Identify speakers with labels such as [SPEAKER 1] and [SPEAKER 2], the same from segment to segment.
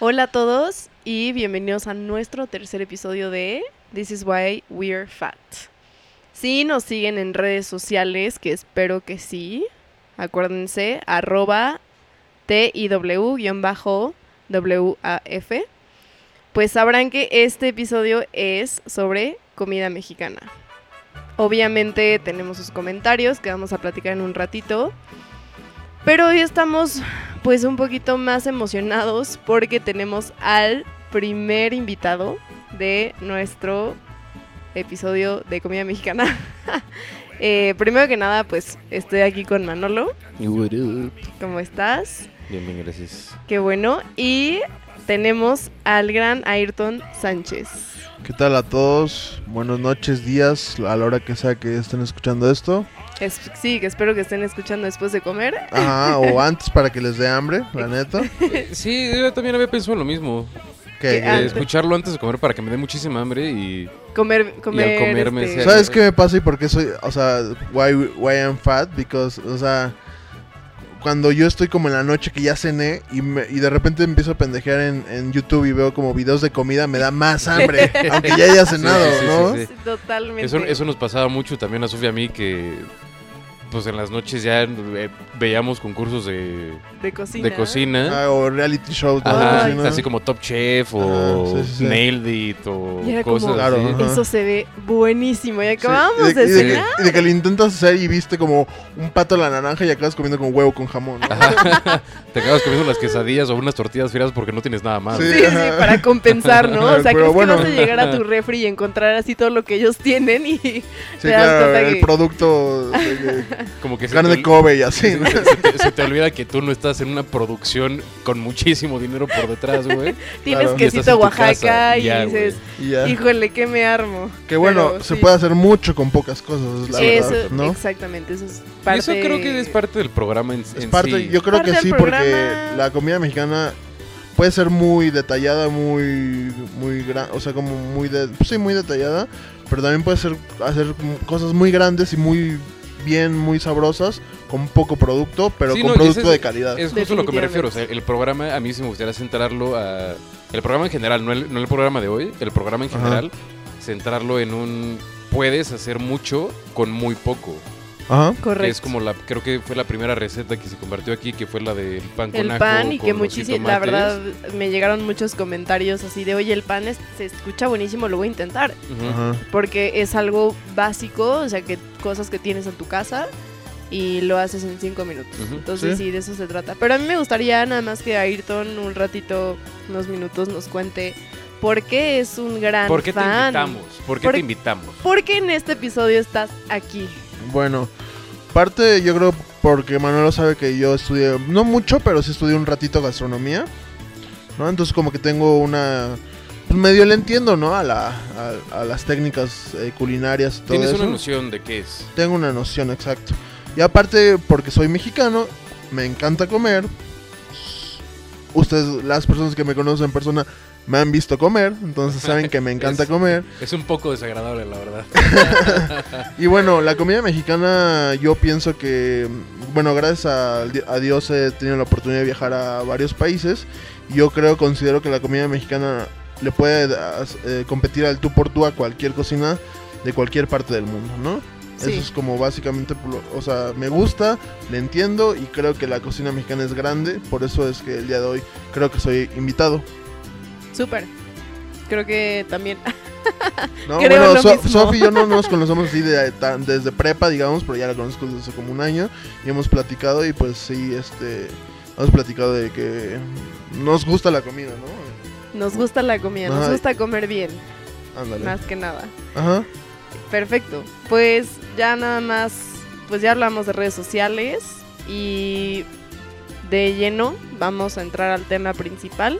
[SPEAKER 1] Hola a todos y bienvenidos a nuestro tercer episodio de This is why we're fat. Si nos siguen en redes sociales, que espero que sí, acuérdense, arroba TIW-WAF, pues sabrán que este episodio es sobre comida mexicana. Obviamente tenemos sus comentarios que vamos a platicar en un ratito, pero hoy estamos pues un poquito más emocionados porque tenemos al primer invitado de nuestro episodio de comida mexicana. Eh, primero que nada, pues estoy aquí con Manolo. ¿Cómo estás?
[SPEAKER 2] Bien, bien, gracias.
[SPEAKER 1] Qué bueno. Y tenemos al gran Ayrton Sánchez.
[SPEAKER 3] ¿Qué tal a todos? Buenas noches, días, a la hora que sea que estén escuchando esto.
[SPEAKER 1] Es- sí, que espero que estén escuchando después de comer.
[SPEAKER 3] Ajá, o antes para que les dé hambre, la neta.
[SPEAKER 2] Eh, Sí, yo también había pensado en lo mismo.
[SPEAKER 3] Que-
[SPEAKER 1] Qué
[SPEAKER 2] de
[SPEAKER 1] hambre.
[SPEAKER 2] escucharlo antes de comer para que me dé muchísima hambre y...
[SPEAKER 1] Comer, comer.
[SPEAKER 2] comerme
[SPEAKER 1] este,
[SPEAKER 2] sea-
[SPEAKER 3] ¿Sabes qué me pasa y por qué soy, o sea, why, why I'm fat? Because, o sea, cuando yo estoy como en la noche que ya cené y, me- y de repente empiezo a pendejear en, en YouTube y veo como videos de comida, me da más hambre, aunque ya haya cenado,
[SPEAKER 2] Sí, sí, sí,
[SPEAKER 3] ¿no?
[SPEAKER 2] sí.
[SPEAKER 1] Totalmente.
[SPEAKER 2] Eso, eso nos pasaba mucho también a Sofía y a mí que... Pues en las noches ya eh, veíamos concursos de,
[SPEAKER 1] de
[SPEAKER 2] de
[SPEAKER 1] cocina.
[SPEAKER 2] cocina.
[SPEAKER 3] Ah, o reality shows, ¿no?
[SPEAKER 2] Ajá,
[SPEAKER 3] Sí, ¿no?
[SPEAKER 2] así como Top Chef o
[SPEAKER 3] Ajá, sí, sí, sí.
[SPEAKER 2] Nailed It o
[SPEAKER 1] Y era como-
[SPEAKER 2] cosas
[SPEAKER 3] Claro,
[SPEAKER 2] así.
[SPEAKER 3] ajá.
[SPEAKER 1] Eso se ve buenísimo. Y
[SPEAKER 3] Sí,
[SPEAKER 1] acabamos
[SPEAKER 3] y
[SPEAKER 1] de,
[SPEAKER 3] de, y de que-
[SPEAKER 1] cenar.
[SPEAKER 3] y de que lo intentas hacer y viste como un pato a la naranja y acabas comiendo con huevo con jamón. ¿no?
[SPEAKER 2] Te acabas comiendo las quesadillas o unas tortillas frías porque no tienes nada más.
[SPEAKER 3] Sí.
[SPEAKER 1] Sí, sí, para compensar, ¿no? O sea,
[SPEAKER 3] Pero
[SPEAKER 1] crees
[SPEAKER 3] bueno.
[SPEAKER 1] que vas a llegar a tu refri y encontrar así todo lo que ellos tienen y
[SPEAKER 3] Sí,
[SPEAKER 1] Te das
[SPEAKER 3] claro,
[SPEAKER 1] cuenta
[SPEAKER 3] el
[SPEAKER 1] que-
[SPEAKER 3] producto de
[SPEAKER 2] Como que se
[SPEAKER 3] carne
[SPEAKER 2] te-
[SPEAKER 3] de Kobe y así, ¿no?
[SPEAKER 2] Se te, se te olvida que tú no estás en una producción con muchísimo dinero por detrás, güey.
[SPEAKER 1] tienes
[SPEAKER 3] Claro.
[SPEAKER 2] Y estás en
[SPEAKER 1] quesito
[SPEAKER 2] tu
[SPEAKER 1] Oaxaca
[SPEAKER 2] casa,
[SPEAKER 1] y
[SPEAKER 2] ya,
[SPEAKER 1] dices,
[SPEAKER 3] Y ya.
[SPEAKER 1] híjole, ¿qué me armo?
[SPEAKER 3] Que bueno,
[SPEAKER 1] Pero
[SPEAKER 3] se
[SPEAKER 1] sí.
[SPEAKER 3] puede hacer mucho con pocas cosas, es la
[SPEAKER 1] Eso,
[SPEAKER 3] verdad, ¿no?
[SPEAKER 1] exactamente, eso es
[SPEAKER 2] Y
[SPEAKER 1] parte...
[SPEAKER 2] Eso creo que es parte del programa en,
[SPEAKER 3] Es
[SPEAKER 2] en
[SPEAKER 3] parte,
[SPEAKER 2] sí.
[SPEAKER 3] yo creo
[SPEAKER 1] Parte
[SPEAKER 3] que
[SPEAKER 1] del
[SPEAKER 3] sí, porque
[SPEAKER 1] programa.
[SPEAKER 3] la comida mexicana puede ser muy detallada, muy, muy gran, o sea, como muy, de, pues sí, muy detallada, pero también puede ser hacer cosas muy grandes y muy bien, muy sabrosas con poco producto, pero
[SPEAKER 2] Sí,
[SPEAKER 3] con
[SPEAKER 2] no, y
[SPEAKER 3] producto
[SPEAKER 2] ese-
[SPEAKER 3] de calidad.
[SPEAKER 2] Es justo lo que
[SPEAKER 1] Definitivamente.
[SPEAKER 2] me refiero. O sea, el programa a mí sí me gustaría centrarlo a... El programa en general, no el, no el programa de hoy, el programa en
[SPEAKER 3] Ajá.
[SPEAKER 2] general, centrarlo en un... Puedes hacer mucho con muy poco.
[SPEAKER 3] Ajá.
[SPEAKER 1] Correcto.
[SPEAKER 2] Que es como la... Creo que fue la primera receta que se convirtió aquí, que fue la del pan con
[SPEAKER 1] el
[SPEAKER 2] ajo
[SPEAKER 1] pan y
[SPEAKER 2] con
[SPEAKER 1] que
[SPEAKER 2] los
[SPEAKER 1] muchísimo, la
[SPEAKER 2] jitomates.
[SPEAKER 1] verdad, me llegaron muchos comentarios así de, oye, el pan es- se escucha buenísimo, lo voy a intentar,
[SPEAKER 2] Ujú.
[SPEAKER 3] Ajá.
[SPEAKER 1] porque es algo básico, o sea, que cosas que tienes en tu casa y lo haces en cinco minutos.
[SPEAKER 2] Ujú,
[SPEAKER 1] Entonces sí.
[SPEAKER 3] sí.
[SPEAKER 1] de eso se trata. Pero a mí me gustaría nada más que Ayrton un ratito, unos minutos, nos cuente por qué es un gran
[SPEAKER 2] ¿Por qué te
[SPEAKER 1] fan.
[SPEAKER 2] invitamos? ¿Por qué
[SPEAKER 1] Por-
[SPEAKER 2] te invitamos?
[SPEAKER 1] ¿Por qué en este episodio estás aquí?
[SPEAKER 3] Bueno, parte yo creo porque Manolo sabe que yo estudié, no mucho, pero sí estudié un ratito gastronomía, ¿no? Entonces como que tengo una... Pues medio le entiendo, ¿no? A, la, a, a las técnicas eh, culinarias y todo
[SPEAKER 2] ¿Tienes
[SPEAKER 3] eso.
[SPEAKER 2] una noción de qué es?
[SPEAKER 3] Tengo una noción, exacto. Y aparte, porque soy mexicano, me encanta comer. Ustedes, las personas que me conocen en persona, me han visto comer, entonces saben que me encanta
[SPEAKER 2] Es-
[SPEAKER 3] comer.
[SPEAKER 2] Es un poco desagradable, la verdad.
[SPEAKER 3] Y bueno, la comida mexicana yo pienso que, bueno, gracias a, a Dios he tenido la oportunidad de viajar a varios países. Yo creo, considero que la comida mexicana le puede as- eh, competir al tú por tú a cualquier cocina de cualquier parte del mundo, ¿no?
[SPEAKER 1] Sí.
[SPEAKER 3] Eso es como básicamente, lo- o sea, me gusta, le entiendo y creo que la cocina mexicana es grande, por eso es que el día de hoy creo que soy invitado.
[SPEAKER 1] Súper. Creo que también.
[SPEAKER 3] No,
[SPEAKER 1] Creo
[SPEAKER 3] bueno,
[SPEAKER 1] lo
[SPEAKER 3] So-
[SPEAKER 1] mismo.
[SPEAKER 3] Sofi y yo no nos conocemos así de tan- desde prepa, digamos, pero ya la conozco desde hace como un año y hemos platicado y pues sí, este, hemos platicado de que nos gusta la comida, ¿no?
[SPEAKER 1] Nos gusta la comida, nos
[SPEAKER 3] Ajá.
[SPEAKER 1] gusta comer bien,
[SPEAKER 3] Ándale.
[SPEAKER 1] más que nada.
[SPEAKER 3] Ajá.
[SPEAKER 1] Perfecto. Pues ya nada más, pues ya hablamos de redes sociales y de lleno vamos a entrar al tema principal.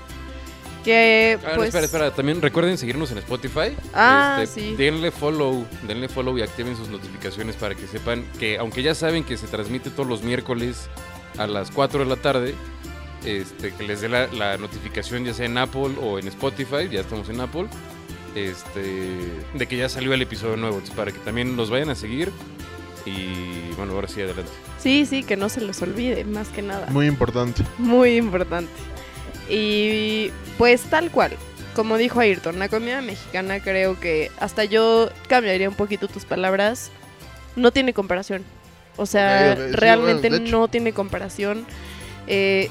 [SPEAKER 1] Que
[SPEAKER 2] Ah, no,
[SPEAKER 1] pues
[SPEAKER 2] espera, espera. También recuerden seguirnos en Spotify.
[SPEAKER 1] Ah,
[SPEAKER 2] Este,
[SPEAKER 1] sí.
[SPEAKER 2] Denle follow, denle follow y activen sus notificaciones para que sepan que, aunque ya saben que se transmite todos los miércoles a las 4 de la tarde, este, que les dé la, la notificación ya sea en Apple o en Spotify, ya estamos en Apple, este, de que ya salió el episodio nuevo, entonces, para que también nos vayan a seguir. Y bueno, ahora sí, adelante.
[SPEAKER 1] sí, sí, que no se los olvide, más que nada.
[SPEAKER 3] Muy importante.
[SPEAKER 1] Muy importante. Y pues tal cual, como dijo Ayrton, la comida mexicana creo que hasta yo cambiaría un poquito tus palabras. No tiene comparación. O sea,
[SPEAKER 3] Ok, ok, sí,
[SPEAKER 1] realmente
[SPEAKER 3] bueno, de hecho.
[SPEAKER 1] no tiene comparación. Eh,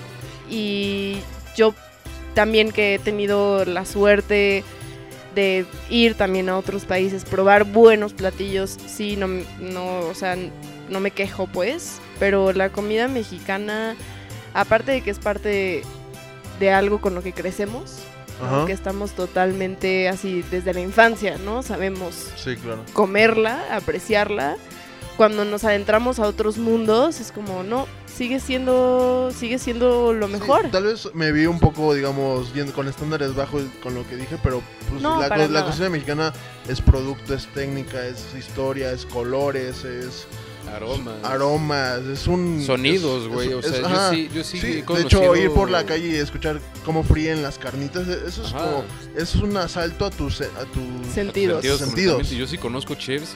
[SPEAKER 1] y yo también que he tenido la suerte de ir también a otros países, probar buenos platillos, sí, no, no, o sea, no me quejo pues, pero la comida mexicana, aparte de que es parte de, de algo con lo que crecemos, ¿no?
[SPEAKER 3] Ajá.
[SPEAKER 1] que estamos totalmente así desde la infancia, ¿no? Sabemos
[SPEAKER 3] Sí, claro.
[SPEAKER 1] comerla, apreciarla. Cuando nos adentramos a otros mundos, es como, no, sigue siendo, sigue siendo lo mejor.
[SPEAKER 3] Sí, tal vez me vi un poco, digamos, yendo con estándares bajos con lo que dije, pero pues,
[SPEAKER 1] No,
[SPEAKER 3] la,
[SPEAKER 1] para
[SPEAKER 3] co- la
[SPEAKER 1] nada.
[SPEAKER 3] cocina mexicana es producto, es técnica, es historia, es colores, es
[SPEAKER 2] Aromas.
[SPEAKER 3] aromas, es un...
[SPEAKER 2] Sonidos,
[SPEAKER 3] es-
[SPEAKER 2] güey.
[SPEAKER 3] es-
[SPEAKER 2] O
[SPEAKER 3] es-
[SPEAKER 2] sea,
[SPEAKER 3] ajá.
[SPEAKER 2] yo sí, yo sí,
[SPEAKER 3] Sí,
[SPEAKER 2] he
[SPEAKER 3] de hecho,
[SPEAKER 2] conocido-
[SPEAKER 3] ir por la calle y escuchar cómo fríen las carnitas, e- eso es
[SPEAKER 2] Ajá.
[SPEAKER 3] como... Eso es un asalto a tu... se- A tu
[SPEAKER 1] Sentidos.
[SPEAKER 2] Sentidos,
[SPEAKER 3] Sentidos.
[SPEAKER 2] completamente. Yo sí conozco chefs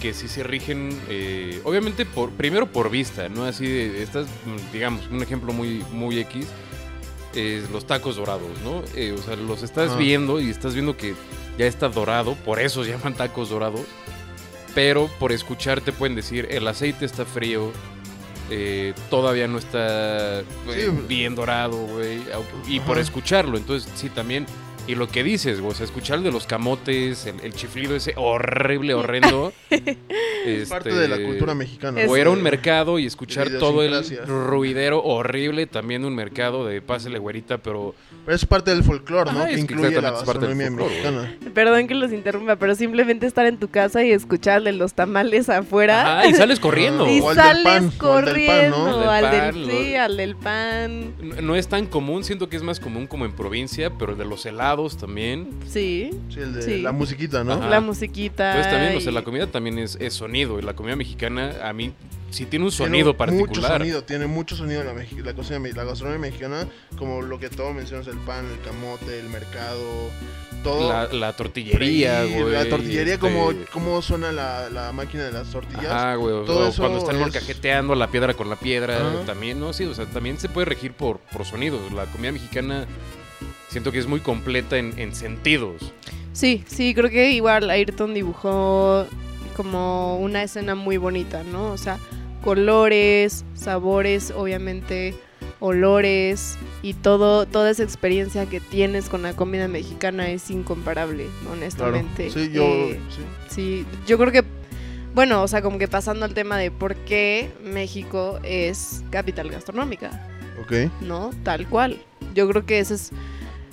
[SPEAKER 2] que sí se rigen, eh, obviamente, por primero por vista, ¿no? Así de, estas, mm, digamos, un ejemplo muy, muy X, es los tacos dorados, ¿no? Eh, o sea, los estás
[SPEAKER 3] Ah.
[SPEAKER 2] viendo y estás viendo que ya está dorado, por eso se llaman tacos dorados, pero por escuchar te pueden decir, el aceite está frío, eh, todavía no está eh,
[SPEAKER 3] Sí. pues.
[SPEAKER 2] bien dorado, güey. au- Y por
[SPEAKER 3] Ajá.
[SPEAKER 2] escucharlo, entonces sí, también. Y lo que dices, güey, o sea, escuchar el de los camotes, el, el chiflido ese horrible, horrendo.
[SPEAKER 3] Es parte de la cultura mexicana.
[SPEAKER 1] Es-
[SPEAKER 2] Este, O era un mercado y escuchar
[SPEAKER 3] Este,
[SPEAKER 2] todo
[SPEAKER 3] idiosincrasia.
[SPEAKER 2] el ruidero horrible también de un mercado de pásele güerita, pero
[SPEAKER 3] Pero es parte del folclore, ¿no?
[SPEAKER 2] Ajá, es
[SPEAKER 3] que
[SPEAKER 2] que
[SPEAKER 3] incluye la
[SPEAKER 2] exactamente es parte del
[SPEAKER 3] gastronomía
[SPEAKER 2] folclore, güey.
[SPEAKER 3] mexicana.
[SPEAKER 1] Perdón que los interrumpa, pero simplemente estar en tu casa y escucharle los tamales afuera.
[SPEAKER 2] Ajá, y sales corriendo.
[SPEAKER 1] y
[SPEAKER 3] O al del
[SPEAKER 1] sales
[SPEAKER 3] pan, o al del pan,
[SPEAKER 1] corriendo
[SPEAKER 3] ¿no?
[SPEAKER 1] al
[SPEAKER 2] Al
[SPEAKER 1] del,
[SPEAKER 2] del pan,
[SPEAKER 1] sí,
[SPEAKER 2] lo-
[SPEAKER 1] al del pan.
[SPEAKER 2] No no es tan común, siento que es más común como en provincia, pero el de los helados también.
[SPEAKER 1] Sí,
[SPEAKER 3] Sí, el de
[SPEAKER 1] Sí.
[SPEAKER 3] la musiquita, ¿no?
[SPEAKER 2] Ajá.
[SPEAKER 1] la musiquita.
[SPEAKER 3] Pues
[SPEAKER 2] Entonces también, o sea,
[SPEAKER 1] y-
[SPEAKER 2] la comida también es, es sonido. Y la comida mexicana, a mí, sí tiene un
[SPEAKER 3] Tiene
[SPEAKER 2] sonido
[SPEAKER 3] Mucho
[SPEAKER 2] particular.
[SPEAKER 3] sonido, tiene mucho sonido la, mexi- la, cocina me- la gastronomía mexicana, como lo que todo mencionas, el pan, el camote, el mercado, todo.
[SPEAKER 2] La, la tortillería,
[SPEAKER 3] freír,
[SPEAKER 2] güey.
[SPEAKER 3] La tortillería,
[SPEAKER 2] este,
[SPEAKER 3] como, como suena la, la máquina de las tortillas.
[SPEAKER 2] Ajá, güey. o-
[SPEAKER 3] todo
[SPEAKER 2] o
[SPEAKER 3] eso
[SPEAKER 2] cuando están
[SPEAKER 3] es-
[SPEAKER 2] molcajeteando la piedra con la piedra.
[SPEAKER 3] Ajá.
[SPEAKER 2] También, ¿no? Sí, o sea, también se puede regir por, por sonidos. La comida mexicana siento que es muy completa en, en sentidos.
[SPEAKER 1] Sí, sí, creo que igual Ayrton dibujó como una escena muy bonita, ¿no? O sea, colores, sabores, obviamente, olores y todo, toda esa experiencia que tienes con la comida mexicana es incomparable,
[SPEAKER 3] Claro.
[SPEAKER 1] honestamente.
[SPEAKER 3] Sí, yo.
[SPEAKER 1] Eh,
[SPEAKER 3] sí.
[SPEAKER 1] Sí, yo creo que, bueno, o sea, como que pasando al tema de por qué México es capital gastronómica,
[SPEAKER 3] Ok.
[SPEAKER 1] ¿no? Tal cual. Yo creo que esa es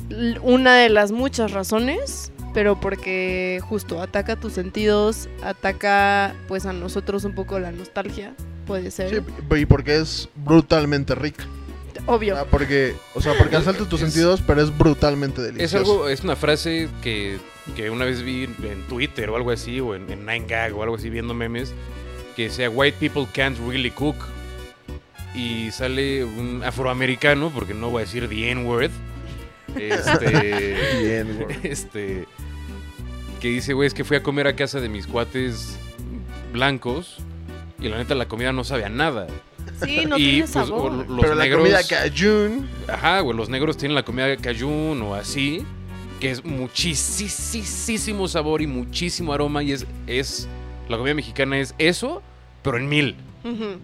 [SPEAKER 1] l- una de las muchas razones, pero porque justo ataca tus sentidos, ataca pues a nosotros un poco la nostalgia, puede ser.
[SPEAKER 3] Sí, p- y porque es brutalmente rica.
[SPEAKER 1] Obvio.
[SPEAKER 3] Ah, porque, o sea, porque asalta tus
[SPEAKER 2] Es-
[SPEAKER 3] sentidos, pero es brutalmente
[SPEAKER 2] Es
[SPEAKER 3] delicioso.
[SPEAKER 2] algo, es una frase que, que una vez vi en Twitter o algo así, o en, en Nine Gag o algo así, viendo memes, que decía White people can't really cook. Y sale un afroamericano, porque no voy a decir the N-word. Este.
[SPEAKER 3] Bien, güey.
[SPEAKER 2] este que dice, güey, es que fui a comer a casa de mis cuates blancos y la neta la comida no sabía nada.
[SPEAKER 1] Sí, no
[SPEAKER 2] y
[SPEAKER 1] tiene
[SPEAKER 2] pues,
[SPEAKER 1] sabor.
[SPEAKER 2] o los
[SPEAKER 3] Pero
[SPEAKER 2] negros,
[SPEAKER 3] la comida cajun.
[SPEAKER 2] ajá, güey, los negros tienen la comida cayún o así, que es muchísimo sabor y muchísimo aroma y es es la comida mexicana es eso, pero en mil.
[SPEAKER 1] Ujú.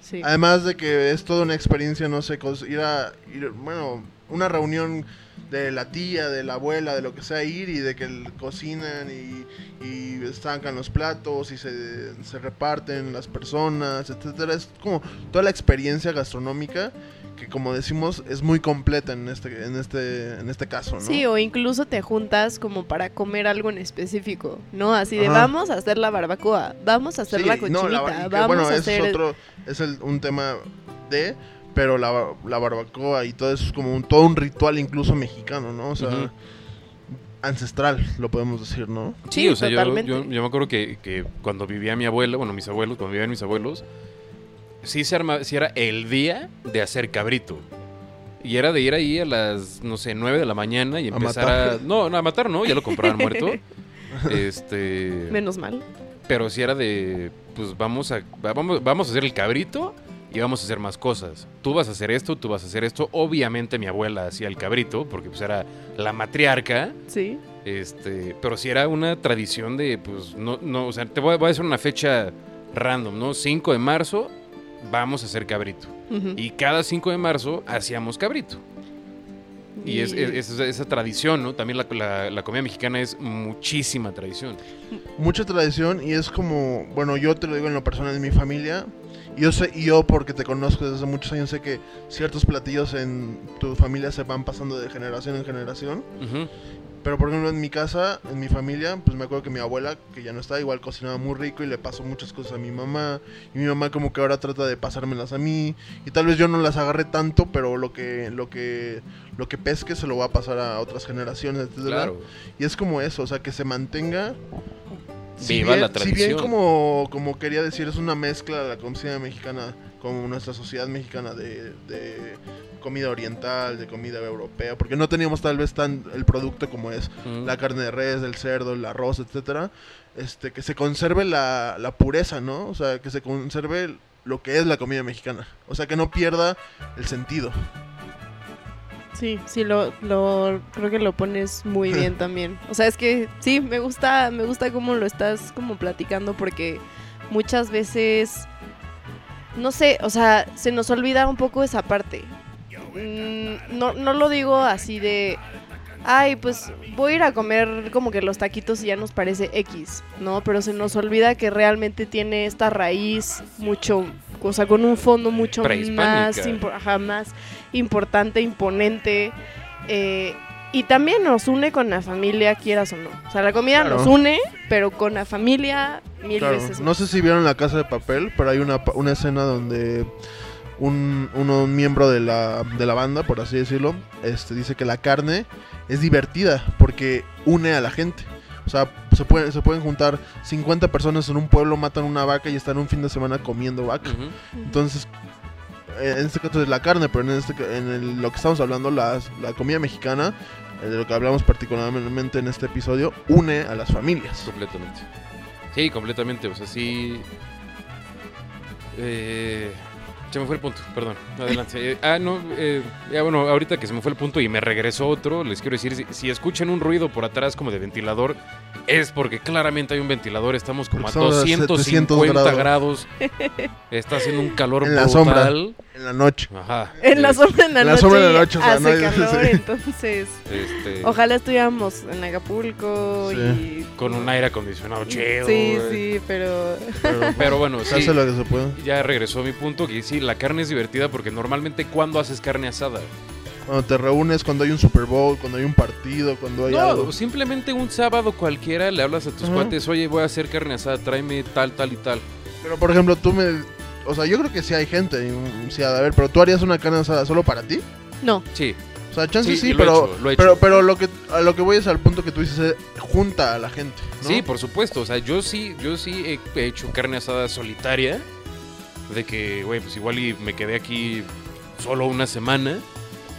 [SPEAKER 1] Sí.
[SPEAKER 3] Además de que es toda una experiencia, no sé, cos- ir a, ir- bueno, una reunión de la tía, de la abuela, de lo que sea, ir y de que el- cocinan y, y estancan los platos y se, se reparten las personas, etcétera. Es como toda la experiencia gastronómica que, como decimos, es muy completa en este, en este, en este caso, ¿no?
[SPEAKER 1] Sí, o incluso te juntas como para comer algo en específico, ¿no? Así de
[SPEAKER 3] Ajá.
[SPEAKER 1] vamos a hacer la barbacoa, vamos a hacer
[SPEAKER 3] Sí,
[SPEAKER 1] la
[SPEAKER 3] y no,
[SPEAKER 1] cochinita,
[SPEAKER 3] bar- y que,
[SPEAKER 1] vamos
[SPEAKER 3] bueno,
[SPEAKER 1] a
[SPEAKER 3] es
[SPEAKER 1] hacer...
[SPEAKER 3] otro, es el- un tema de, pero la, ba- la barbacoa y todo eso es como un, todo un ritual incluso mexicano, ¿no? O sea,
[SPEAKER 2] Ujú.
[SPEAKER 3] ancestral, lo podemos decir, ¿no?
[SPEAKER 2] Sí,
[SPEAKER 1] Sí,
[SPEAKER 2] o sea, yo- yo,
[SPEAKER 1] totalmente.
[SPEAKER 2] yo me acuerdo que, que cuando vivía mi abuela, bueno, mis abuelos, cuando vivían mis abuelos, sí se armaba, sí era el día de hacer cabrito. Y era de ir ahí a las, no sé, 9 de la mañana y
[SPEAKER 3] A
[SPEAKER 2] empezar a...
[SPEAKER 3] matar.
[SPEAKER 2] no, no, a matar no, ya lo compraban muerto. Este...
[SPEAKER 1] Menos mal.
[SPEAKER 2] Pero sí era de, pues vamos a, va- vamos, vamos a hacer el cabrito y vamos a hacer más cosas. Tú vas a hacer esto, tú vas a hacer esto. Obviamente mi abuela hacía el cabrito, porque pues era la matriarca,
[SPEAKER 1] Sí.
[SPEAKER 2] este, pero si era una tradición de, pues, no, no, o sea, te voy a, voy a hacer una fecha random, ¿no? 5 de marzo, vamos a hacer cabrito.
[SPEAKER 1] Ujú.
[SPEAKER 2] Y cada 5 de marzo hacíamos cabrito. Y es, es- es- esa tradición, ¿no? También la, la- la comida mexicana es muchísima tradición.
[SPEAKER 3] mucha tradición y es como, bueno, yo te lo digo en lo personal de mi familia. Yo sé, y yo porque te conozco desde hace muchos años, sé que ciertos platillos en tu familia se van pasando de generación en generación.
[SPEAKER 2] Ujú.
[SPEAKER 3] Pero por ejemplo en mi casa, en mi familia, pues me acuerdo que mi abuela, que ya no está, igual cocinaba muy rico y le pasó muchas cosas a mi mamá. Y mi mamá como que ahora trata de pasármelas a mí. Y tal vez yo no las agarré tanto, pero lo que, lo que, lo que pesque se lo va a pasar a otras generaciones, etcétera.
[SPEAKER 2] Claro.
[SPEAKER 3] Y es como eso, o sea, que se mantenga.
[SPEAKER 2] Viva
[SPEAKER 3] bien,
[SPEAKER 2] la
[SPEAKER 3] Si bien
[SPEAKER 2] tradición.
[SPEAKER 3] como, como quería decir, es una mezcla de la comida mexicana con nuestra sociedad mexicana de, de comida oriental, de comida europea, porque no teníamos tal vez tan el producto como es
[SPEAKER 2] Ujú.
[SPEAKER 3] la carne de res, el cerdo, el arroz, etcétera, este, que se conserve la, la pureza, ¿no? O sea, que se conserve lo que es la comida mexicana. O sea, que no pierda el sentido.
[SPEAKER 1] Sí, sí, lo, lo- creo que lo pones muy bien también. O sea, es que sí, me gusta, me gusta cómo lo estás como platicando porque muchas veces, no sé, o sea, se nos olvida un poco esa parte. Mm, No, no lo digo así de, ay, pues voy a ir a comer como que los taquitos y ya nos parece X, ¿no? Pero se nos olvida que realmente tiene esta raíz mucho, o sea, con un fondo mucho más,
[SPEAKER 2] Prehispánica.
[SPEAKER 1] impo- ajá, más importante, imponente. eh, y también nos une con la familia, quieras o no. O sea, la comida
[SPEAKER 3] Claro.
[SPEAKER 1] nos une, pero con la familia mil
[SPEAKER 3] Claro,
[SPEAKER 1] veces.
[SPEAKER 3] no
[SPEAKER 1] más.
[SPEAKER 3] sé si vieron La Casa de Papel, pero hay una, pa- una escena donde un, uno- un miembro de la, de la banda, por así decirlo, este, dice que la carne es divertida porque une a la gente. O sea, se, puede- se pueden juntar 50 personas en un pueblo, matan una vaca y están un fin de semana comiendo vaca.
[SPEAKER 2] Ujú.
[SPEAKER 3] Entonces, eh, en este caso es la carne, pero en, este, ca- en el- lo que estamos hablando, las- la comida mexicana, eh, de lo que hablamos particularmente en este episodio, une a las familias.
[SPEAKER 2] Completamente. Sí, completamente. O sea, sí. Eh, se me fue el punto, perdón. Adelante. Eh, ah, no. eh, ya bueno, ahorita que se me fue el punto y me regresó otro, les quiero decir: si, si escuchan un ruido por atrás como de ventilador, es porque claramente hay un ventilador. Estamos como
[SPEAKER 3] Estamos a
[SPEAKER 2] a 250
[SPEAKER 3] 700
[SPEAKER 2] grados. Está haciendo un calor
[SPEAKER 3] En la
[SPEAKER 2] brutal.
[SPEAKER 3] En la noche.
[SPEAKER 2] Ajá. Este,
[SPEAKER 1] En la
[SPEAKER 2] Es-
[SPEAKER 1] sombra de la,
[SPEAKER 3] en la
[SPEAKER 1] noche,
[SPEAKER 3] sombra de la noche, o sea,
[SPEAKER 1] hace
[SPEAKER 3] no hay-
[SPEAKER 1] calor,
[SPEAKER 3] sí.
[SPEAKER 1] entonces.
[SPEAKER 2] este,
[SPEAKER 1] Ojalá estuviéramos en Acapulco
[SPEAKER 3] Sí.
[SPEAKER 1] y.
[SPEAKER 2] Con un aire acondicionado chido.
[SPEAKER 1] Sí,
[SPEAKER 2] eh.
[SPEAKER 1] sí, pero.
[SPEAKER 2] Pero bueno,
[SPEAKER 3] Se
[SPEAKER 2] sí.
[SPEAKER 3] hace lo que se puede.
[SPEAKER 2] Ya regresó mi punto, que sí, la carne es divertida porque normalmente cuando haces carne asada.
[SPEAKER 3] Cuando te reúnes, cuando hay un Super Bowl, cuando hay un partido, cuando hay
[SPEAKER 2] No,
[SPEAKER 3] algo.
[SPEAKER 2] simplemente un sábado cualquiera le hablas a tus
[SPEAKER 3] Ajá.
[SPEAKER 2] cuates, oye, voy a hacer carne asada, tráeme tal, tal y tal.
[SPEAKER 3] Pero por ejemplo, tú me. O sea, yo creo que sí hay gente. y, mm, Sí, a ver, pero tú harías una carne asada solo para ti.
[SPEAKER 1] No,
[SPEAKER 2] Sí,
[SPEAKER 3] O sea, chance
[SPEAKER 2] Sí,
[SPEAKER 3] sí,
[SPEAKER 2] y lo he
[SPEAKER 3] pero,
[SPEAKER 2] hecho, lo he
[SPEAKER 3] pero,
[SPEAKER 2] hecho.
[SPEAKER 3] pero lo que a lo que voy es al punto que tú dices eh, junta a la gente. ¿no?
[SPEAKER 2] sí, por supuesto. O sea, yo sí, yo sí he he hecho carne asada solitaria. De que, güey, pues igual y me quedé aquí solo una semana.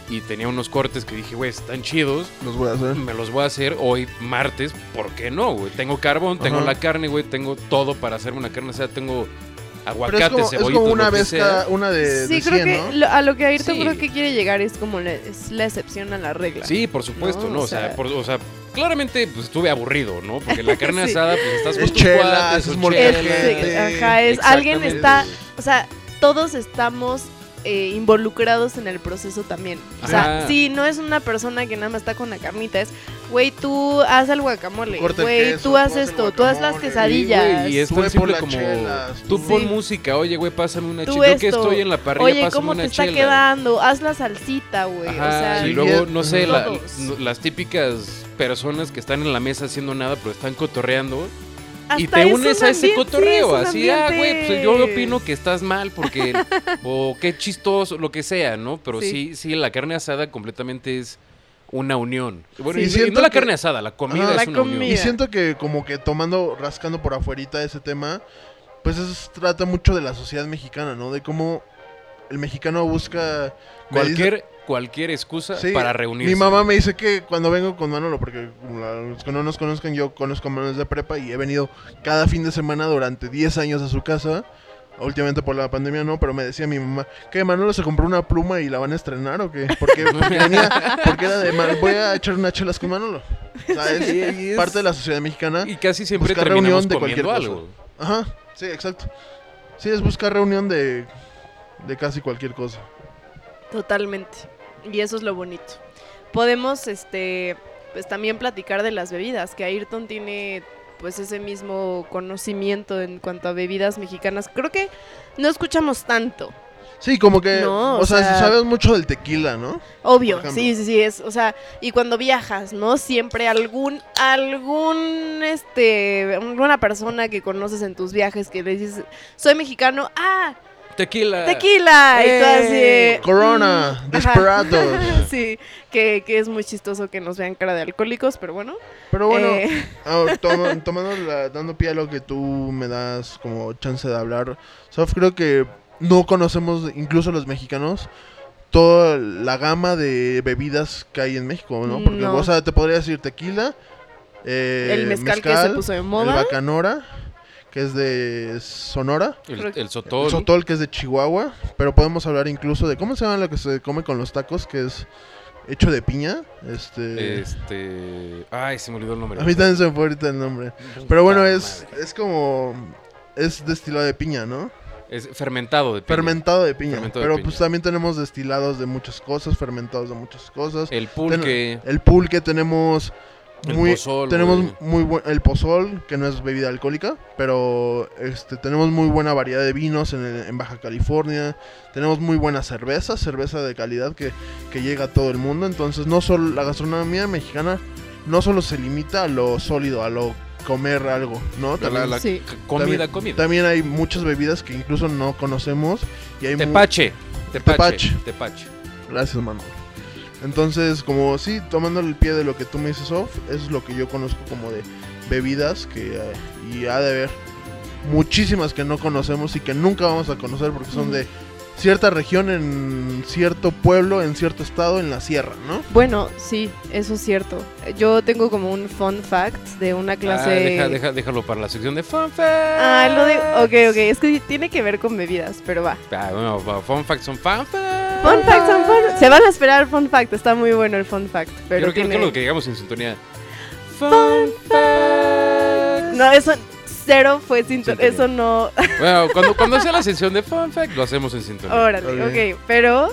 [SPEAKER 2] Y tenía unos cortes que dije, güey, están chidos.
[SPEAKER 3] los voy a hacer.
[SPEAKER 2] Me pues, los voy a hacer hoy martes, ¿por qué no, güey? Tengo carbón, tengo
[SPEAKER 3] Ajá.
[SPEAKER 2] la carne, güey, tengo todo para hacerme una carne asada, tengo
[SPEAKER 3] Pero es
[SPEAKER 2] aguacate,
[SPEAKER 3] como, es
[SPEAKER 2] cebollita,
[SPEAKER 3] como una
[SPEAKER 2] lo que
[SPEAKER 3] vez
[SPEAKER 2] sea.
[SPEAKER 3] cada una Eh, de,
[SPEAKER 1] sí,
[SPEAKER 3] de
[SPEAKER 1] creo
[SPEAKER 3] 100,
[SPEAKER 1] que
[SPEAKER 3] ¿no?
[SPEAKER 1] lo- a lo que Ayrton
[SPEAKER 2] Sí.
[SPEAKER 1] creo que quiere llegar es como la, es la excepción a la regla.
[SPEAKER 2] Sí, por supuesto,
[SPEAKER 1] No,
[SPEAKER 2] ¿no?
[SPEAKER 1] o
[SPEAKER 2] O sea,
[SPEAKER 1] sea-
[SPEAKER 2] por- o sea, claramente pues, estuve aburrido, ¿no? Porque la carne
[SPEAKER 1] Sí.
[SPEAKER 2] asada, pues estás con
[SPEAKER 3] Es
[SPEAKER 2] tus
[SPEAKER 3] chela,
[SPEAKER 2] cuates,
[SPEAKER 3] es
[SPEAKER 2] o
[SPEAKER 1] Es-
[SPEAKER 3] molcajete.
[SPEAKER 2] chela.
[SPEAKER 1] sí, ajá, es alguien
[SPEAKER 2] Exactamente.
[SPEAKER 1] está, o sea, todos estamos eh, involucrados en el proceso también. O sea,
[SPEAKER 2] Ajá.
[SPEAKER 1] sí, no es una persona que nada más está con la carnita, es, güey, tú haz el guacamole,
[SPEAKER 3] Corta el
[SPEAKER 1] güey,
[SPEAKER 3] queso,
[SPEAKER 1] tú
[SPEAKER 3] tú
[SPEAKER 1] haz
[SPEAKER 3] haz el
[SPEAKER 1] esto, tú haz las
[SPEAKER 3] guacamole.
[SPEAKER 2] Sí,
[SPEAKER 1] quesadillas.
[SPEAKER 2] güey, y es
[SPEAKER 3] Tú
[SPEAKER 2] tan
[SPEAKER 3] ve por
[SPEAKER 2] simple
[SPEAKER 3] las
[SPEAKER 2] como
[SPEAKER 3] chelas,
[SPEAKER 2] tú
[SPEAKER 3] tú-
[SPEAKER 2] pon
[SPEAKER 1] Sí.
[SPEAKER 2] música, oye, güey, pásame una
[SPEAKER 1] Tú
[SPEAKER 2] chela. Yo que
[SPEAKER 1] esto.
[SPEAKER 2] estoy en la parrilla,
[SPEAKER 1] Oye,
[SPEAKER 2] pásame
[SPEAKER 1] ¿cómo
[SPEAKER 2] una
[SPEAKER 1] te está
[SPEAKER 2] chela.
[SPEAKER 1] quedando? Haz la salsita, güey. O
[SPEAKER 2] Ajá,
[SPEAKER 1] sea,
[SPEAKER 2] y
[SPEAKER 3] sí,
[SPEAKER 2] luego,
[SPEAKER 3] es-
[SPEAKER 2] no sé, la-
[SPEAKER 1] todos.
[SPEAKER 2] no- las típicas personas que están en la mesa haciendo nada, pero están cotorreando.
[SPEAKER 1] hasta
[SPEAKER 2] y te
[SPEAKER 1] es
[SPEAKER 2] unes
[SPEAKER 1] un
[SPEAKER 2] a
[SPEAKER 1] ambiente-
[SPEAKER 2] ese
[SPEAKER 1] sí,
[SPEAKER 2] cotorreo.
[SPEAKER 1] es un
[SPEAKER 2] así, ah, güey,
[SPEAKER 1] ambiente".
[SPEAKER 2] pues yo opino que estás mal porque. o qué chistoso, lo que sea, ¿no? Pero sí, sí, la carne asada completamente es una unión. Bueno,
[SPEAKER 1] Sí.
[SPEAKER 2] y,
[SPEAKER 1] Y
[SPEAKER 2] y
[SPEAKER 3] siento
[SPEAKER 2] no la
[SPEAKER 3] que-
[SPEAKER 2] carne asada, la comida
[SPEAKER 3] Ajá.
[SPEAKER 2] es
[SPEAKER 1] La
[SPEAKER 2] una
[SPEAKER 1] comida.
[SPEAKER 2] unión.
[SPEAKER 3] Y siento que como que tomando, rascando por afuerita ese tema, pues eso se trata mucho de la sociedad mexicana, ¿no? De cómo el mexicano busca me dice-
[SPEAKER 2] Cualquier, cualquier excusa
[SPEAKER 3] Sí,
[SPEAKER 2] para reunirse.
[SPEAKER 3] Mi mamá me dice que cuando vengo con Manolo, porque como la- los que no nos conozcan, yo conozco a Manolo desde prepa y he venido cada fin de semana durante 10 años a su casa Últimamente por la pandemia no, pero me decía mi mamá, ¿qué Manolo se compró una pluma y la van a estrenar o qué? Porque, porque, venía- porque era de "Man, voy a echar unas chelas con Manolo. O sea, es
[SPEAKER 2] Sí, y es-
[SPEAKER 3] parte de la sociedad mexicana.
[SPEAKER 2] Y casi siempre
[SPEAKER 3] Buscar
[SPEAKER 2] terminamos
[SPEAKER 3] reunión de cualquier
[SPEAKER 2] comiendo
[SPEAKER 3] cosa.
[SPEAKER 2] algo.
[SPEAKER 3] Ajá, sí, exacto. Sí, es buscar reunión de, de casi cualquier cosa.
[SPEAKER 1] Totalmente. Y eso es lo bonito. Podemos, este, pues también platicar de las bebidas, que Ayrton tiene pues ese mismo conocimiento en cuanto a bebidas mexicanas. Creo que no escuchamos tanto.
[SPEAKER 3] Sí, como que,
[SPEAKER 1] No,
[SPEAKER 3] o,
[SPEAKER 1] o
[SPEAKER 3] sea,
[SPEAKER 1] sea-
[SPEAKER 3] sabes mucho del tequila, ¿no?
[SPEAKER 1] Obvio,
[SPEAKER 3] Por ejemplo.
[SPEAKER 1] sí, sí, sí, es, o sea, y cuando viajas, ¿no? Siempre algún, algún, este, alguna persona que conoces en tus viajes que le dices, soy mexicano, ah,
[SPEAKER 2] Tequila.
[SPEAKER 1] tequila, y tú así,
[SPEAKER 2] ¡Eh!
[SPEAKER 1] mm,
[SPEAKER 3] Corona,
[SPEAKER 1] ajá.
[SPEAKER 3] Desperados.
[SPEAKER 1] sí, que, que es muy chistoso que nos vean cara de alcohólicos, pero bueno.
[SPEAKER 3] Pero bueno,
[SPEAKER 1] eh,
[SPEAKER 3] ah, toma- tomando la- dando pie a lo que tú me das como chance de hablar, Sof, creo que no conocemos, incluso los mexicanos, toda la gama de bebidas que hay en México, ¿no? Porque,
[SPEAKER 1] Mm, No.
[SPEAKER 3] o sea, te podría decir tequila, eh,
[SPEAKER 1] el mezcal, que se puso de
[SPEAKER 3] el
[SPEAKER 1] moda.
[SPEAKER 3] bacanora, que es de Sonora,
[SPEAKER 2] El,
[SPEAKER 1] Creo-
[SPEAKER 2] el sotol.
[SPEAKER 3] el sotol, que es de Chihuahua, pero podemos hablar incluso de, ¿cómo se llama lo que se come con los tacos? Que es hecho de piña, este...
[SPEAKER 2] Este. Ay, se me olvidó el nombre.
[SPEAKER 3] A mí también se me fue ahorita el nombre. Pero bueno, es, es como. Es destilado de piña, ¿no?
[SPEAKER 2] Es fermentado de piña.
[SPEAKER 3] Fermentado de piña.
[SPEAKER 2] Fermentado de
[SPEAKER 3] pero
[SPEAKER 2] piña.
[SPEAKER 3] pues también tenemos destilados de muchas cosas, fermentados de muchas cosas.
[SPEAKER 2] El pulque.
[SPEAKER 3] El pulque tenemos.
[SPEAKER 2] El
[SPEAKER 3] Muy,
[SPEAKER 2] pozol,
[SPEAKER 3] tenemos
[SPEAKER 2] güey.
[SPEAKER 3] muy buen el pozol que no es bebida alcohólica pero este tenemos muy buena variedad de vinos en, el- en Baja California tenemos muy buena cerveza cerveza de calidad que, que llega a todo el mundo entonces no solo la gastronomía mexicana no solo se limita a lo sólido a lo comer algo no
[SPEAKER 2] La, la-
[SPEAKER 3] También-
[SPEAKER 2] la
[SPEAKER 1] Sí.
[SPEAKER 2] c- comida,
[SPEAKER 3] también-
[SPEAKER 2] comida.
[SPEAKER 3] También hay muchas bebidas que incluso no conocemos. Y hay mu-
[SPEAKER 2] Tepache. Tepache.
[SPEAKER 3] Em, Tepache.
[SPEAKER 2] Tepache.
[SPEAKER 3] Gracias, mano. Entonces, como sí, tomando el pie de lo que tú me dices, Off, eso es lo que yo conozco como de bebidas que eh, y ha de haber muchísimas que no conocemos y que nunca vamos a conocer porque son
[SPEAKER 1] Ujú.
[SPEAKER 3] de cierta región, en cierto pueblo, en cierto estado, en la sierra, ¿no?
[SPEAKER 1] Bueno, sí, eso es cierto. Yo tengo como un fun fact de una clase. E.
[SPEAKER 2] Ah, deja- deja- déjalo para la sección de fun facts.
[SPEAKER 1] Ah, lo de. Ok, ok, es que tiene que ver con bebidas, pero va.
[SPEAKER 2] Ah, bueno, va, fun facts son fun
[SPEAKER 3] Ah.
[SPEAKER 2] facts.
[SPEAKER 1] Fun fact, son fun. Se van a esperar fun fact, está muy bueno el fun fact. Pero
[SPEAKER 2] Creo que
[SPEAKER 1] tiene-
[SPEAKER 2] es lo que llegamos en sintonía. Fun facts.
[SPEAKER 1] No, eso cero fue sinto-
[SPEAKER 2] Sintonía.
[SPEAKER 1] Eso no.
[SPEAKER 2] Bueno, cuando, cuando sea la sección de fun fact, lo hacemos en sintonía.
[SPEAKER 1] Órale,
[SPEAKER 3] Está bien.
[SPEAKER 1] ok, pero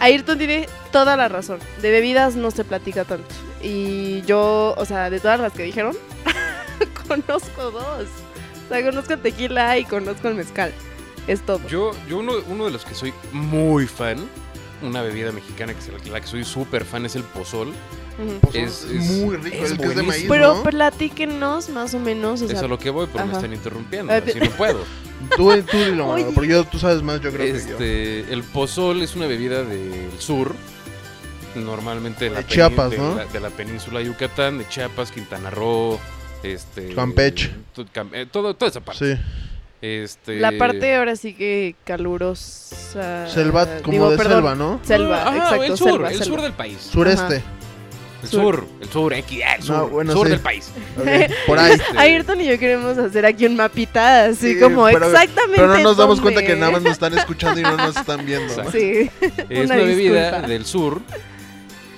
[SPEAKER 1] Ayrton tiene toda la razón. De bebidas no se platica tanto. Y yo, o sea, de todas las que dijeron, conozco dos. O sea, conozco el tequila y conozco el mezcal. Es todo.
[SPEAKER 2] Yo, yo uno, uno de los que soy muy fan, una bebida mexicana que es la que soy súper fan es el pozol.
[SPEAKER 1] Ujú.
[SPEAKER 3] Pues,
[SPEAKER 2] Es-
[SPEAKER 3] es,
[SPEAKER 2] es-
[SPEAKER 3] muy rico,
[SPEAKER 2] es
[SPEAKER 3] el que es de maíz,
[SPEAKER 2] buenísimo.
[SPEAKER 1] Pero
[SPEAKER 3] ¿no?
[SPEAKER 1] platíquenos más o menos. O
[SPEAKER 2] Eso
[SPEAKER 1] sea,
[SPEAKER 2] es lo que voy, pero me
[SPEAKER 1] ajá.
[SPEAKER 2] están interrumpiendo,
[SPEAKER 1] Ah, pe-
[SPEAKER 2] así no puedo.
[SPEAKER 3] Tú, tú dilo, mano,
[SPEAKER 1] Oye.
[SPEAKER 3] porque yo, tú sabes más, yo creo que
[SPEAKER 2] Este, el pozol es una bebida del sur, normalmente de, la
[SPEAKER 3] De
[SPEAKER 2] penín-
[SPEAKER 3] Chiapas,
[SPEAKER 2] de
[SPEAKER 3] ¿no?
[SPEAKER 2] la, de la península de Yucatán, de Chiapas, Quintana Roo, este,
[SPEAKER 3] Campeche.
[SPEAKER 2] tu- Cam- eh, todo, toda esa
[SPEAKER 3] yo.
[SPEAKER 2] parte.
[SPEAKER 3] Sí.
[SPEAKER 2] Este,
[SPEAKER 1] La parte ahora sí que calurosa.
[SPEAKER 3] Selva, como
[SPEAKER 1] Ah, digo,
[SPEAKER 3] de
[SPEAKER 1] perdón,
[SPEAKER 3] selva, ¿no?
[SPEAKER 1] Selva,
[SPEAKER 2] Ajá,
[SPEAKER 1] exacto.
[SPEAKER 2] Ah, el sur,
[SPEAKER 1] selva,
[SPEAKER 2] el
[SPEAKER 1] selva.
[SPEAKER 2] sur del país.
[SPEAKER 3] Sureste.
[SPEAKER 2] El
[SPEAKER 1] Sur.
[SPEAKER 2] sur, el sur, X, el sur,
[SPEAKER 3] No, bueno,
[SPEAKER 2] sur
[SPEAKER 3] sí.
[SPEAKER 2] del país.
[SPEAKER 3] Ok, por ahí.
[SPEAKER 2] Este-
[SPEAKER 1] Ayrton y yo queremos hacer aquí un mapita, así
[SPEAKER 3] Sí,
[SPEAKER 1] como
[SPEAKER 3] pero-
[SPEAKER 1] exactamente.
[SPEAKER 3] Pero no nos damos
[SPEAKER 1] dónde.
[SPEAKER 3] cuenta que nada más nos están escuchando y no nos están viendo. ¿no?
[SPEAKER 1] Sí,
[SPEAKER 2] Es
[SPEAKER 1] Una
[SPEAKER 2] una, bebida
[SPEAKER 1] disculpa.
[SPEAKER 2] del sur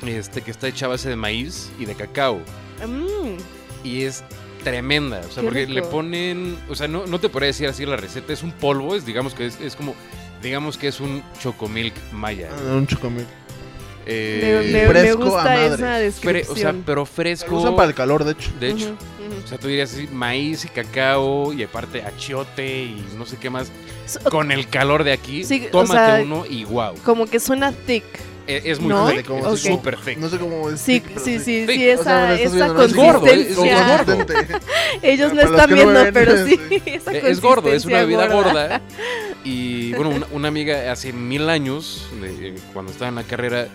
[SPEAKER 2] este, que está hecha a base de maíz y de cacao.
[SPEAKER 1] Mm,
[SPEAKER 2] Y es tremenda. O sea,
[SPEAKER 1] Qué
[SPEAKER 2] porque le
[SPEAKER 1] rico.
[SPEAKER 2] ponen. O sea, no, no te podría decir así la receta. Es un polvo, es digamos que es, es como. Digamos que es un chocomilk maya.
[SPEAKER 3] Ah, Un chocomil.
[SPEAKER 1] me,
[SPEAKER 2] Eh,
[SPEAKER 1] me- me
[SPEAKER 3] fresco a
[SPEAKER 1] gusta
[SPEAKER 3] madres.
[SPEAKER 1] esa
[SPEAKER 2] fre- o sea,
[SPEAKER 1] descripción.
[SPEAKER 2] pero
[SPEAKER 3] Lo usan
[SPEAKER 2] fresco.
[SPEAKER 3] para el calor, de hecho.
[SPEAKER 2] De hecho.
[SPEAKER 1] Ujú, ujú.
[SPEAKER 2] O sea, tú dirías así, maíz y cacao y aparte achiote y no sé qué más.
[SPEAKER 1] So-
[SPEAKER 2] Con el calor de aquí,
[SPEAKER 1] Sí, o
[SPEAKER 2] tómate
[SPEAKER 1] sea,
[SPEAKER 2] uno y wow.
[SPEAKER 1] Como que suena thick.
[SPEAKER 2] Es, es muy
[SPEAKER 1] ¿no?
[SPEAKER 2] thick, es
[SPEAKER 3] Como-
[SPEAKER 1] Ok.
[SPEAKER 2] súper thick.
[SPEAKER 3] No sé cómo es.
[SPEAKER 1] Sí,
[SPEAKER 3] pero
[SPEAKER 1] sí, sí, sí,
[SPEAKER 2] Thick.
[SPEAKER 3] O sea,
[SPEAKER 1] esa,
[SPEAKER 3] me estás
[SPEAKER 1] esa
[SPEAKER 3] viendo, ¿no? Es
[SPEAKER 2] gordo, es- es
[SPEAKER 1] consistencia.
[SPEAKER 2] gordo.
[SPEAKER 3] Consistente.
[SPEAKER 1] Ellos no
[SPEAKER 3] Para los
[SPEAKER 1] están
[SPEAKER 3] que no
[SPEAKER 1] viendo,
[SPEAKER 3] ven,
[SPEAKER 1] pero sí.
[SPEAKER 3] sí.
[SPEAKER 1] esa
[SPEAKER 2] Eh, Es gordo, es una
[SPEAKER 1] consistencia
[SPEAKER 2] bebida
[SPEAKER 1] gorda.
[SPEAKER 2] gorda. ¿eh? Y bueno, una, una amiga hace mil años, de- eh, cuando estaba en la carrera,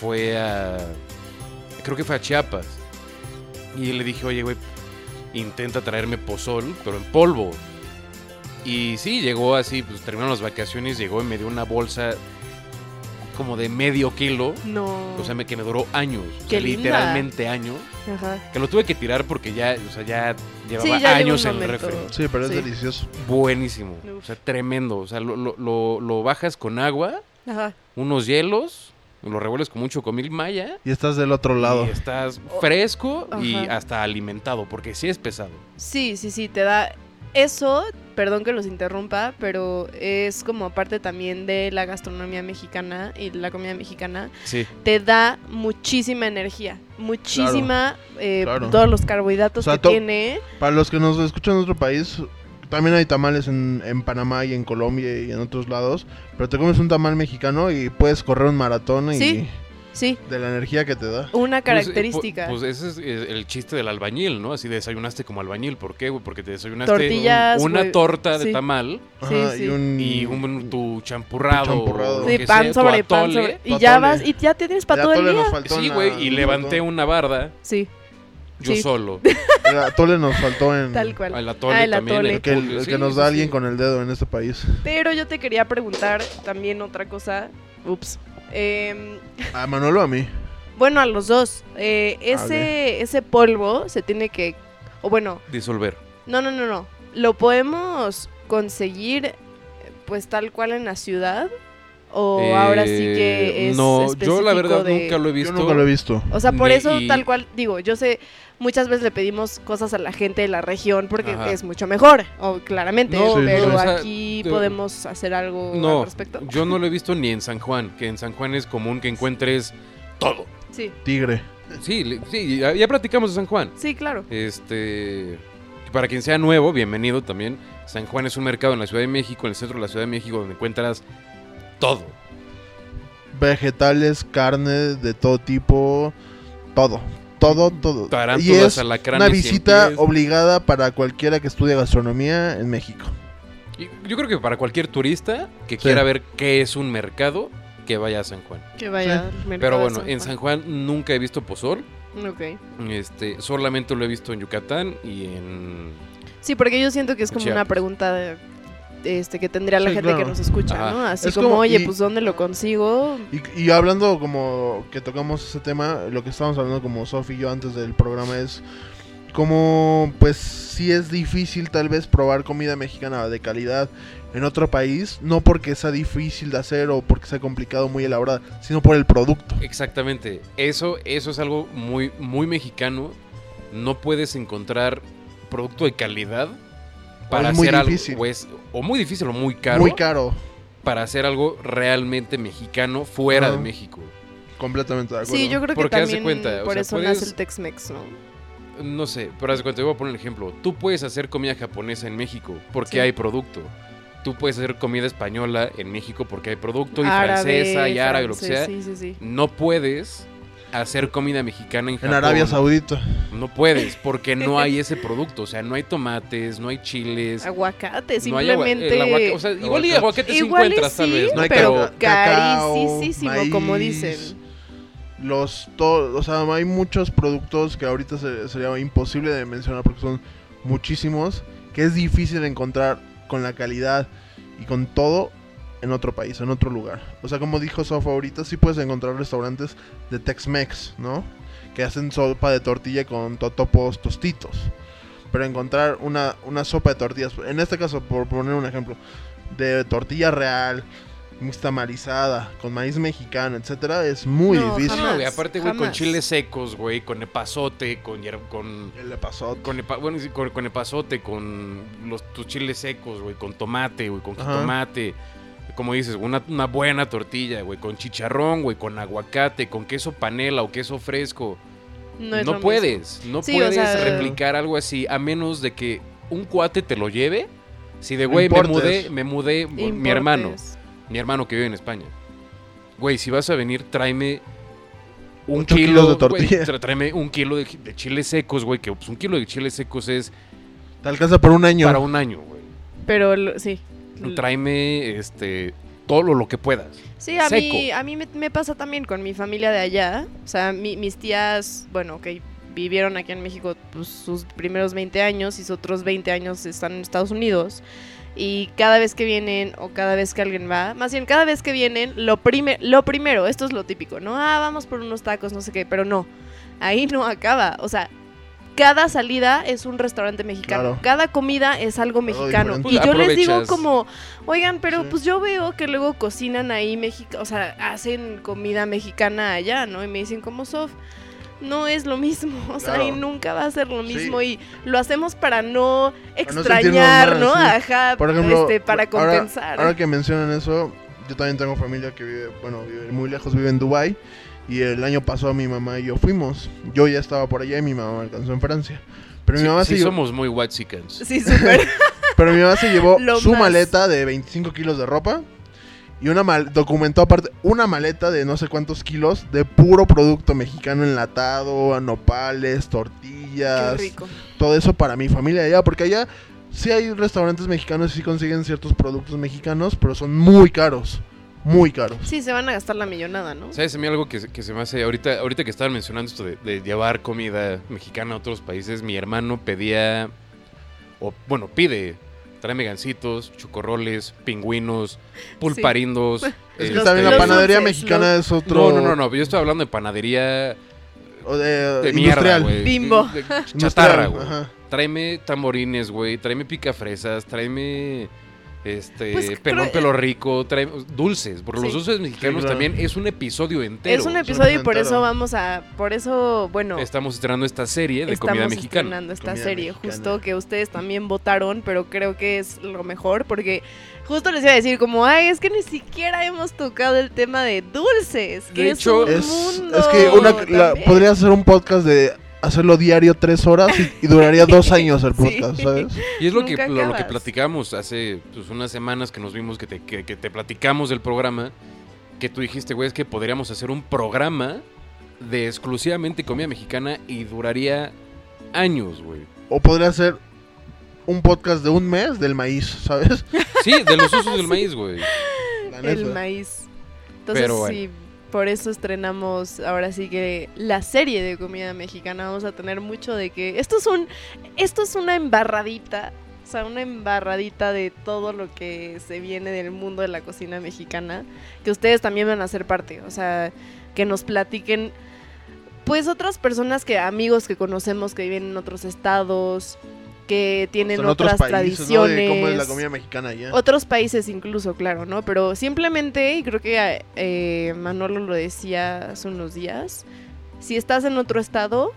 [SPEAKER 2] fue a. Creo que fue a Chiapas. Y le dije, oye, güey, intenta traerme pozol, pero en polvo. Y sí, llegó así, pues terminaron las vacaciones, llegó y me dio una bolsa como de medio kilo.
[SPEAKER 1] No.
[SPEAKER 2] O sea, me, que me duró años. o sea,
[SPEAKER 1] Qué linda.
[SPEAKER 2] literalmente años.
[SPEAKER 1] Ajá.
[SPEAKER 2] Que lo tuve que tirar porque ya, o sea, ya llevaba
[SPEAKER 1] ya lleva
[SPEAKER 2] años
[SPEAKER 1] un
[SPEAKER 2] en el
[SPEAKER 1] momento.
[SPEAKER 2] refri.
[SPEAKER 3] Sí, pero es
[SPEAKER 1] Sí.
[SPEAKER 3] delicioso.
[SPEAKER 2] Buenísimo.
[SPEAKER 1] Uf.
[SPEAKER 2] O sea, tremendo. O sea, lo, lo- lo- lo bajas con agua,
[SPEAKER 1] Ajá.
[SPEAKER 2] unos hielos, lo revuelves con mucho comil maya.
[SPEAKER 3] Y estás del otro lado.
[SPEAKER 2] Y estás fresco y
[SPEAKER 1] Ajá.
[SPEAKER 2] hasta alimentado, porque sí es pesado.
[SPEAKER 1] Sí, sí, sí, te da eso, perdón que los interrumpa, pero es como parte también de la gastronomía mexicana y la comida mexicana,
[SPEAKER 2] Sí.
[SPEAKER 1] te da muchísima energía, muchísima, eh,
[SPEAKER 3] claro.
[SPEAKER 1] todos los carbohidratos
[SPEAKER 3] O sea,
[SPEAKER 1] que
[SPEAKER 3] to-
[SPEAKER 1] tiene.
[SPEAKER 3] Para los que nos escuchan en otro país, también hay tamales en, en Panamá y en Colombia y en otros lados. Pero te comes un tamal mexicano y puedes correr un maratón y
[SPEAKER 1] Sí. Sí,
[SPEAKER 3] de la energía que te da.
[SPEAKER 1] una
[SPEAKER 2] Pues, eh,
[SPEAKER 1] característica.
[SPEAKER 2] pu- Pues, ese es eh, el chiste del albañil, ¿no? Así desayunaste como albañil. ¿Por qué, güey? Porque te desayunaste
[SPEAKER 1] Tortillas,
[SPEAKER 2] este, una
[SPEAKER 1] güey.
[SPEAKER 2] torta de
[SPEAKER 1] Sí.
[SPEAKER 2] tamal
[SPEAKER 1] sí, sí.
[SPEAKER 3] un,
[SPEAKER 2] y un, tu champurrado.
[SPEAKER 3] Mm. champurrado.
[SPEAKER 2] o lo
[SPEAKER 1] Sí,
[SPEAKER 2] que
[SPEAKER 1] pan
[SPEAKER 2] sea, tu
[SPEAKER 1] sobre pan
[SPEAKER 2] atole.
[SPEAKER 1] sobre.
[SPEAKER 3] tu
[SPEAKER 1] Y ya
[SPEAKER 3] atole.
[SPEAKER 1] vas, y ya te tienes para
[SPEAKER 3] de
[SPEAKER 1] todo el
[SPEAKER 3] atole ah, nos
[SPEAKER 1] día.
[SPEAKER 3] faltó
[SPEAKER 2] Sí,
[SPEAKER 3] en la-
[SPEAKER 2] güey, y
[SPEAKER 3] nos
[SPEAKER 2] levanté una barda
[SPEAKER 1] Sí,
[SPEAKER 2] yo
[SPEAKER 1] Sí.
[SPEAKER 2] solo.
[SPEAKER 3] faltó- El atole nos faltó en...
[SPEAKER 1] tal cual.
[SPEAKER 2] El atole
[SPEAKER 1] Ah, el
[SPEAKER 2] también.
[SPEAKER 1] atole.
[SPEAKER 2] el
[SPEAKER 3] el que, el
[SPEAKER 2] pulque,
[SPEAKER 3] que
[SPEAKER 2] sí,
[SPEAKER 3] nos
[SPEAKER 2] sí,
[SPEAKER 3] da
[SPEAKER 2] sí.
[SPEAKER 3] alguien con el dedo en este país.
[SPEAKER 1] Pero yo te quería preguntar también otra cosa. Ups. Em,
[SPEAKER 3] A Manolo a mí.
[SPEAKER 1] Bueno, a los dos. Eh, ese, ese polvo se tiene que. O bueno,
[SPEAKER 2] Disolver.
[SPEAKER 1] no, no, no, no. Lo podemos conseguir, eh, pues tal cual en la ciudad. O ahora sí que
[SPEAKER 2] Eh,
[SPEAKER 1] es.
[SPEAKER 2] No, yo la verdad
[SPEAKER 1] específico de-
[SPEAKER 2] nunca lo he
[SPEAKER 3] Yo
[SPEAKER 2] visto.
[SPEAKER 3] nunca lo he visto.
[SPEAKER 1] O sea, por
[SPEAKER 2] Ni-
[SPEAKER 1] eso
[SPEAKER 2] y-
[SPEAKER 1] tal cual digo, yo sé, muchas veces le pedimos cosas a la gente de la región porque
[SPEAKER 2] Ajá.
[SPEAKER 1] es mucho mejor, o claramente,
[SPEAKER 2] No,
[SPEAKER 3] Sí,
[SPEAKER 1] pero
[SPEAKER 3] sí.
[SPEAKER 2] o sea,
[SPEAKER 1] aquí
[SPEAKER 2] te-
[SPEAKER 1] podemos hacer algo
[SPEAKER 2] No,
[SPEAKER 1] al respecto.
[SPEAKER 2] Yo no lo he visto ni en San Juan, que en San Juan es común que encuentres todo.
[SPEAKER 1] Sí,
[SPEAKER 3] Tigre.
[SPEAKER 2] Sí, le- sí, ya, ya platicamos de San Juan.
[SPEAKER 1] sí, claro.
[SPEAKER 2] Este, para quien sea nuevo, bienvenido también. San Juan es un mercado en la Ciudad de México, en el centro de la Ciudad de México, donde encuentras todo.
[SPEAKER 3] Vegetales, carne de todo tipo. Todo. Todo, todo. Y
[SPEAKER 2] Tarántulas,
[SPEAKER 3] es
[SPEAKER 2] alacranes,
[SPEAKER 3] una visita
[SPEAKER 2] ciempiés.
[SPEAKER 3] obligada para cualquiera que estudie gastronomía en México.
[SPEAKER 2] Y Yo creo que para cualquier turista que
[SPEAKER 3] Sí.
[SPEAKER 2] quiera ver qué es un mercado, que vaya a San Juan.
[SPEAKER 1] Que
[SPEAKER 3] vaya
[SPEAKER 1] vaya.
[SPEAKER 2] Pero bueno, en San Juan nunca he visto pozol. Este, solamente lo he visto en Yucatán y en.
[SPEAKER 1] Sí, porque yo siento que es como
[SPEAKER 2] Chiapas.
[SPEAKER 1] una pregunta de- este, que tendría la
[SPEAKER 3] Sí,
[SPEAKER 1] gente que
[SPEAKER 3] claro.
[SPEAKER 1] nos escucha,
[SPEAKER 2] Ajá.
[SPEAKER 1] ¿no? Así
[SPEAKER 3] Es
[SPEAKER 1] como,
[SPEAKER 3] como-
[SPEAKER 1] oye,
[SPEAKER 3] y-
[SPEAKER 1] pues ¿dónde lo consigo?
[SPEAKER 3] Y, y hablando como que tocamos ese tema, lo que estábamos hablando como Sofi y yo antes del programa es como pues sí es difícil tal vez probar comida mexicana de calidad en otro país, no porque sea difícil de hacer o porque sea complicado, muy elaborada, sino por el producto.
[SPEAKER 2] Exactamente. Eso, eso es algo muy, muy mexicano. No puedes encontrar producto de calidad para
[SPEAKER 3] es muy
[SPEAKER 2] hacer
[SPEAKER 3] difícil.
[SPEAKER 2] algo. O, es- o muy difícil o muy caro.
[SPEAKER 3] Muy caro,
[SPEAKER 2] para hacer algo realmente mexicano fuera de
[SPEAKER 3] Ajá.
[SPEAKER 2] México.
[SPEAKER 3] completamente de acuerdo.
[SPEAKER 1] Sí, yo creo que
[SPEAKER 2] Porque haz de
[SPEAKER 1] también
[SPEAKER 2] cuenta, o
[SPEAKER 1] por
[SPEAKER 2] sea,
[SPEAKER 1] eso
[SPEAKER 2] puedes-
[SPEAKER 1] nace el Tex-Mex, ¿no?
[SPEAKER 2] No sé, pero haz de cuenta, te voy a poner un ejemplo. Tú puedes hacer comida japonesa en México porque
[SPEAKER 1] Sí.
[SPEAKER 2] hay producto. Tú puedes hacer comida española en México porque hay producto, y
[SPEAKER 1] Árabe,
[SPEAKER 2] francesa, y árabe, lo que
[SPEAKER 1] francés,
[SPEAKER 2] sea.
[SPEAKER 1] Sí, sí, sí.
[SPEAKER 2] No puedes hacer comida mexicana en
[SPEAKER 3] en
[SPEAKER 2] Japón.
[SPEAKER 3] Arabia Saudita.
[SPEAKER 2] No puedes, porque no hay ese producto. O sea, no hay tomates, no hay chiles.
[SPEAKER 1] Aguacate,
[SPEAKER 2] no hay agua-
[SPEAKER 1] Ah, simplemente...
[SPEAKER 2] el aguacate- o sea, igual y
[SPEAKER 3] Aguacate.
[SPEAKER 2] aguacate sí
[SPEAKER 1] Igual y
[SPEAKER 2] encuentras, tal
[SPEAKER 1] sí,
[SPEAKER 2] vez.
[SPEAKER 1] No
[SPEAKER 3] hay
[SPEAKER 1] pero
[SPEAKER 3] ca- cacao,
[SPEAKER 1] carísimo, como dicen.
[SPEAKER 3] Los to- o sea, hay muchos productos que ahorita se- sería imposible de mencionar porque son muchísimos que es difícil encontrar con la calidad y con todo en otro país, en otro lugar. O sea, como dijo Sofa ahorita, sí puedes encontrar restaurantes de Tex-Mex, ¿no? Que hacen sopa de tortilla con totopos tostitos. Pero encontrar una, una sopa de tortillas, en este caso, por poner un ejemplo, de tortilla real, mixtamalizada, con maíz mexicano, etcétera, es muy
[SPEAKER 1] No,
[SPEAKER 3] difícil.
[SPEAKER 2] No,
[SPEAKER 1] jamás.
[SPEAKER 2] güey, aparte, güey, con
[SPEAKER 1] jamás.
[SPEAKER 2] chiles secos, güey, con epazote, con, hier- con
[SPEAKER 3] El epazote.
[SPEAKER 2] Con, epa- bueno, sí, con, con epazote, con los, tus chiles secos, güey, con tomate, güey, con
[SPEAKER 3] Ajá.
[SPEAKER 2] tomate. Como dices, una, una buena tortilla, güey, con chicharrón, güey, con aguacate, con queso panela o queso fresco.
[SPEAKER 1] No,
[SPEAKER 2] No,
[SPEAKER 1] es lo mismo.
[SPEAKER 2] puedes, no
[SPEAKER 1] Sí, o
[SPEAKER 2] puedes
[SPEAKER 1] sea-
[SPEAKER 2] replicar algo así, a menos de que un cuate te lo lleve. Si de güey me
[SPEAKER 3] importes.
[SPEAKER 2] mudé, me mudé, bueno, mi
[SPEAKER 1] Importes.
[SPEAKER 2] hermano, mi hermano que vive en España. Güey, si vas a venir, tráeme un
[SPEAKER 3] Ocho
[SPEAKER 2] kilo
[SPEAKER 3] kilos de
[SPEAKER 2] güey,
[SPEAKER 3] tortilla.
[SPEAKER 2] tra- tráeme un kilo de, de chiles secos, güey, que pues, un kilo de chiles secos es
[SPEAKER 3] Te alcanza por un año.
[SPEAKER 2] para un año, güey.
[SPEAKER 1] Pero lo- sí.
[SPEAKER 2] Tráeme este todo lo, lo que puedas.
[SPEAKER 1] Sí, a
[SPEAKER 2] Seco.
[SPEAKER 1] mí, a mí me, me pasa también con mi familia de allá. O sea, mi- mis tías, bueno, ok, vivieron aquí en México pues, sus primeros 20 años y sus otros 20 años están en Estados Unidos. Y cada vez que vienen o cada vez que alguien va, más bien cada vez que vienen, lo, prime- lo primero, esto es lo típico, ¿no? Ah, vamos por unos tacos, no sé qué, pero no, ahí no acaba. O sea, cada salida es un restaurante mexicano,
[SPEAKER 3] Claro.
[SPEAKER 1] cada comida es algo mexicano.
[SPEAKER 3] diferente.
[SPEAKER 1] Y yo les digo
[SPEAKER 2] Aprovechas.
[SPEAKER 1] como, Oigan, pero
[SPEAKER 3] Sí.
[SPEAKER 1] pues yo veo que luego cocinan ahí México, o sea, hacen comida mexicana allá, ¿no? Y me dicen como soft. No es lo mismo, o sea, y
[SPEAKER 3] Claro.
[SPEAKER 1] nunca va a ser lo
[SPEAKER 3] Sí.
[SPEAKER 1] mismo y lo hacemos para no
[SPEAKER 3] no sentirnos
[SPEAKER 1] extrañar,
[SPEAKER 3] mal,
[SPEAKER 1] ¿no?
[SPEAKER 3] sí.
[SPEAKER 1] Ajá,
[SPEAKER 3] Por ejemplo,
[SPEAKER 1] este, para
[SPEAKER 3] ahora-
[SPEAKER 1] compensar.
[SPEAKER 3] Ahora que mencionan eso, yo también tengo familia que vive, bueno, vive muy lejos, vive en Dubai y el año pasado mi mamá y yo fuimos. Yo ya estaba por allá y mi mamá me alcanzó en Francia. Pero mi
[SPEAKER 2] Sí,
[SPEAKER 3] mamá
[SPEAKER 2] sí
[SPEAKER 3] se llevó,
[SPEAKER 2] somos muy white chickens.
[SPEAKER 1] Sí, súper.
[SPEAKER 3] pero mi mamá se llevó
[SPEAKER 1] Lo
[SPEAKER 3] su
[SPEAKER 1] más.
[SPEAKER 3] maleta de 25 kilos de ropa y una mal, documentó aparte una maleta de no sé cuántos kilos de puro producto mexicano enlatado, nopales,
[SPEAKER 1] Qué
[SPEAKER 3] tortillas,
[SPEAKER 1] rico.
[SPEAKER 3] todo eso para mi familia allá, porque allá sí hay restaurantes mexicanos y sí consiguen ciertos productos mexicanos, pero son muy caros, muy caros.
[SPEAKER 1] Sí, se van a gastar la millonada, ¿no?
[SPEAKER 2] ¿Sabes? A mí algo que, se- que se me hace. Ahorita, ahorita que estaban mencionando esto de, de llevar comida mexicana a otros países, mi hermano pedía. O, bueno, pide. Tráeme gancitos, chocorroles, pingüinos, pulparindos.
[SPEAKER 3] Es que
[SPEAKER 2] este,
[SPEAKER 3] también la
[SPEAKER 1] los
[SPEAKER 3] panadería
[SPEAKER 1] dulces,
[SPEAKER 3] mexicana es otro
[SPEAKER 2] No, no, no, no. Yo estoy hablando de panadería
[SPEAKER 3] o de-
[SPEAKER 2] de mierda,
[SPEAKER 3] industrial,
[SPEAKER 2] güey.
[SPEAKER 1] Bimbo.
[SPEAKER 2] De- de-
[SPEAKER 3] industrial,
[SPEAKER 2] Chatarra, güey.
[SPEAKER 3] ajá.
[SPEAKER 2] Tráeme tamborines, güey. Tráeme picafresas. Tráeme. Este.
[SPEAKER 1] Pues creo-
[SPEAKER 2] pelón pelo rico. Tráeme. Dulces. Porque los
[SPEAKER 1] Sí.
[SPEAKER 2] dulces mexicanos
[SPEAKER 3] claro.
[SPEAKER 2] también es un episodio entero.
[SPEAKER 1] es un episodio y por
[SPEAKER 3] entero.
[SPEAKER 1] eso vamos a, por eso, bueno,
[SPEAKER 2] Estamos estrenando esta serie de comida
[SPEAKER 1] estamos
[SPEAKER 2] mexicana.
[SPEAKER 1] estrenando esta
[SPEAKER 3] Comida
[SPEAKER 1] serie,
[SPEAKER 3] mexicana.
[SPEAKER 1] justo que ustedes también votaron, pero creo que es lo mejor porque justo les iba a decir como, ay, es que ni siquiera hemos tocado el tema de dulces, que
[SPEAKER 2] De
[SPEAKER 1] es
[SPEAKER 2] hecho,
[SPEAKER 1] un
[SPEAKER 3] Es,
[SPEAKER 1] mundo.
[SPEAKER 3] es que una, la-
[SPEAKER 1] también.
[SPEAKER 3] podría hacer un podcast de hacerlo diario tres horas y, y duraría dos años el
[SPEAKER 1] Sí.
[SPEAKER 3] podcast, ¿sabes?
[SPEAKER 2] Y es lo que,
[SPEAKER 1] Nunca
[SPEAKER 2] lo, lo que
[SPEAKER 1] acabas.
[SPEAKER 2] platicamos hace pues, unas semanas que nos vimos, que te, que, que te platicamos del programa, que tú dijiste, güey, es que podríamos hacer un programa de exclusivamente comida mexicana y duraría años, güey.
[SPEAKER 3] O podría hacer un podcast de un mes del maíz, ¿sabes?
[SPEAKER 2] Sí, de los usos del maíz, güey.
[SPEAKER 3] La
[SPEAKER 1] el
[SPEAKER 3] neta.
[SPEAKER 1] maíz. Entonces,
[SPEAKER 2] Pero bueno.
[SPEAKER 1] sí, por eso estrenamos ahora sí que la serie de comida mexicana. Vamos a tener mucho de que. Esto es un. Esto es una embarradita. O sea, una embarradita de todo lo que se viene del mundo de la cocina mexicana. Que ustedes también van a ser parte. O sea, que nos platiquen. Pues otras personas que, amigos que conocemos que viven en otros estados, que tienen
[SPEAKER 3] Son
[SPEAKER 1] otras
[SPEAKER 3] otros países, ¿no?
[SPEAKER 1] tradiciones
[SPEAKER 3] De cómo es la comida mexicana allá.
[SPEAKER 1] otros países incluso, claro, ¿no? Pero simplemente, y creo que eh, Manolo lo decía hace unos días, si estás en otro estado,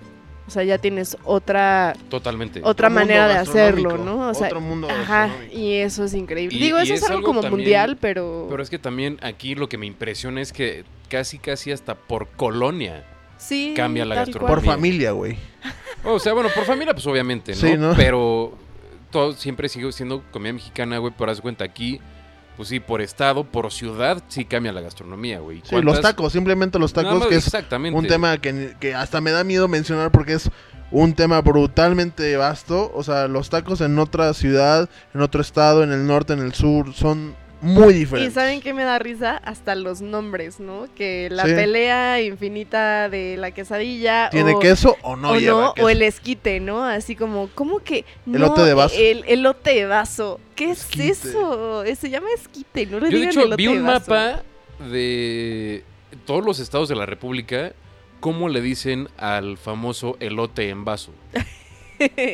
[SPEAKER 1] o sea, ya tienes otra,
[SPEAKER 2] Totalmente.
[SPEAKER 1] otra
[SPEAKER 3] Otro mundo
[SPEAKER 1] manera de hacerlo,
[SPEAKER 3] gastronómico,
[SPEAKER 1] ¿no? O sea,
[SPEAKER 3] otro mundo
[SPEAKER 1] ajá,
[SPEAKER 3] gastronómico.
[SPEAKER 1] y eso es increíble.
[SPEAKER 2] Y-
[SPEAKER 1] Digo,
[SPEAKER 2] y
[SPEAKER 1] eso es,
[SPEAKER 2] es
[SPEAKER 1] algo
[SPEAKER 2] algo
[SPEAKER 1] como
[SPEAKER 2] también-
[SPEAKER 1] mundial, pero,
[SPEAKER 2] Pero es que también aquí lo que me impresiona es que casi, casi hasta por colonia.
[SPEAKER 1] sí,
[SPEAKER 2] cambia la
[SPEAKER 1] tal
[SPEAKER 2] gastronomía.
[SPEAKER 1] cual.
[SPEAKER 3] Por familia, güey.
[SPEAKER 2] O sea, bueno, por familia, pues obviamente, ¿no?
[SPEAKER 3] Sí, ¿no?
[SPEAKER 2] Pero todo siempre sigue siendo comida mexicana, güey, pero haz de cuenta aquí, pues sí, por estado, por ciudad, sí cambia la gastronomía, güey.
[SPEAKER 3] Sí, los
[SPEAKER 2] ¿Cuántas-
[SPEAKER 3] tacos, simplemente los
[SPEAKER 2] Nada
[SPEAKER 3] tacos,
[SPEAKER 2] más-
[SPEAKER 3] que es
[SPEAKER 2] exactamente.
[SPEAKER 3] un tema que, que hasta me da miedo mencionar porque es un tema brutalmente vasto. O sea, los tacos en otra ciudad, en otro estado, en el norte, en el sur, son muy
[SPEAKER 1] Y
[SPEAKER 3] diferentes.
[SPEAKER 1] saben qué me da risa hasta los nombres, ¿no? Que la
[SPEAKER 3] Sí.
[SPEAKER 1] pelea infinita de la quesadilla
[SPEAKER 3] ¿Tiene
[SPEAKER 1] o-
[SPEAKER 3] queso o no
[SPEAKER 1] o
[SPEAKER 3] lleva
[SPEAKER 1] no,
[SPEAKER 3] queso?
[SPEAKER 1] o el esquite, ¿no? Así como, ¿cómo que no?
[SPEAKER 3] Elote de vaso.
[SPEAKER 1] El elote de vaso. ¿Qué
[SPEAKER 3] Esquite.
[SPEAKER 1] es eso? Eh, Se llama esquite, no le
[SPEAKER 2] Yo, de
[SPEAKER 1] digan
[SPEAKER 2] hecho,
[SPEAKER 1] elote
[SPEAKER 2] vi
[SPEAKER 1] de
[SPEAKER 2] un
[SPEAKER 1] vaso.
[SPEAKER 2] mapa de todos los estados de la República, cómo le dicen al famoso elote en vaso.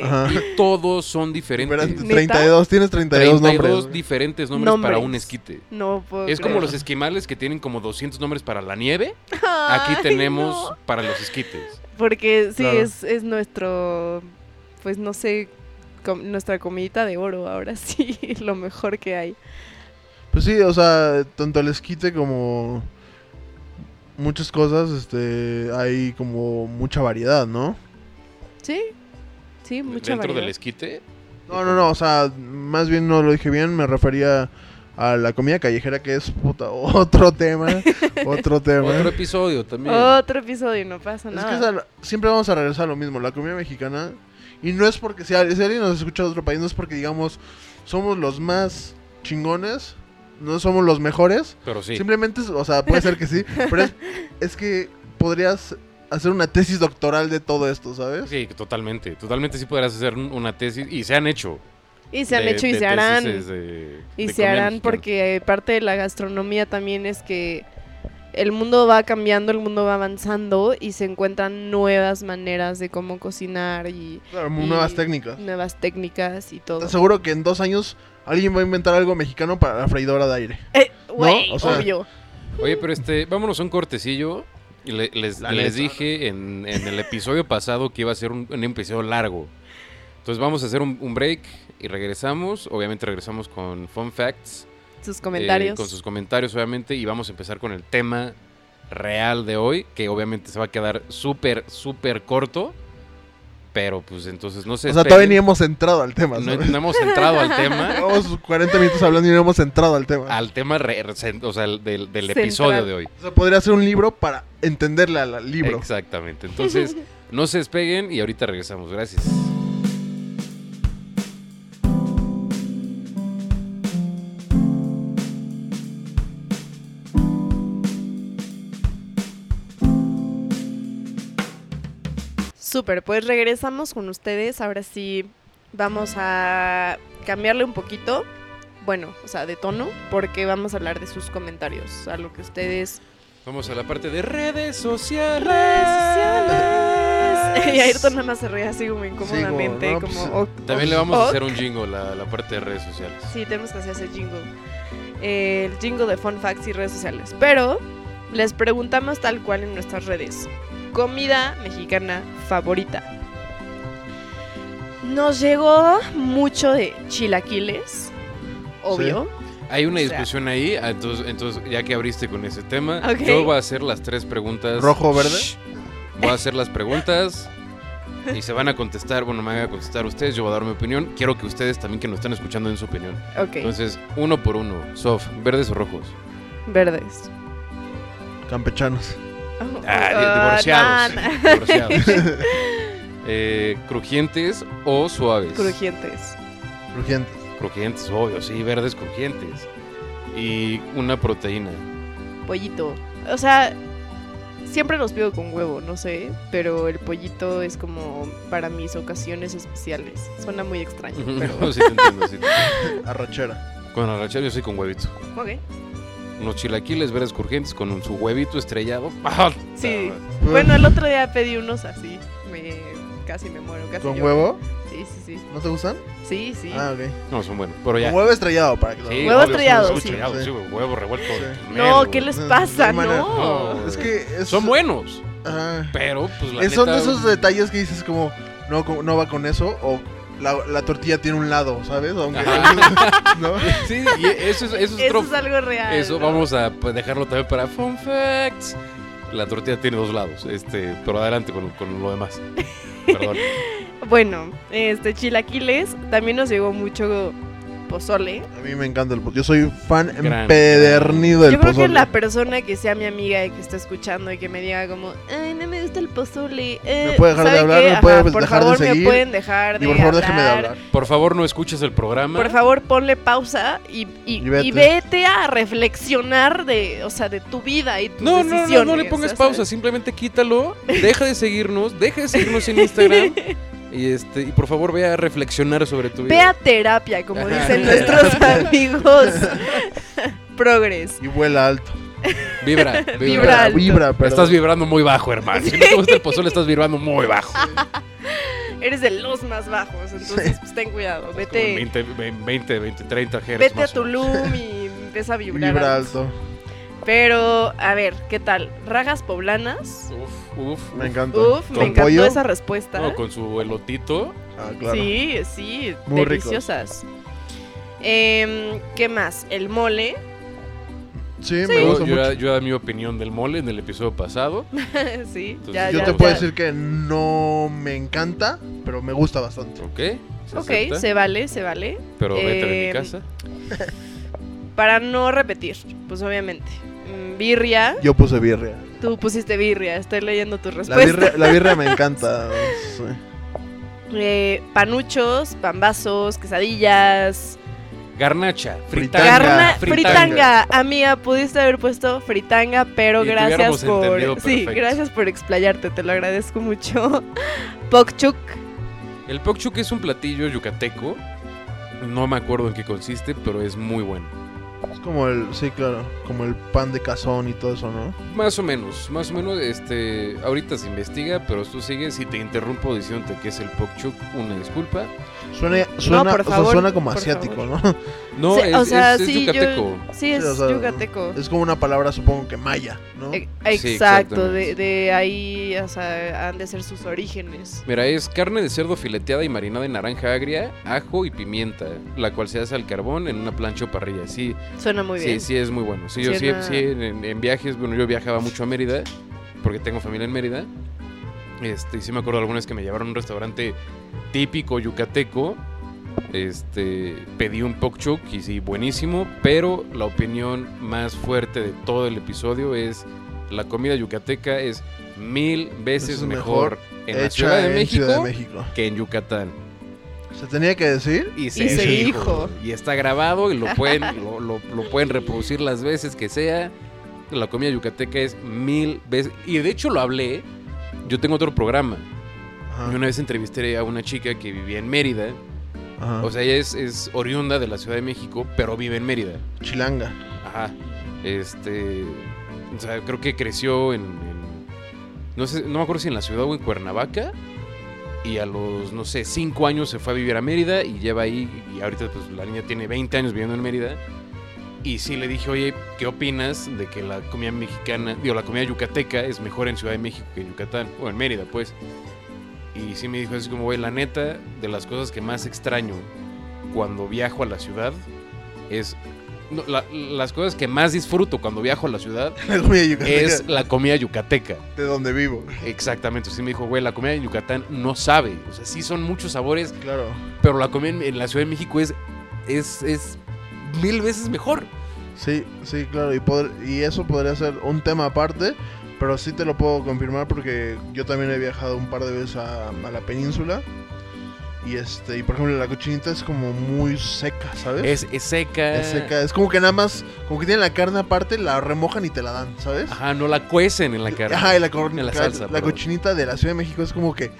[SPEAKER 3] Ajá.
[SPEAKER 2] Todos son
[SPEAKER 3] Diferente,
[SPEAKER 2] diferentes.
[SPEAKER 1] ¿Neta?
[SPEAKER 3] 32, tienes 32,
[SPEAKER 2] 32
[SPEAKER 3] nombres. güey.
[SPEAKER 2] diferentes nombres, para
[SPEAKER 1] Nombres.
[SPEAKER 2] un esquite.
[SPEAKER 1] no puedo
[SPEAKER 2] Es como
[SPEAKER 1] creer.
[SPEAKER 2] los esquimales que tienen como 200 nombres para la nieve.
[SPEAKER 1] Ay,
[SPEAKER 2] Aquí tenemos
[SPEAKER 1] no.
[SPEAKER 2] para los esquites.
[SPEAKER 1] Porque sí,
[SPEAKER 3] Claro.
[SPEAKER 1] es, es nuestro, pues no sé, com- nuestra comidita de oro ahora sí, lo mejor que hay.
[SPEAKER 3] Pues sí, o sea, tanto el esquite como muchas cosas, este, hay como mucha variedad, ¿no?
[SPEAKER 1] Sí, sí, mucha
[SPEAKER 2] Dentro del
[SPEAKER 1] variedad.
[SPEAKER 2] esquite.
[SPEAKER 3] No, no, no, o sea, más bien no lo dije bien, me refería a la comida callejera que es puta, otro tema, otro tema.
[SPEAKER 2] Otro episodio también.
[SPEAKER 1] Otro episodio, no pasa
[SPEAKER 3] Es que
[SPEAKER 1] nada.
[SPEAKER 3] esa- siempre vamos a regresar a lo mismo, la comida mexicana, y no es porque, si, al- si alguien nos escucha de otro país, no es porque digamos, somos los más chingones, no somos los mejores,
[SPEAKER 2] Pero sí.
[SPEAKER 3] simplemente, es- o sea, puede ser que sí, pero es, es que podrías hacer una tesis doctoral de todo esto, ¿sabes?
[SPEAKER 2] Sí, totalmente. Totalmente sí podrás hacer un- una tesis. Y se han hecho.
[SPEAKER 1] Y se han
[SPEAKER 2] de-
[SPEAKER 1] hecho y
[SPEAKER 2] de
[SPEAKER 1] se harán.
[SPEAKER 2] tesis de-
[SPEAKER 1] Y
[SPEAKER 2] de
[SPEAKER 1] se
[SPEAKER 2] comida
[SPEAKER 1] harán
[SPEAKER 2] mexicana.
[SPEAKER 1] porque parte de la gastronomía también es que el mundo va cambiando, el mundo va avanzando y se encuentran nuevas maneras de cómo cocinar y
[SPEAKER 3] Claro,
[SPEAKER 1] Y-
[SPEAKER 3] nuevas técnicas.
[SPEAKER 1] nuevas técnicas y todo.
[SPEAKER 3] Te aseguro que en dos años alguien va a inventar algo mexicano para la freidora de aire.
[SPEAKER 1] Eh, güey,
[SPEAKER 3] O sea-
[SPEAKER 1] obvio.
[SPEAKER 2] Oye, pero este, vámonos a un cortecillo. Y le- les,
[SPEAKER 3] La
[SPEAKER 2] les
[SPEAKER 3] neta.
[SPEAKER 2] dije en, en el episodio pasado que iba a ser un, un episodio largo. Entonces vamos a hacer un, un break y regresamos. Obviamente regresamos con fun facts.
[SPEAKER 1] Sus
[SPEAKER 2] eh,
[SPEAKER 1] comentarios.
[SPEAKER 2] con sus comentarios, obviamente. Y vamos a empezar con el tema real de hoy, que obviamente se va a quedar súper, súper corto. Pero pues entonces no sé.
[SPEAKER 3] O sea, todavía ni hemos entrado al tema,
[SPEAKER 2] no,
[SPEAKER 3] ¿sabes?
[SPEAKER 2] no hemos entrado al tema.
[SPEAKER 3] Llevamos 40 minutos hablando y no hemos entrado al tema.
[SPEAKER 2] Al tema re- re- o sea, el- del, del
[SPEAKER 1] Central.
[SPEAKER 2] episodio de hoy.
[SPEAKER 3] O sea, podría ser un libro para entenderle al- al libro.
[SPEAKER 2] Exactamente. Entonces, no se despeguen y ahorita regresamos. Gracias.
[SPEAKER 1] Súper, pues regresamos con ustedes. Ahora sí vamos a cambiarle un poquito, bueno, o sea, de tono, porque vamos a hablar de sus comentarios, a lo que ustedes...
[SPEAKER 2] Vamos a la parte de redes sociales.
[SPEAKER 1] y Ayrton nada más se ríe así como incómodamente,
[SPEAKER 3] no,
[SPEAKER 1] como...
[SPEAKER 3] pues,
[SPEAKER 1] "Oh,
[SPEAKER 2] También le vamos a
[SPEAKER 1] Ok.
[SPEAKER 2] hacer un jingo la, la parte de redes sociales.
[SPEAKER 1] Sí, tenemos que hacer ese jingle. Eh, el jingle de fun facts y redes sociales. Pero les preguntamos tal cual en nuestras redes. Comida mexicana favorita. Nos llegó mucho de chilaquiles, obvio.
[SPEAKER 2] Hay una
[SPEAKER 1] O sea-
[SPEAKER 2] discusión ahí, ah, entonces, entonces ya que abriste con ese tema,
[SPEAKER 1] Ok.
[SPEAKER 2] yo voy a hacer las tres preguntas.
[SPEAKER 3] ¿Rojo, verde?
[SPEAKER 2] Shh. Voy a hacer las preguntas y se van a contestar. Bueno, me van a contestar ustedes, yo voy a dar mi opinión. Quiero que ustedes también que nos están escuchando den su opinión.
[SPEAKER 1] Ok,
[SPEAKER 2] Entonces, uno por uno. Sof, verdes o rojos.
[SPEAKER 1] verdes.
[SPEAKER 3] Campechanos.
[SPEAKER 2] Ah, di-
[SPEAKER 1] Ah,
[SPEAKER 2] divorciados.
[SPEAKER 1] na- na-
[SPEAKER 2] divorciados. Eh, crujientes o suaves.
[SPEAKER 1] Crujientes.
[SPEAKER 3] Crujientes.
[SPEAKER 2] Crujientes, obvio, sí, verdes crujientes. Y una proteína.
[SPEAKER 1] Pollito. O sea, siempre los pido con huevo, no sé. Pero el pollito es como para mis ocasiones especiales. Suena muy extraño, pero.
[SPEAKER 2] No, sí te entiendo, sí te entiendo.
[SPEAKER 3] Arrachera.
[SPEAKER 2] Con arrachera yo soy con huevito.
[SPEAKER 1] Ok.
[SPEAKER 2] Unos chilaquiles verdes crujientes con un- su huevito estrellado. ¡Ah!
[SPEAKER 1] Sí.
[SPEAKER 3] Mm.
[SPEAKER 1] Bueno, el otro día pedí unos así. Me... Casi me muero, casi
[SPEAKER 3] ¿Con
[SPEAKER 1] lloro.
[SPEAKER 3] huevo?
[SPEAKER 1] Sí, sí, sí.
[SPEAKER 3] ¿No te gustan?
[SPEAKER 1] Sí, sí.
[SPEAKER 3] Ah, ok.
[SPEAKER 2] No, son buenos. Pero ya.
[SPEAKER 3] Con huevo estrellado para que lo-
[SPEAKER 2] Sí,
[SPEAKER 1] Huevo
[SPEAKER 2] obvio,
[SPEAKER 1] estrellado,
[SPEAKER 2] son
[SPEAKER 1] sí.
[SPEAKER 2] estrellados, sí, huevo revuelto.
[SPEAKER 3] Sí.
[SPEAKER 1] no,
[SPEAKER 2] Mero,
[SPEAKER 1] ¿qué
[SPEAKER 2] güey.
[SPEAKER 1] les
[SPEAKER 3] No,
[SPEAKER 1] pasa?
[SPEAKER 3] no hay manera.
[SPEAKER 1] No.
[SPEAKER 2] No.
[SPEAKER 3] Es que es-
[SPEAKER 2] Son buenos,
[SPEAKER 3] Ajá.
[SPEAKER 2] pero pues la
[SPEAKER 3] Es- son de
[SPEAKER 2] neta-
[SPEAKER 3] esos detalles que dices como no, co- no va con eso o la, la tortilla tiene un lado, ¿sabes? Aunque ¿no?
[SPEAKER 2] Sí, y eso es, eso es
[SPEAKER 1] Eso
[SPEAKER 2] otro-
[SPEAKER 1] es algo real.
[SPEAKER 2] Eso
[SPEAKER 1] ¿no?
[SPEAKER 2] vamos a pues, dejarlo también para Fun Facts. La tortilla tiene dos lados, este, pero adelante con, con lo demás. Perdón.
[SPEAKER 1] Bueno, este chilaquiles también nos llegó mucho pozole.
[SPEAKER 3] A mí me encanta el pozole. Yo soy fan
[SPEAKER 2] Gran.
[SPEAKER 3] empedernido del
[SPEAKER 1] Yo creo
[SPEAKER 3] pozole.
[SPEAKER 1] que la persona que sea mi amiga y que esté escuchando y que me diga como, "Ay, no me gusta el pozole. eh,
[SPEAKER 3] ¿Me puede dejar de
[SPEAKER 1] ¿sabe
[SPEAKER 3] hablar?
[SPEAKER 1] qué?
[SPEAKER 3] ¿Me puede
[SPEAKER 1] por
[SPEAKER 3] dejar de
[SPEAKER 1] favor,
[SPEAKER 3] seguir?
[SPEAKER 1] me pueden dejar de
[SPEAKER 3] Y por favor, déjeme de
[SPEAKER 1] hablar.
[SPEAKER 3] hablar.
[SPEAKER 2] Por favor, no escuches el programa.
[SPEAKER 1] Por favor, ponle pausa y, y-
[SPEAKER 3] Y vete.
[SPEAKER 1] y vete a reflexionar de, o sea, de tu vida y tus
[SPEAKER 2] no, no,
[SPEAKER 1] decisiones.
[SPEAKER 2] no, no le pongas
[SPEAKER 1] o sea,
[SPEAKER 2] pausa, simplemente quítalo, deja de seguirnos, deja de seguirnos en Instagram y este y por favor ve a reflexionar sobre tu
[SPEAKER 1] Ve a
[SPEAKER 2] vida.
[SPEAKER 1] terapia, como
[SPEAKER 2] Ajá.
[SPEAKER 1] dicen nuestros amigos. Progres.
[SPEAKER 3] Y vuela alto.
[SPEAKER 2] Vibra, vibra.
[SPEAKER 1] Vibra alto.
[SPEAKER 3] Vibra, pero.
[SPEAKER 2] Estás vibrando muy bajo, hermano. Si no te gusta el pozole, estás vibrando muy bajo.
[SPEAKER 1] Eres de los más bajos, entonces pues, ten cuidado.
[SPEAKER 2] Como en
[SPEAKER 1] Vete,
[SPEAKER 2] 20, 20, 20, 30 Hz.
[SPEAKER 1] vete a
[SPEAKER 2] más o menos.
[SPEAKER 1] Tulum y empieza a vibrar.
[SPEAKER 3] Vibra
[SPEAKER 1] alto.
[SPEAKER 3] alto.
[SPEAKER 1] Pero, a ver, ¿qué tal? ¿Rajas poblanas?
[SPEAKER 2] Uf, uf.
[SPEAKER 3] Me encanta.
[SPEAKER 1] Uf, me
[SPEAKER 2] ¿Con
[SPEAKER 1] encantó
[SPEAKER 3] pollo?
[SPEAKER 1] esa respuesta.
[SPEAKER 2] No, con su elotito.
[SPEAKER 3] Ah, claro.
[SPEAKER 1] Sí, sí,
[SPEAKER 3] Muy ricos.
[SPEAKER 1] deliciosas. Em, ¿Qué más? El mole.
[SPEAKER 3] Sí, me
[SPEAKER 2] Yo,
[SPEAKER 3] gusta
[SPEAKER 2] yo, ya-
[SPEAKER 3] mucho.
[SPEAKER 2] yo da mi opinión del mole en el episodio pasado.
[SPEAKER 1] sí,
[SPEAKER 2] Entonces,
[SPEAKER 1] ya,
[SPEAKER 3] Yo
[SPEAKER 1] ya,
[SPEAKER 3] te
[SPEAKER 1] ya.
[SPEAKER 3] puedo decir que no me encanta, pero me gusta bastante.
[SPEAKER 2] Ok. se
[SPEAKER 1] Ok,
[SPEAKER 2] acepta,
[SPEAKER 1] se vale, se vale.
[SPEAKER 2] Pero vete de mi
[SPEAKER 1] eh,
[SPEAKER 2] casa.
[SPEAKER 1] Para no repetir, pues obviamente. Mm, Birria,
[SPEAKER 3] Yo puse birria.
[SPEAKER 1] tú pusiste birria, estoy leyendo tu
[SPEAKER 3] La birria,
[SPEAKER 1] respuesta.
[SPEAKER 3] la birria me encanta. sí.
[SPEAKER 1] Eh, panuchos, pambazos, quesadillas,
[SPEAKER 2] Garnacha, fritanga.
[SPEAKER 3] Fritanga.
[SPEAKER 1] Garna-
[SPEAKER 2] fritanga.
[SPEAKER 1] fritanga. amiga, pudiste haber puesto fritanga, pero
[SPEAKER 2] Y te hubiéramos
[SPEAKER 1] gracias
[SPEAKER 2] entendido
[SPEAKER 1] por sí,
[SPEAKER 2] perfecto.
[SPEAKER 1] gracias por explayarte, te lo agradezco mucho. Pokchuk,
[SPEAKER 2] El pokchuk es un platillo yucateco. No me acuerdo en qué consiste, pero es muy bueno.
[SPEAKER 3] Es como el, sí, claro, como el pan de cazón y todo eso, ¿no?
[SPEAKER 2] Más o menos, más o menos, este, ahorita se investiga, pero tú sigues. Si te interrumpo diciéndote que es el pokchuk, una disculpa.
[SPEAKER 3] Suena, suena,
[SPEAKER 1] por
[SPEAKER 3] o sea,
[SPEAKER 1] favor,
[SPEAKER 3] suena como
[SPEAKER 1] por
[SPEAKER 3] asiático,
[SPEAKER 1] favor.
[SPEAKER 3] ¿no?
[SPEAKER 2] No,
[SPEAKER 1] Sí,
[SPEAKER 2] es,
[SPEAKER 1] o sea,
[SPEAKER 2] es- es
[SPEAKER 1] sí, yo-
[SPEAKER 2] yucateco.
[SPEAKER 1] sí es
[SPEAKER 3] o sea,
[SPEAKER 1] yucateco.
[SPEAKER 3] Es como una palabra, supongo que maya, ¿no?
[SPEAKER 1] E-
[SPEAKER 2] Sí,
[SPEAKER 1] Exacto, de,
[SPEAKER 2] exactamente.
[SPEAKER 1] de ahí o sea, han de ser sus orígenes.
[SPEAKER 2] Mira, es carne de cerdo fileteada y marinada en naranja agria, ajo y pimienta, la cual se hace al carbón en una plancha o parrilla. Sí,
[SPEAKER 1] Suena muy
[SPEAKER 2] sí,
[SPEAKER 1] bien.
[SPEAKER 2] sí, es muy bueno. Sí, yo sí,
[SPEAKER 1] Suena-
[SPEAKER 2] sí, en, en viajes, bueno, yo viajaba mucho a Mérida, porque tengo familia en Mérida. Este, y sí me acuerdo algunas que me llevaron a un restaurante típico yucateco. Este, pedí un pokchuk y sí, buenísimo, pero la opinión más fuerte de todo el episodio es la comida yucateca es mil veces
[SPEAKER 3] Es
[SPEAKER 2] mejor,
[SPEAKER 3] mejor
[SPEAKER 2] en la Ciudad de
[SPEAKER 3] en
[SPEAKER 2] México
[SPEAKER 3] Ciudad de México.
[SPEAKER 2] que en Yucatán.
[SPEAKER 3] ¿Se tenía que decir?
[SPEAKER 2] Y se,
[SPEAKER 1] Y se
[SPEAKER 2] dijo.
[SPEAKER 1] dijo.
[SPEAKER 2] Y está grabado y lo pueden, lo, lo- lo pueden reproducir las veces que sea. La comida yucateca es mil veces. Y de hecho lo hablé. Yo tengo otro programa.
[SPEAKER 3] Ajá,
[SPEAKER 1] Ah.
[SPEAKER 2] Y una vez entrevisté a una chica que vivía en Mérida.
[SPEAKER 1] Ah.
[SPEAKER 3] ajá.
[SPEAKER 2] O sea, ella es, es oriunda de la Ciudad de México, pero vive en Mérida.
[SPEAKER 3] Chilanga.
[SPEAKER 2] Ajá. Este. O sea, creo que creció en. en- no, sé, no me acuerdo si en la ciudad o en Cuernavaca. Y a los, no sé, cinco años se fue a vivir a Mérida y lleva ahí. Y ahorita, pues la niña tiene 20 años viviendo en Mérida. Y sí le dije, oye, ¿qué opinas de que la comida mexicana, digo, la comida yucateca es mejor en Ciudad de México que en Yucatán? O en Mérida, pues. Y sí me dijo, es como, güey, la neta, de las cosas que más extraño cuando viajo a la ciudad es no, la- las cosas que más disfruto cuando viajo a la ciudad
[SPEAKER 3] La comida yucateca
[SPEAKER 2] es la comida yucateca.
[SPEAKER 3] de donde vivo.
[SPEAKER 2] Exactamente. Sí me dijo, güey, la comida en Yucatán no sabe. O sea, sí son muchos sabores,
[SPEAKER 3] Claro.
[SPEAKER 2] pero la comida en, en la Ciudad de México es, es, es mil veces mejor.
[SPEAKER 3] Sí, sí, claro. Y, pod- y eso podría ser un tema aparte, pero sí te lo puedo confirmar porque yo también he viajado un par de veces a, a la península. Y este, y por ejemplo, la cochinita es como muy seca, ¿sabes?
[SPEAKER 2] Es, es seca.
[SPEAKER 3] Es seca. Es como que nada más, como que tienen la carne aparte, la remojan y te la dan, ¿sabes?
[SPEAKER 2] Ajá, no la cuecen en la carne.
[SPEAKER 3] Ajá, y la, cor-
[SPEAKER 2] En la
[SPEAKER 3] ca-
[SPEAKER 2] salsa,
[SPEAKER 3] la
[SPEAKER 2] perdón.
[SPEAKER 3] cochinita de la Ciudad de México es como que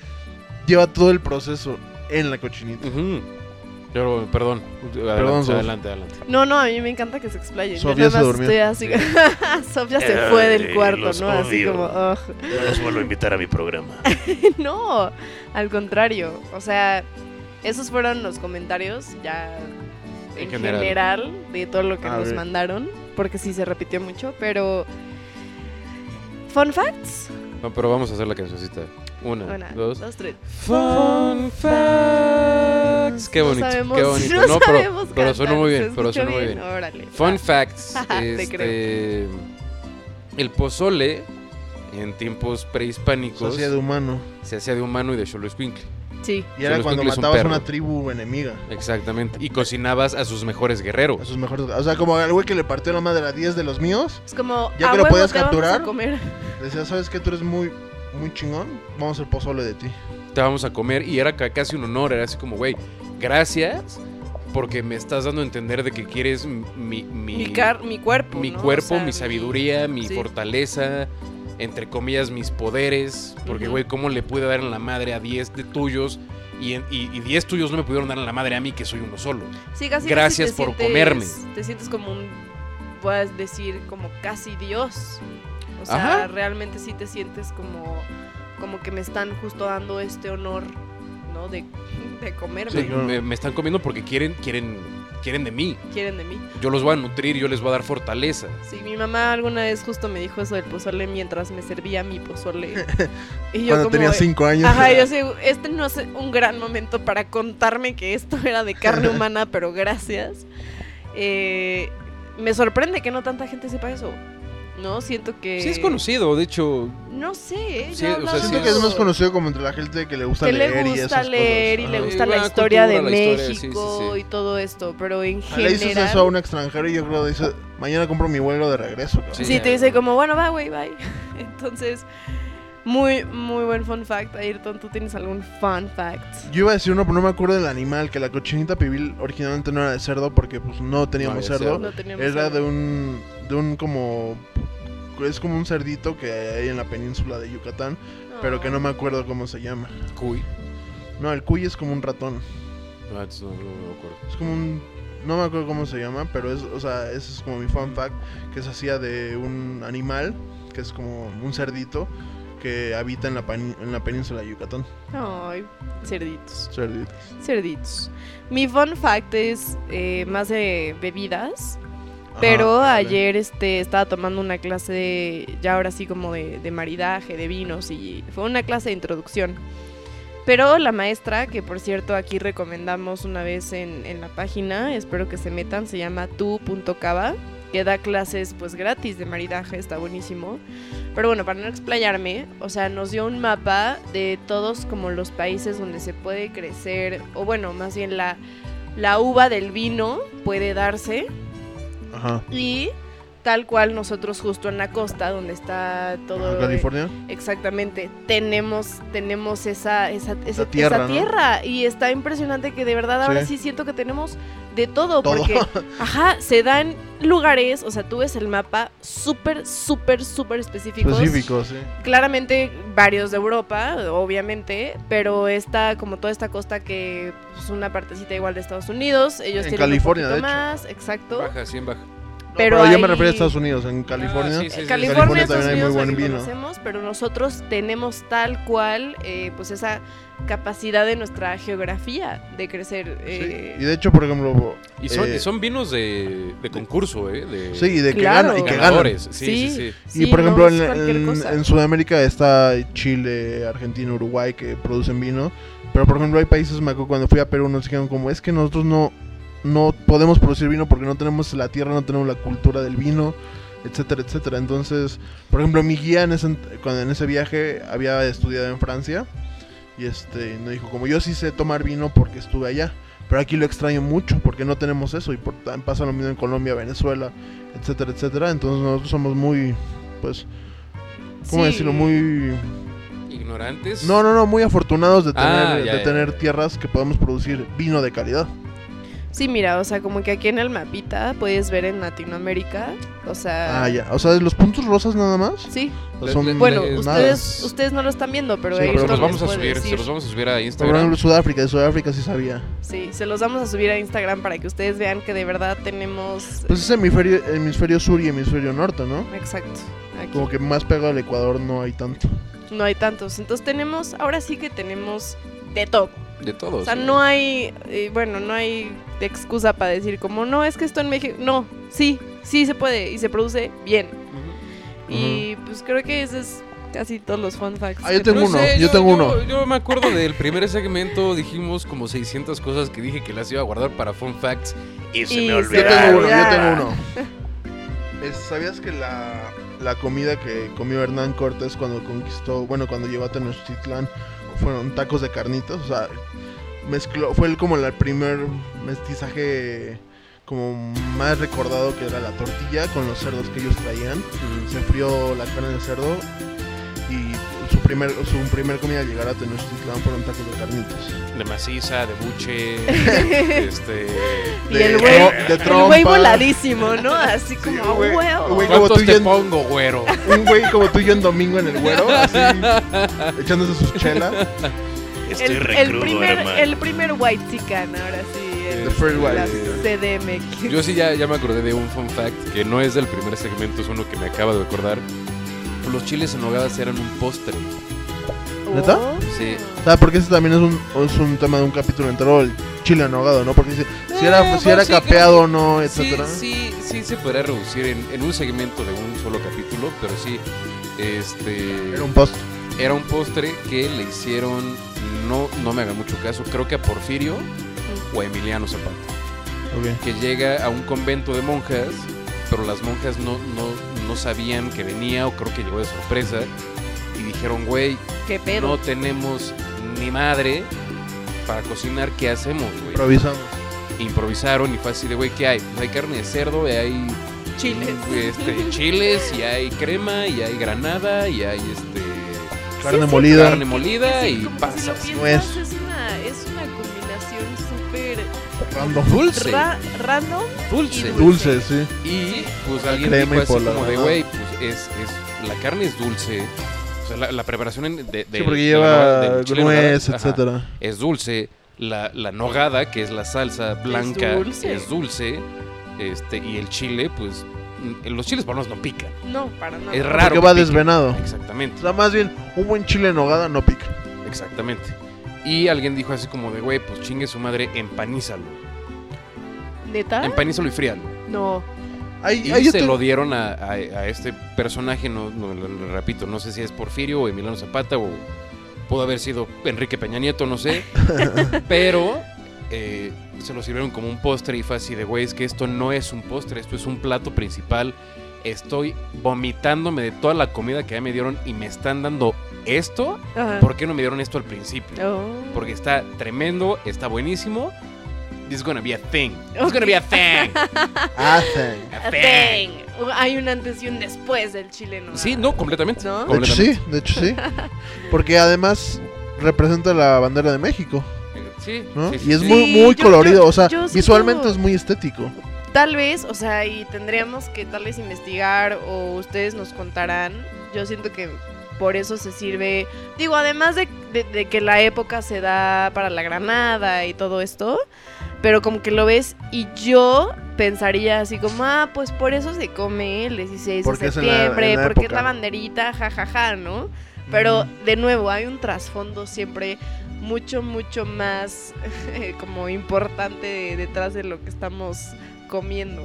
[SPEAKER 3] lleva todo el proceso en la cochinita.
[SPEAKER 2] Ujú. Pero, perdón.
[SPEAKER 3] Perdón,
[SPEAKER 2] Adelante,
[SPEAKER 3] Sof.
[SPEAKER 2] adelante, adelante.
[SPEAKER 1] No, no, a mí me encanta que se explayen.
[SPEAKER 3] Sof
[SPEAKER 1] Yo
[SPEAKER 3] ya
[SPEAKER 1] nada
[SPEAKER 3] se
[SPEAKER 1] más estoy así. Sof ya se fue del
[SPEAKER 4] Ay,
[SPEAKER 1] cuarto,
[SPEAKER 4] Eh, los
[SPEAKER 1] ¿no? Así
[SPEAKER 4] odio.
[SPEAKER 1] como, "Ugh".
[SPEAKER 4] No los vuelvo a invitar a mi programa.
[SPEAKER 1] No, al contrario. O sea, esos fueron los comentarios ya
[SPEAKER 2] En
[SPEAKER 1] en,
[SPEAKER 2] general.
[SPEAKER 1] general. de todo lo que
[SPEAKER 3] A
[SPEAKER 1] nos
[SPEAKER 3] ver.
[SPEAKER 1] mandaron, porque sí se repitió mucho, pero... Fun facts.
[SPEAKER 2] No, pero vamos a hacer la cancioncita. Una,
[SPEAKER 1] Una,
[SPEAKER 2] dos.
[SPEAKER 1] dos, tres.
[SPEAKER 2] Fun facts. Qué
[SPEAKER 1] No
[SPEAKER 2] bonito,
[SPEAKER 1] sabemos-
[SPEAKER 2] qué bonito.
[SPEAKER 1] No,
[SPEAKER 2] pero,
[SPEAKER 1] sabemos
[SPEAKER 2] pero sonó
[SPEAKER 1] cantar,
[SPEAKER 2] muy
[SPEAKER 1] se
[SPEAKER 2] bien, pero
[SPEAKER 1] escuchó
[SPEAKER 2] sonó muy bien.
[SPEAKER 1] Órale.
[SPEAKER 2] Fun
[SPEAKER 1] va.
[SPEAKER 2] facts.
[SPEAKER 1] Te
[SPEAKER 2] este, el pozole en tiempos
[SPEAKER 3] Se
[SPEAKER 2] prehispánicos
[SPEAKER 3] hacía de humano.
[SPEAKER 2] se hacía de humano y de Xoloescuincle.
[SPEAKER 1] Sí.
[SPEAKER 3] Y era
[SPEAKER 2] Solo
[SPEAKER 3] cuando
[SPEAKER 2] escuincles un
[SPEAKER 3] matabas a
[SPEAKER 2] perro.
[SPEAKER 3] una tribu enemiga.
[SPEAKER 2] Exactamente. Y cocinabas a sus mejores
[SPEAKER 3] A
[SPEAKER 2] guerreros.
[SPEAKER 3] sus mejores. O sea, como al güey que le partió la madre a 10 de los míos.
[SPEAKER 1] Es como...
[SPEAKER 3] Ya
[SPEAKER 1] "A
[SPEAKER 3] que lo
[SPEAKER 1] huevo
[SPEAKER 3] podías
[SPEAKER 1] te vamos a
[SPEAKER 3] capturar".
[SPEAKER 1] comer.
[SPEAKER 3] le Decía, ¿sabes qué? Tú eres muy, muy chingón. Vamos a hacer pozole de ti.
[SPEAKER 2] Te vamos a comer. Y era ca- casi un honor. Era así como, güey, gracias porque me estás dando a entender de que quieres mi, mi,
[SPEAKER 1] Mi, car- mi cuerpo.
[SPEAKER 2] mi
[SPEAKER 1] ¿no? O
[SPEAKER 2] cuerpo,
[SPEAKER 1] sea,
[SPEAKER 2] mi sabiduría, mi
[SPEAKER 1] sí.
[SPEAKER 2] fortaleza, entre comillas, mis poderes. Porque,
[SPEAKER 1] Ujú.
[SPEAKER 2] güey, ¿cómo le pude dar en la madre a 10 de tuyos? Y, en- y, y 10 tuyos no me pudieron dar en la madre a mí, que soy uno solo.
[SPEAKER 1] Sí, casi,
[SPEAKER 2] Gracias
[SPEAKER 1] casi te
[SPEAKER 2] por
[SPEAKER 1] sientes-
[SPEAKER 2] comerme.
[SPEAKER 1] Te sientes como un, puedes decir, como casi Dios. O sea,
[SPEAKER 2] Ajá.
[SPEAKER 1] realmente sí te sientes como, como que me están justo dando este honor, ¿no? De, de comerme,
[SPEAKER 3] Sí, claro.
[SPEAKER 2] me, me están comiendo porque quieren, quieren, quieren de mí.
[SPEAKER 1] quieren de mí.
[SPEAKER 2] Yo los voy a nutrir, yo les voy a dar fortaleza.
[SPEAKER 1] Sí, mi mamá alguna vez justo me dijo eso del pozole mientras me servía mi pozole. Y yo
[SPEAKER 3] Cuando
[SPEAKER 1] como...
[SPEAKER 3] tenía 5 años.
[SPEAKER 1] Ajá, yo sé, este no es un gran momento para contarme que esto era de carne humana, pero gracias. Eh, me sorprende que no tanta gente sepa eso. No, siento que...
[SPEAKER 2] Sí, es conocido, de hecho.
[SPEAKER 1] No sé, yo he
[SPEAKER 2] Sí, o sea,
[SPEAKER 1] hablado-
[SPEAKER 3] Siento que es más conocido como entre la gente que le gusta
[SPEAKER 1] que le
[SPEAKER 3] leer y
[SPEAKER 1] gusta
[SPEAKER 3] esas
[SPEAKER 1] leer y
[SPEAKER 3] cosas.
[SPEAKER 1] le
[SPEAKER 3] Ajá.
[SPEAKER 1] gusta la
[SPEAKER 2] la
[SPEAKER 1] historia de
[SPEAKER 2] cultura, la historia, sí, sí,
[SPEAKER 1] México
[SPEAKER 2] sí.
[SPEAKER 1] y todo esto, pero en
[SPEAKER 3] Ah, Le dices
[SPEAKER 1] general...
[SPEAKER 3] eso a un extranjero y yo creo que dice, mañana compro mi vuelo de regreso. cabrón".
[SPEAKER 1] Sí, te dice como, bueno, va, güey, bye. Entonces, Muy, muy buen fun fact. Ayrton, ¿tú tienes algún fun fact?
[SPEAKER 3] Yo iba a decir uno, pero no me acuerdo del animal, que la cochinita pibil originalmente no era de cerdo porque pues no teníamos
[SPEAKER 2] había
[SPEAKER 3] cerdo.
[SPEAKER 1] No teníamos
[SPEAKER 3] Era
[SPEAKER 1] algo.
[SPEAKER 3] de un, de un como... Es como un cerdito que hay en la península de Yucatán, pero que no me acuerdo cómo se llama.
[SPEAKER 2] Cuy.
[SPEAKER 3] No, el cuy es como un ratón.
[SPEAKER 2] No, entonces no, no me acuerdo.
[SPEAKER 3] Es como un... No me acuerdo cómo se llama, pero es, o sea, ese es como mi fun fact, que se hacía de un animal, que es como un cerdito, que habita en la, pani- en la península de Yucatán.
[SPEAKER 1] Ay, cerditos.
[SPEAKER 3] Cerdito.
[SPEAKER 1] Cerditos. Mi fun fact es eh, más de bebidas.
[SPEAKER 3] Ajá,
[SPEAKER 1] Pero
[SPEAKER 3] órale.
[SPEAKER 1] ayer este, estaba tomando una clase, de- ya ahora sí como de, de maridaje, de vinos, y fue una clase de introducción. Pero la maestra, que por cierto aquí recomendamos una vez en, en la página, espero que se metan, se llama tu.cava, que da clases pues gratis de maridaje, está buenísimo. Pero bueno, para no explayarme, o sea, nos dio un mapa de todos como los países donde se puede crecer, o bueno, más bien la, la uva del vino puede darse.
[SPEAKER 3] Ajá.
[SPEAKER 1] Y tal cual nosotros justo en la costa donde está todo
[SPEAKER 3] Ajá, California.
[SPEAKER 1] exactamente tenemos tenemos esa esa, esa- esa tierra,
[SPEAKER 3] tierra, ¿no?
[SPEAKER 1] y está impresionante que de verdad ahora sí siento que tenemos de todo,
[SPEAKER 3] Todo.
[SPEAKER 1] porque ajá se dan lugares o sea tú ves el mapa súper súper súper específicos
[SPEAKER 3] Específico, sí.
[SPEAKER 1] claramente varios de Europa, obviamente, pero está como toda esta costa que es una partecita igual de Estados Unidos, ellos
[SPEAKER 3] En
[SPEAKER 1] tienen un
[SPEAKER 3] California,
[SPEAKER 1] poquito
[SPEAKER 3] de hecho.
[SPEAKER 1] más, exacto.
[SPEAKER 2] Baja, 100 baja.
[SPEAKER 1] Pero
[SPEAKER 3] pero yo me
[SPEAKER 1] ahí-
[SPEAKER 3] refiero a Estados Unidos, en California.
[SPEAKER 2] Ah, sí, sí, sí.
[SPEAKER 1] California,
[SPEAKER 3] California
[SPEAKER 1] Estados
[SPEAKER 3] también hay muy
[SPEAKER 1] Unidos,
[SPEAKER 3] buen
[SPEAKER 1] aquí
[SPEAKER 3] vino.
[SPEAKER 1] conocemos, pero nosotros tenemos tal cual, eh, pues esa capacidad de nuestra geografía de crecer.
[SPEAKER 3] Sí,
[SPEAKER 1] eh,
[SPEAKER 3] Y de hecho, por ejemplo,
[SPEAKER 2] Y son,
[SPEAKER 3] eh,
[SPEAKER 2] y son vinos de, de concurso, ¿eh? De,
[SPEAKER 3] sí, y de que
[SPEAKER 1] Claro.
[SPEAKER 3] ganan- y que ganan.
[SPEAKER 2] ganadores. Sí, sí, sí.
[SPEAKER 3] Y
[SPEAKER 1] sí,
[SPEAKER 3] por
[SPEAKER 1] no
[SPEAKER 3] ejemplo,
[SPEAKER 1] es
[SPEAKER 3] en-
[SPEAKER 1] cualquier
[SPEAKER 3] en,
[SPEAKER 1] cosa.
[SPEAKER 3] en Sudamérica está Chile, Argentina, Uruguay que producen vino. Pero por ejemplo, hay países, me acuerdo, cuando fui a Perú nos dijeron como, es que nosotros no, no podemos producir vino porque no tenemos la tierra, no tenemos la cultura del vino, etcétera, etcétera. Entonces, por ejemplo, mi guía en ese, ent- cuando en ese viaje había estudiado en Francia y este, nos dijo como, yo sí sé tomar vino porque estuve allá. Pero aquí lo extraño mucho porque no tenemos eso y por, tan- pasa lo mismo en Colombia, Venezuela, etcétera, etcétera. Entonces nosotros somos muy, pues, ¿cómo
[SPEAKER 1] Sí.
[SPEAKER 3] decirlo? Muy...
[SPEAKER 2] Ignorantes.
[SPEAKER 3] No, no, no, muy afortunados de tener,
[SPEAKER 2] Ah, ya,
[SPEAKER 3] de
[SPEAKER 2] ya,
[SPEAKER 3] tener
[SPEAKER 2] ya.
[SPEAKER 3] tierras que podemos producir vino de calidad.
[SPEAKER 1] Sí, mira, o sea, como que aquí en el mapita puedes ver en Latinoamérica, o sea...
[SPEAKER 3] Ah, ya. O sea, los puntos rosas nada más.
[SPEAKER 1] Sí,
[SPEAKER 3] O son
[SPEAKER 2] Le- le-
[SPEAKER 1] bueno,
[SPEAKER 2] Eh,
[SPEAKER 3] nada.
[SPEAKER 1] ustedes, ustedes no lo están viendo, pero
[SPEAKER 3] Sí,
[SPEAKER 1] ahí
[SPEAKER 2] Pero
[SPEAKER 3] Ayrton
[SPEAKER 2] los vamos
[SPEAKER 1] les
[SPEAKER 2] a
[SPEAKER 1] puede
[SPEAKER 2] subir,
[SPEAKER 1] decir.
[SPEAKER 2] se los vamos a subir a
[SPEAKER 3] Por
[SPEAKER 2] Instagram.
[SPEAKER 3] ejemplo, Sudáfrica, de Sudáfrica sí sabía.
[SPEAKER 1] Sí, se los vamos a subir a Instagram para que ustedes vean que de verdad tenemos...
[SPEAKER 3] Pues es hemisferio, hemisferio sur y hemisferio norte, ¿no?
[SPEAKER 1] Exacto. Aquí.
[SPEAKER 3] Como que más pegado al Ecuador no hay tanto.
[SPEAKER 1] No hay tantos. Entonces tenemos, ahora sí que tenemos de todo.
[SPEAKER 2] De
[SPEAKER 3] Oh,
[SPEAKER 2] todos.
[SPEAKER 1] O sea, no hay, eh, bueno, no hay excusa para decir como, no, es que esto en México, no, sí, sí se puede y se produce bien. Y pues creo que ese es casi todos los fun facts.
[SPEAKER 3] Ah, yo
[SPEAKER 1] que
[SPEAKER 3] tengo
[SPEAKER 1] tenemos.
[SPEAKER 3] uno, yo tengo uno.
[SPEAKER 2] Yo, me acuerdo del primer segmento, dijimos como 600 cosas que dije que las iba a guardar para fun facts.
[SPEAKER 4] Y se
[SPEAKER 1] Y se
[SPEAKER 3] Yo
[SPEAKER 4] me
[SPEAKER 1] Ya,
[SPEAKER 3] tengo uno,
[SPEAKER 4] olvidaron.
[SPEAKER 3] yo
[SPEAKER 1] ya.
[SPEAKER 3] tengo uno. Es- ¿Sabías que la, la comida que comió Hernán Cortés cuando conquistó, bueno, cuando llegó a Tenochtitlán, fueron tacos de carnitas? O sea, mezcló, fue el- como el primer mestizaje como más recordado que era la tortilla con los cerdos que ellos traían. Se frió la carne de cerdo y su primer, su primer comida al llegar a Tenochtitlán fueron tacos de carnitas.
[SPEAKER 2] De maciza, de buche, este...
[SPEAKER 1] Y el
[SPEAKER 3] De
[SPEAKER 1] güey,
[SPEAKER 3] tro- de
[SPEAKER 1] el güey
[SPEAKER 3] trompa.
[SPEAKER 1] voladísimo, ¿no? Así como,
[SPEAKER 3] un güey-
[SPEAKER 1] "Huevo".
[SPEAKER 3] un güey como
[SPEAKER 2] ¿Cuántos
[SPEAKER 3] tú y
[SPEAKER 2] te
[SPEAKER 3] yo en-
[SPEAKER 2] pongo, güero?
[SPEAKER 3] un güey como tú y yo en domingo en el güero, así, echándose sus chelas.
[SPEAKER 4] Estoy
[SPEAKER 1] el, el
[SPEAKER 4] Este recrudo,
[SPEAKER 1] primer,
[SPEAKER 4] hermano.
[SPEAKER 1] el primer white chican, ahora sí.
[SPEAKER 2] The
[SPEAKER 1] El,
[SPEAKER 3] first white
[SPEAKER 1] la
[SPEAKER 2] chican.
[SPEAKER 1] CDMX.
[SPEAKER 2] Yo sí ya, ya me acordé de un fun fact que no es del primer segmento, es uno que me acaba de acordar. Los chiles en hogadas eran un postre.
[SPEAKER 3] ¿Neta?
[SPEAKER 1] Oh.
[SPEAKER 2] Sí.
[SPEAKER 3] ¿Sabes? Porque ese también es un, es un tema de un capítulo entero, el chile en ahogado, ¿no? Porque dice, si era,
[SPEAKER 2] Eh,
[SPEAKER 3] si era
[SPEAKER 2] pues sí,
[SPEAKER 3] capeado o no,
[SPEAKER 2] Sí,
[SPEAKER 3] etcétera.
[SPEAKER 2] sí, sí se podría reducir en, en un segmento de un solo capítulo, pero sí, este...
[SPEAKER 3] Era un post.
[SPEAKER 2] era un postre que le hicieron, no, no me haga mucho caso, creo que a Porfirio o a Emiliano Zapata,
[SPEAKER 3] Ok.
[SPEAKER 2] que llega a un convento de monjas, pero las monjas no, no, no sabían que venía o creo que llegó de sorpresa y dijeron, güey,
[SPEAKER 1] ¿Qué pedo?
[SPEAKER 2] no tenemos ni madre para cocinar, ¿qué hacemos, güey?
[SPEAKER 3] Improvisamos.
[SPEAKER 2] Improvisaron y fue así de, güey, ¿qué hay? Pues hay carne de cerdo, y hay
[SPEAKER 1] Chiles.
[SPEAKER 2] este, chiles y hay crema y hay granada y hay este...
[SPEAKER 3] carne
[SPEAKER 1] es
[SPEAKER 3] molida.
[SPEAKER 1] cierto,
[SPEAKER 2] Carne
[SPEAKER 1] que-
[SPEAKER 2] molida
[SPEAKER 1] que sí,
[SPEAKER 2] y
[SPEAKER 1] como si lo
[SPEAKER 2] pasas.
[SPEAKER 3] Nuez.
[SPEAKER 1] piensas, es una, es una combinación súper
[SPEAKER 3] Random.
[SPEAKER 2] Dulce,
[SPEAKER 1] ra- random.
[SPEAKER 2] dulce.
[SPEAKER 1] y
[SPEAKER 3] Dulce, sí.
[SPEAKER 2] Y pues alguien
[SPEAKER 3] crema
[SPEAKER 2] dijo
[SPEAKER 3] y
[SPEAKER 2] así
[SPEAKER 3] pola,
[SPEAKER 2] como de,
[SPEAKER 3] ajá.
[SPEAKER 2] güey, pues es, es, la carne es dulce. O sea, la, la preparación en- de, de-
[SPEAKER 3] Sí, porque
[SPEAKER 2] de la
[SPEAKER 3] lleva
[SPEAKER 2] nogada- del chile en nogada,
[SPEAKER 3] nuez,
[SPEAKER 2] ajá,
[SPEAKER 3] etcétera.
[SPEAKER 2] Es dulce. La, la nogada, que es la salsa blanca, es dulce.
[SPEAKER 1] dulce.
[SPEAKER 2] este, y el chile, pues, mm, los chiles poblanos no pican.
[SPEAKER 1] No, para nada.
[SPEAKER 2] Es raro.
[SPEAKER 3] Porque va
[SPEAKER 2] que piquen.
[SPEAKER 3] desvenado. O
[SPEAKER 2] Exactamente,
[SPEAKER 3] sea, más bien, un buen chile en nogada no pica.
[SPEAKER 2] exactamente. Y alguien dijo así como de, güey, pues chingue su madre, empanízalo.
[SPEAKER 1] ¿Neta?
[SPEAKER 2] Empanízalo y fríalo.
[SPEAKER 1] No.
[SPEAKER 3] Ahí,
[SPEAKER 2] Y
[SPEAKER 3] Ah. ahí yo
[SPEAKER 2] se
[SPEAKER 3] te-
[SPEAKER 2] lo dieron a, a- a este personaje, no, no, lo- lo repito, no sé si es Porfirio o Emiliano Zapata o pudo haber sido Enrique Peña Nieto, no sé. pero eh, se lo sirvieron como un postre y fue así de, güey, es que esto no es un postre, esto es un plato principal. Estoy vomitándome de toda la comida que ya me dieron y me están dando esto.
[SPEAKER 1] Ajá.
[SPEAKER 2] ¿Por qué no me dieron esto al principio?
[SPEAKER 1] Ah. Oh.
[SPEAKER 2] Porque está tremendo, está buenísimo. This is gonna be a thing. It's gonna be a thing.
[SPEAKER 3] Hacen.
[SPEAKER 2] A
[SPEAKER 1] Ah,
[SPEAKER 2] thing.
[SPEAKER 1] dang. Hay un antes y un después del chile, ¿no?
[SPEAKER 2] Sí, no, completamente.
[SPEAKER 1] ¿No?
[SPEAKER 3] De hecho, sí, de hecho, sí. Porque además representa la bandera de México,
[SPEAKER 2] Sí,
[SPEAKER 3] ¿no?
[SPEAKER 2] sí, sí,
[SPEAKER 3] Y es
[SPEAKER 2] sí.
[SPEAKER 3] muy,
[SPEAKER 1] Sí,
[SPEAKER 3] muy
[SPEAKER 1] yo-
[SPEAKER 3] colorido,
[SPEAKER 1] yo-
[SPEAKER 3] o sea,
[SPEAKER 1] yo siento-
[SPEAKER 3] visualmente es muy estético.
[SPEAKER 1] Tal vez, o sea, y tendríamos que tal vez investigar o ustedes nos contarán. Yo siento que por eso se sirve. Digo, además de, de- de que la época se da para la granada y todo esto, pero como que lo ves y yo pensaría así como, ah, pues por eso se come el 16
[SPEAKER 3] Porque
[SPEAKER 1] de
[SPEAKER 3] es en la- en la
[SPEAKER 1] septiembre, porque es
[SPEAKER 3] época.
[SPEAKER 1] la banderita, jajaja, ¿no? Pero de nuevo, hay un trasfondo siempre mucho, mucho más eh, como importante de- detrás de lo que estamos comiendo.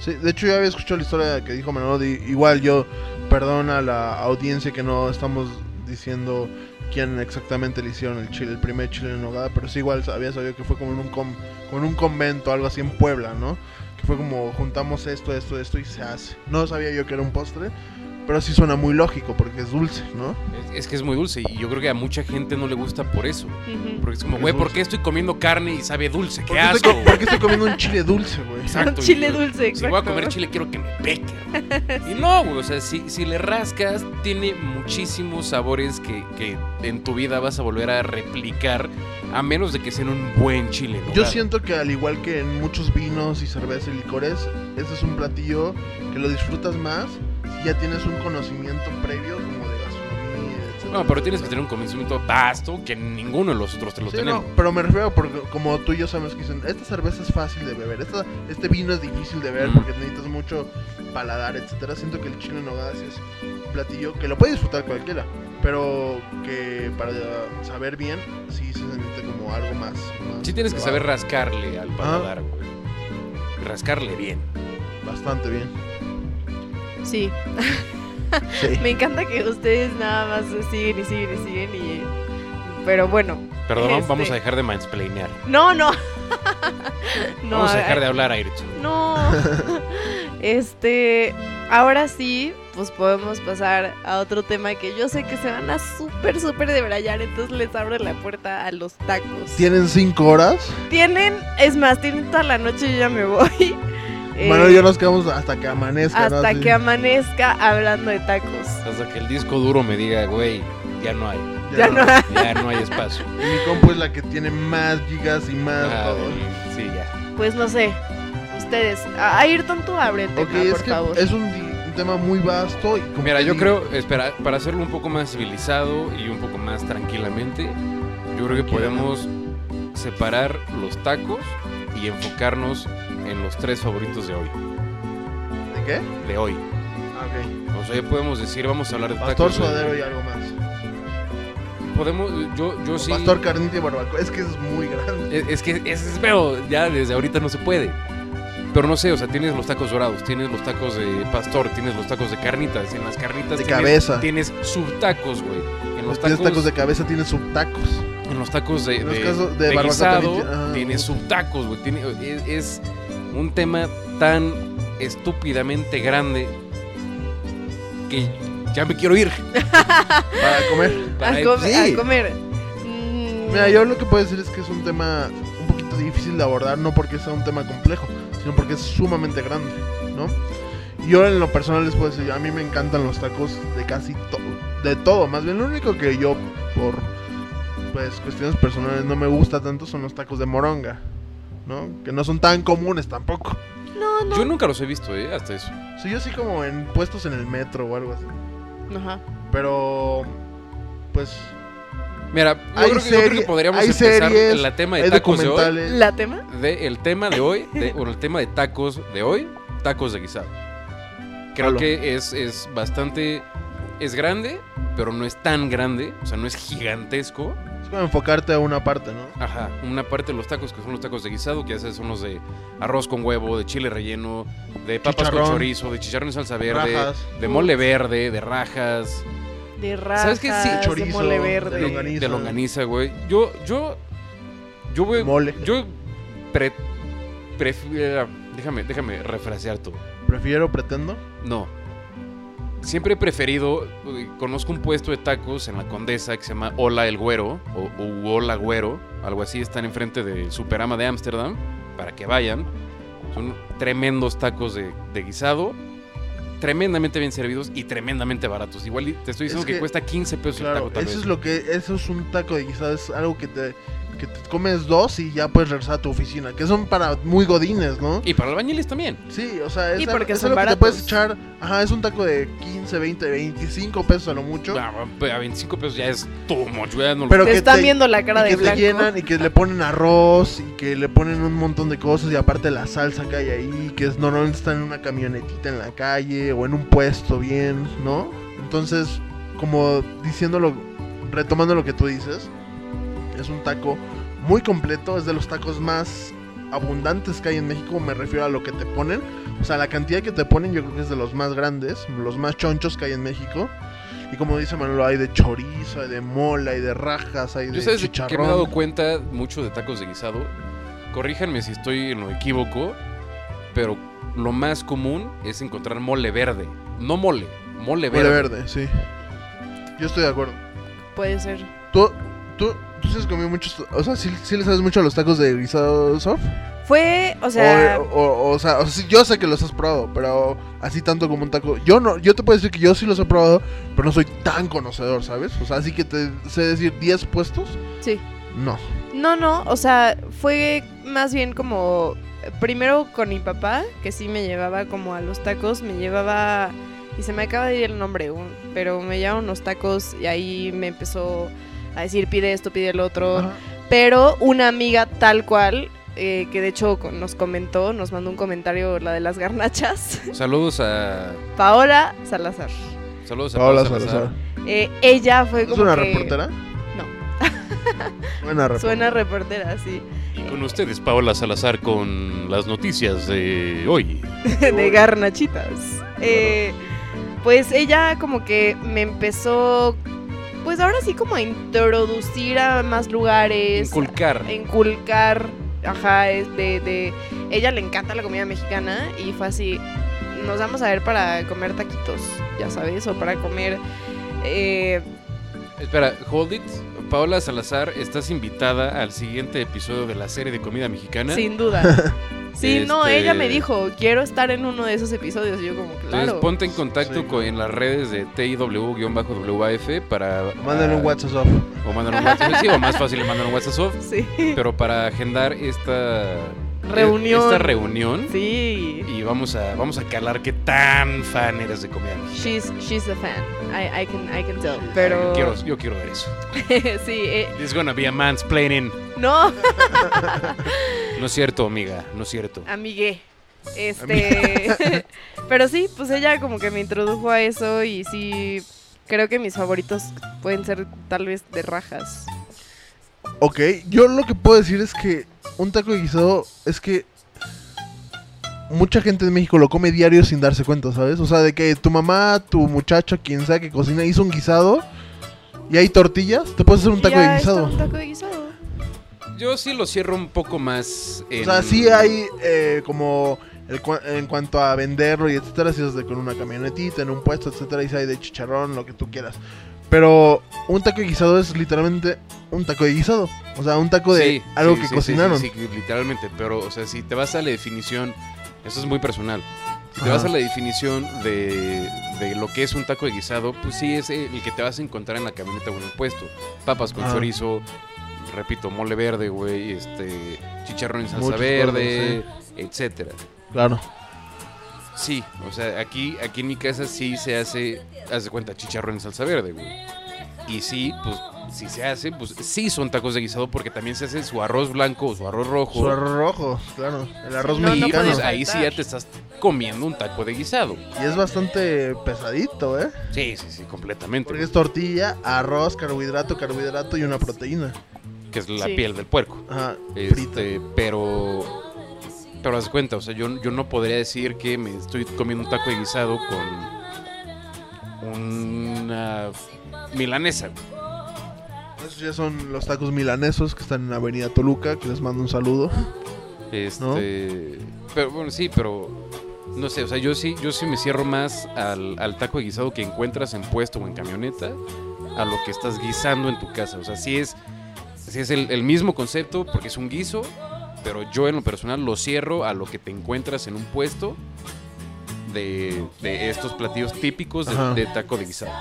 [SPEAKER 3] Sí, de hecho, yo había escuchado la historia que dijo Manolo. di- Igual yo, perdón a la audiencia que no estamos diciendo quién exactamente le hicieron el chile, el primer chile en nogada, pero sí igual había sabido que fue como en un, com- como en un convento, algo así en Puebla, ¿no? Que fue como juntamos esto, esto, esto y se hace. No sabía yo que era un postre, pero sí suena muy lógico porque es dulce, ¿no?
[SPEAKER 2] Es- Es que es muy dulce y yo creo que a mucha gente no le gusta por eso.
[SPEAKER 1] Ujú.
[SPEAKER 2] Porque es como,
[SPEAKER 3] Es
[SPEAKER 2] güey, ¿por
[SPEAKER 3] dulce.
[SPEAKER 2] qué estoy comiendo carne y sabe dulce? ¡Qué
[SPEAKER 3] ¿Por qué,
[SPEAKER 2] asco!
[SPEAKER 3] estoy, co- por qué estoy comiendo un chile dulce, güey?
[SPEAKER 2] Exacto.
[SPEAKER 1] Chile
[SPEAKER 2] y-
[SPEAKER 1] dulce,
[SPEAKER 2] Si voy a
[SPEAKER 1] exacto.
[SPEAKER 2] comer chile, quiero que me peque. Y no, güey, o sea, si, si le rascas, tiene muchísimos sabores que, que en tu vida vas a volver a replicar, a menos de que sean un buen chile. en
[SPEAKER 3] Yo
[SPEAKER 2] nogada.
[SPEAKER 3] siento que al igual que en muchos vinos y cerveza y licores, este es un platillo que lo disfrutas más si ya tienes un conocimiento previo como de gastronomía, etc.
[SPEAKER 2] No, pero tienes que tener un convencimiento vasto que ninguno de los otros te lo tenemos.
[SPEAKER 3] pero me refiero porque como tú y yo sabemos que dicen, esta cerveza es fácil de beber, esta, este vino es difícil de beber
[SPEAKER 2] Mm.
[SPEAKER 3] porque necesitas mucho paladar, etcétera. Siento que el chile en nogada sí es un platillo que lo puede disfrutar cualquiera, pero que para saber bien sí se necesita como algo más. más
[SPEAKER 2] Sí tienes que saber
[SPEAKER 3] elevado.
[SPEAKER 2] rascarle al paladar, güey. Rascarle bien.
[SPEAKER 3] bastante bien.
[SPEAKER 1] Sí,
[SPEAKER 3] Sí.
[SPEAKER 1] me encanta que ustedes nada más siguen y siguen y siguen y... Pero bueno,
[SPEAKER 2] Perdón,
[SPEAKER 1] Este-
[SPEAKER 2] vamos a dejar de mansplainear.
[SPEAKER 1] no, no. no eh,
[SPEAKER 2] vamos a
[SPEAKER 1] ver,
[SPEAKER 2] dejar de hablar, Ayrton.
[SPEAKER 1] No. este, ahora sí, pues podemos pasar a otro tema que yo sé que se van a súper, súper debrayar, entonces les abro la puerta a los tacos.
[SPEAKER 3] Tienen cinco horas.
[SPEAKER 1] Tienen, es más, tienen toda la noche yo ya me voy. Eh,
[SPEAKER 3] Manuel y yo nos quedamos hasta que amanezca. ¿no?
[SPEAKER 1] hasta
[SPEAKER 3] Así.
[SPEAKER 1] que amanezca hablando de tacos.
[SPEAKER 2] Hasta que el disco duro me diga, güey, ya no hay.
[SPEAKER 1] Ya no.
[SPEAKER 2] Ya no hay espacio.
[SPEAKER 3] Y Mi compu es la que tiene más gigas y más
[SPEAKER 2] Ah,
[SPEAKER 3] todo.
[SPEAKER 2] sí, ya.
[SPEAKER 1] Pues no sé, ustedes. A- Ayrton, tú abre el tema,
[SPEAKER 3] Ok, es
[SPEAKER 1] por
[SPEAKER 3] que
[SPEAKER 1] favor.
[SPEAKER 3] es un, di- un tema muy vasto. Y como
[SPEAKER 2] Mira,
[SPEAKER 3] que
[SPEAKER 2] yo
[SPEAKER 3] di-
[SPEAKER 2] creo, espera, para hacerlo un poco más civilizado y un poco más tranquilamente, yo creo que podemos separar los tacos y enfocarnos en los tres favoritos de hoy.
[SPEAKER 3] ¿De qué?
[SPEAKER 2] De hoy.
[SPEAKER 3] Ah, ok.
[SPEAKER 2] O sea, ya podemos decir, vamos a hablar de
[SPEAKER 3] Pastor
[SPEAKER 2] tacos.
[SPEAKER 3] sudadero y algo más.
[SPEAKER 2] Podemos, yo, yo sí.
[SPEAKER 3] Pastor carnita y barbacoa. Es que es muy grande.
[SPEAKER 2] Es, es que ese es feo, ya desde ahorita no se puede. Pero no sé, o sea, tienes los tacos dorados, tienes los tacos de pastor, tienes los tacos de carnitas, en las carnitas
[SPEAKER 3] De
[SPEAKER 2] tienes,
[SPEAKER 3] cabeza.
[SPEAKER 2] tienes subtacos, güey. En los
[SPEAKER 3] Los
[SPEAKER 2] tacos,
[SPEAKER 3] tienes tacos de cabeza, tienes subtacos.
[SPEAKER 2] en los tacos de,
[SPEAKER 3] en los
[SPEAKER 2] de-
[SPEAKER 3] casos de
[SPEAKER 2] de
[SPEAKER 3] barbacoa
[SPEAKER 2] guisado,
[SPEAKER 3] también tiene- ah.
[SPEAKER 2] tienes subtacos, güey. Tiene- es, es un tema tan estúpidamente grande que ya me quiero ir.
[SPEAKER 3] Para comer.
[SPEAKER 1] a,
[SPEAKER 2] Ay, pues,
[SPEAKER 1] com-
[SPEAKER 3] sí.
[SPEAKER 1] a comer. Mm,
[SPEAKER 3] Mira, yo lo que puedo decir es que es un tema un poquito difícil de abordar, no porque sea un tema complejo, sino porque es sumamente grande, ¿no? Yo en lo personal les puedo decir, a mí me encantan los tacos de casi todo, de todo. Más bien, lo único que yo, por pues cuestiones personales, no me gusta tanto son los tacos de moronga, ¿no? Que no son tan comunes tampoco.
[SPEAKER 1] No, no.
[SPEAKER 2] Yo nunca los he visto, ¿eh? Hasta eso.
[SPEAKER 3] Sí, yo sí como en puestos en el metro o algo así.
[SPEAKER 1] Ajá.
[SPEAKER 3] pero pues
[SPEAKER 2] Mira, yo,
[SPEAKER 3] Hay
[SPEAKER 2] creo, que, yo creo que
[SPEAKER 3] serie-
[SPEAKER 2] podríamos
[SPEAKER 3] hay
[SPEAKER 2] empezar
[SPEAKER 3] series,
[SPEAKER 2] el tema de
[SPEAKER 3] hay
[SPEAKER 2] tacos de hoy.
[SPEAKER 3] documentales.
[SPEAKER 1] ¿La tema?
[SPEAKER 2] De el tema de hoy, de- o el tema de tacos de hoy, tacos de guisado. Creo
[SPEAKER 3] Jalo.
[SPEAKER 2] que es, es bastante. Es grande, pero no es tan grande. O sea, no es gigantesco.
[SPEAKER 3] Es como enfocarte a una parte, ¿no?
[SPEAKER 2] Ajá. Una parte de los tacos, que son los tacos de guisado, que ya sabes, son los de arroz con huevo, de chile relleno, de papas con
[SPEAKER 3] Chicharrón.
[SPEAKER 2] chorizo, de chicharrón en salsa verde,
[SPEAKER 3] Rajas.
[SPEAKER 2] de mole verde, de rajas.
[SPEAKER 1] De rajas,
[SPEAKER 2] ¿Sabes qué? Sí,
[SPEAKER 1] de
[SPEAKER 3] chorizo,
[SPEAKER 1] mole
[SPEAKER 3] de
[SPEAKER 1] verde.
[SPEAKER 3] longaniza.
[SPEAKER 2] De longaniza, güey. Yo, yo, yo voy,
[SPEAKER 3] Mole.
[SPEAKER 2] yo pre, pref- eh, déjame, déjame refrasear todo.
[SPEAKER 3] Prefiero, pretendo.
[SPEAKER 2] No. Siempre he preferido, eh, conozco un puesto de tacos en la Condesa que se llama Hola el Güero o u Hola Güero, algo así, están enfrente del Superama de Ámsterdam, para que vayan. Son tremendos tacos de, de guisado, tremendamente bien servidos y tremendamente baratos. Igual y te estoy
[SPEAKER 3] Es
[SPEAKER 2] diciendo que,
[SPEAKER 3] que-
[SPEAKER 2] cuesta 15 pesos Pues el
[SPEAKER 3] Claro,
[SPEAKER 2] taco tal
[SPEAKER 3] eso
[SPEAKER 2] vez.
[SPEAKER 3] es lo que eso es un taco de guisado, es algo que te que te comes dos y ya puedes regresar a tu oficina, que son para muy godines, ¿no?
[SPEAKER 2] Y para albañiles también.
[SPEAKER 3] Sí, o sea, es,
[SPEAKER 1] Y porque
[SPEAKER 3] es
[SPEAKER 1] son
[SPEAKER 3] algo que
[SPEAKER 1] baratos.
[SPEAKER 3] te puedes echar, ajá, es un taco de 15, 20, 25 pesos a lo mucho,
[SPEAKER 2] Ah, pero a 25 pesos ya es too much, ya no lo-
[SPEAKER 3] Pero
[SPEAKER 1] Te
[SPEAKER 3] que
[SPEAKER 1] están
[SPEAKER 3] te-
[SPEAKER 1] viendo la cara
[SPEAKER 3] y
[SPEAKER 1] de
[SPEAKER 3] que te
[SPEAKER 1] blanco.
[SPEAKER 3] llenan y que le ponen arroz y que le ponen un montón de cosas y aparte la salsa que hay ahí, que es, normalmente están en una camionetita en la calle o en un puesto bien, ¿no? Entonces, como diciéndolo, retomando lo que tú dices, es un taco muy completo, es de los tacos más abundantes que hay en México, me refiero a lo que te ponen, o sea, la cantidad que te ponen yo creo que es de los más grandes, los más chonchos que hay en México. Y como dice Manolo, hay de chorizo, hay de mola, hay de rajas, hay de
[SPEAKER 2] Yo sabes que me he
[SPEAKER 3] chicharrón.
[SPEAKER 2] dado cuenta mucho de tacos de guisado. Corríjanme si estoy en lo equívoco, pero lo más común es encontrar mole verde. No mole, mole verde.
[SPEAKER 3] Mole verde, sí. Yo estoy de acuerdo.
[SPEAKER 1] Puede ser.
[SPEAKER 3] ¿Tú, tú, tú sí has comido muchos... O sea, ¿sí, sí le sabes mucho a los tacos de guisado, Sof?
[SPEAKER 5] Fue, o sea,
[SPEAKER 3] o, o- o sea, o sea, sí, yo sé que los has probado, pero así tanto como un taco... Yo no yo te puedo decir que yo sí los he probado, pero no soy tan conocedor, ¿sabes? O sea, así que te sé decir 10 puestos.
[SPEAKER 1] Sí.
[SPEAKER 3] No.
[SPEAKER 1] No, no, o sea, fue más bien como. Primero con mi papá, que sí me llevaba como a los tacos, me llevaba. Y se me acaba de ir el nombre, un- pero me llevaban unos tacos y ahí me empezó a decir pide esto, pide el otro.
[SPEAKER 3] Ajá.
[SPEAKER 1] Pero una amiga tal cual, eh, que de hecho con- nos comentó, nos mandó un comentario la de las garnachas,
[SPEAKER 2] Saludos a.
[SPEAKER 1] Paola Salazar.
[SPEAKER 2] Saludos a
[SPEAKER 3] Paola
[SPEAKER 2] Salazar.
[SPEAKER 3] Salazar.
[SPEAKER 1] Eh, ella fue
[SPEAKER 3] ¿Es
[SPEAKER 1] como.
[SPEAKER 3] una
[SPEAKER 1] que-
[SPEAKER 3] reportera?
[SPEAKER 1] No.
[SPEAKER 3] Buena reportera.
[SPEAKER 1] Suena reportera, sí.
[SPEAKER 4] Y con ustedes, Paola Salazar, con las noticias de hoy.
[SPEAKER 1] de garnachitas. Eh, pues ella como que me empezó, pues ahora sí como a introducir a más lugares,
[SPEAKER 2] Inculcar.
[SPEAKER 1] a inculcar, ajá, es de, de, ella le encanta la comida mexicana y fue así, nos vamos a ver para comer taquitos, ya sabes, o para comer... eh,
[SPEAKER 2] Espera, hold it. Paola Salazar, estás invitada al siguiente episodio de la serie de comida mexicana.
[SPEAKER 1] sin duda. Sí, no,
[SPEAKER 2] Este-
[SPEAKER 1] ella me dijo, quiero estar en uno de esos episodios. Y yo como,
[SPEAKER 2] Entonces
[SPEAKER 1] claro.
[SPEAKER 2] ponte en contacto
[SPEAKER 3] Sí.
[SPEAKER 2] con, en las redes de TIW-WAF para.
[SPEAKER 3] Mándale un
[SPEAKER 2] a-
[SPEAKER 3] WhatsApp. Sof.
[SPEAKER 2] O mandan un WhatsApp. Sí, o más fácil le mandan un WhatsApp.
[SPEAKER 1] Sí.
[SPEAKER 2] Pero para agendar esta
[SPEAKER 1] Reunión.
[SPEAKER 2] Esta reunión.
[SPEAKER 1] Sí.
[SPEAKER 2] Y vamos a, vamos a calar qué tan fan eres de comida. mexicana.
[SPEAKER 1] She's, she's a fan. I, I can, I can tell. Pero.
[SPEAKER 2] Yo quiero, yo quiero ver eso.
[SPEAKER 1] sí, eh,
[SPEAKER 2] This gonna be a mansplaining.
[SPEAKER 1] no,
[SPEAKER 2] No es cierto, amiga. No es cierto.
[SPEAKER 1] Ah. amigué. Este. pero sí, pues ella como que me introdujo a eso y sí. Creo que mis favoritos pueden ser tal vez de rajas.
[SPEAKER 3] Ok, yo lo que puedo decir es que un taco de guisado es que mucha gente en México lo come diario sin darse cuenta, ¿sabes? O sea, de que tu mamá, tu muchacho, quien sea que cocina, hizo un guisado y hay tortillas, te puedes hacer un
[SPEAKER 1] Y
[SPEAKER 3] taco
[SPEAKER 1] ya
[SPEAKER 3] de
[SPEAKER 1] está
[SPEAKER 3] guisado.
[SPEAKER 1] Un taco de guisado.
[SPEAKER 2] Yo sí lo cierro un poco más.
[SPEAKER 3] O
[SPEAKER 2] en-
[SPEAKER 3] sea, sí hay eh, como el cua- en cuanto a venderlo y etcétera, si es de con una camionetita, en un puesto, etcétera, y si hay de chicharrón, lo que tú quieras. Pero un taco de guisado es literalmente un taco de guisado. O sea, un taco de
[SPEAKER 2] Sí,
[SPEAKER 3] algo
[SPEAKER 2] sí,
[SPEAKER 3] que
[SPEAKER 2] sí, sí,
[SPEAKER 3] cocinaron.
[SPEAKER 2] Sí, sí, literalmente. Pero, o sea, si te vas a la definición, eso es muy personal. Si te vas a la definición de, de lo que es un taco de guisado, pues sí es el que te vas a encontrar en la camioneta o en el puesto. Papas con
[SPEAKER 3] Ah.
[SPEAKER 2] chorizo, repito, mole verde, güey, este, chicharrón en salsa
[SPEAKER 3] Muchos ¿eh?
[SPEAKER 2] verde, etcétera.
[SPEAKER 3] Claro.
[SPEAKER 2] Sí, o sea, aquí, aquí en mi casa sí se hace, haz de cuenta, chicharrón en salsa verde, güey. Y sí, pues, si se hace, pues sí son tacos de guisado porque también se hace su arroz blanco o su arroz rojo.
[SPEAKER 3] Su arroz rojo, claro. El arroz
[SPEAKER 1] Sí, no, no
[SPEAKER 2] y
[SPEAKER 3] mexicano.
[SPEAKER 2] pues
[SPEAKER 1] puede
[SPEAKER 2] ahí sí ya
[SPEAKER 1] faltar.
[SPEAKER 2] te estás comiendo un taco de guisado.
[SPEAKER 3] y es bastante pesadito, ¿eh?
[SPEAKER 2] Sí, sí, sí, completamente.
[SPEAKER 3] Porque
[SPEAKER 2] güey,
[SPEAKER 3] es tortilla, arroz, carbohidrato, carbohidrato y una proteína.
[SPEAKER 2] que es la
[SPEAKER 1] Sí.
[SPEAKER 2] piel del puerco.
[SPEAKER 3] Ajá, frita.
[SPEAKER 2] Este, pero. Pero haz de cuenta, o sea, yo, yo no podría decir que me estoy comiendo un taco de guisado con una milanesa. güey.
[SPEAKER 3] Esos ya son los tacos milanesos que están en Avenida Toluca, que les mando un saludo.
[SPEAKER 2] Este. Pero bueno, sí, pero. No sé, o sea, yo sí, yo sí me cierro más al, al taco de guisado que encuentras en puesto o en camioneta a lo que estás guisando en tu casa. O sea, sí es, sí es el, el mismo concepto porque es un guiso, pero yo en lo personal lo cierro a lo que te encuentras en un puesto de, de estos platillos típicos de,
[SPEAKER 3] Ajá.
[SPEAKER 2] de taco de guisado.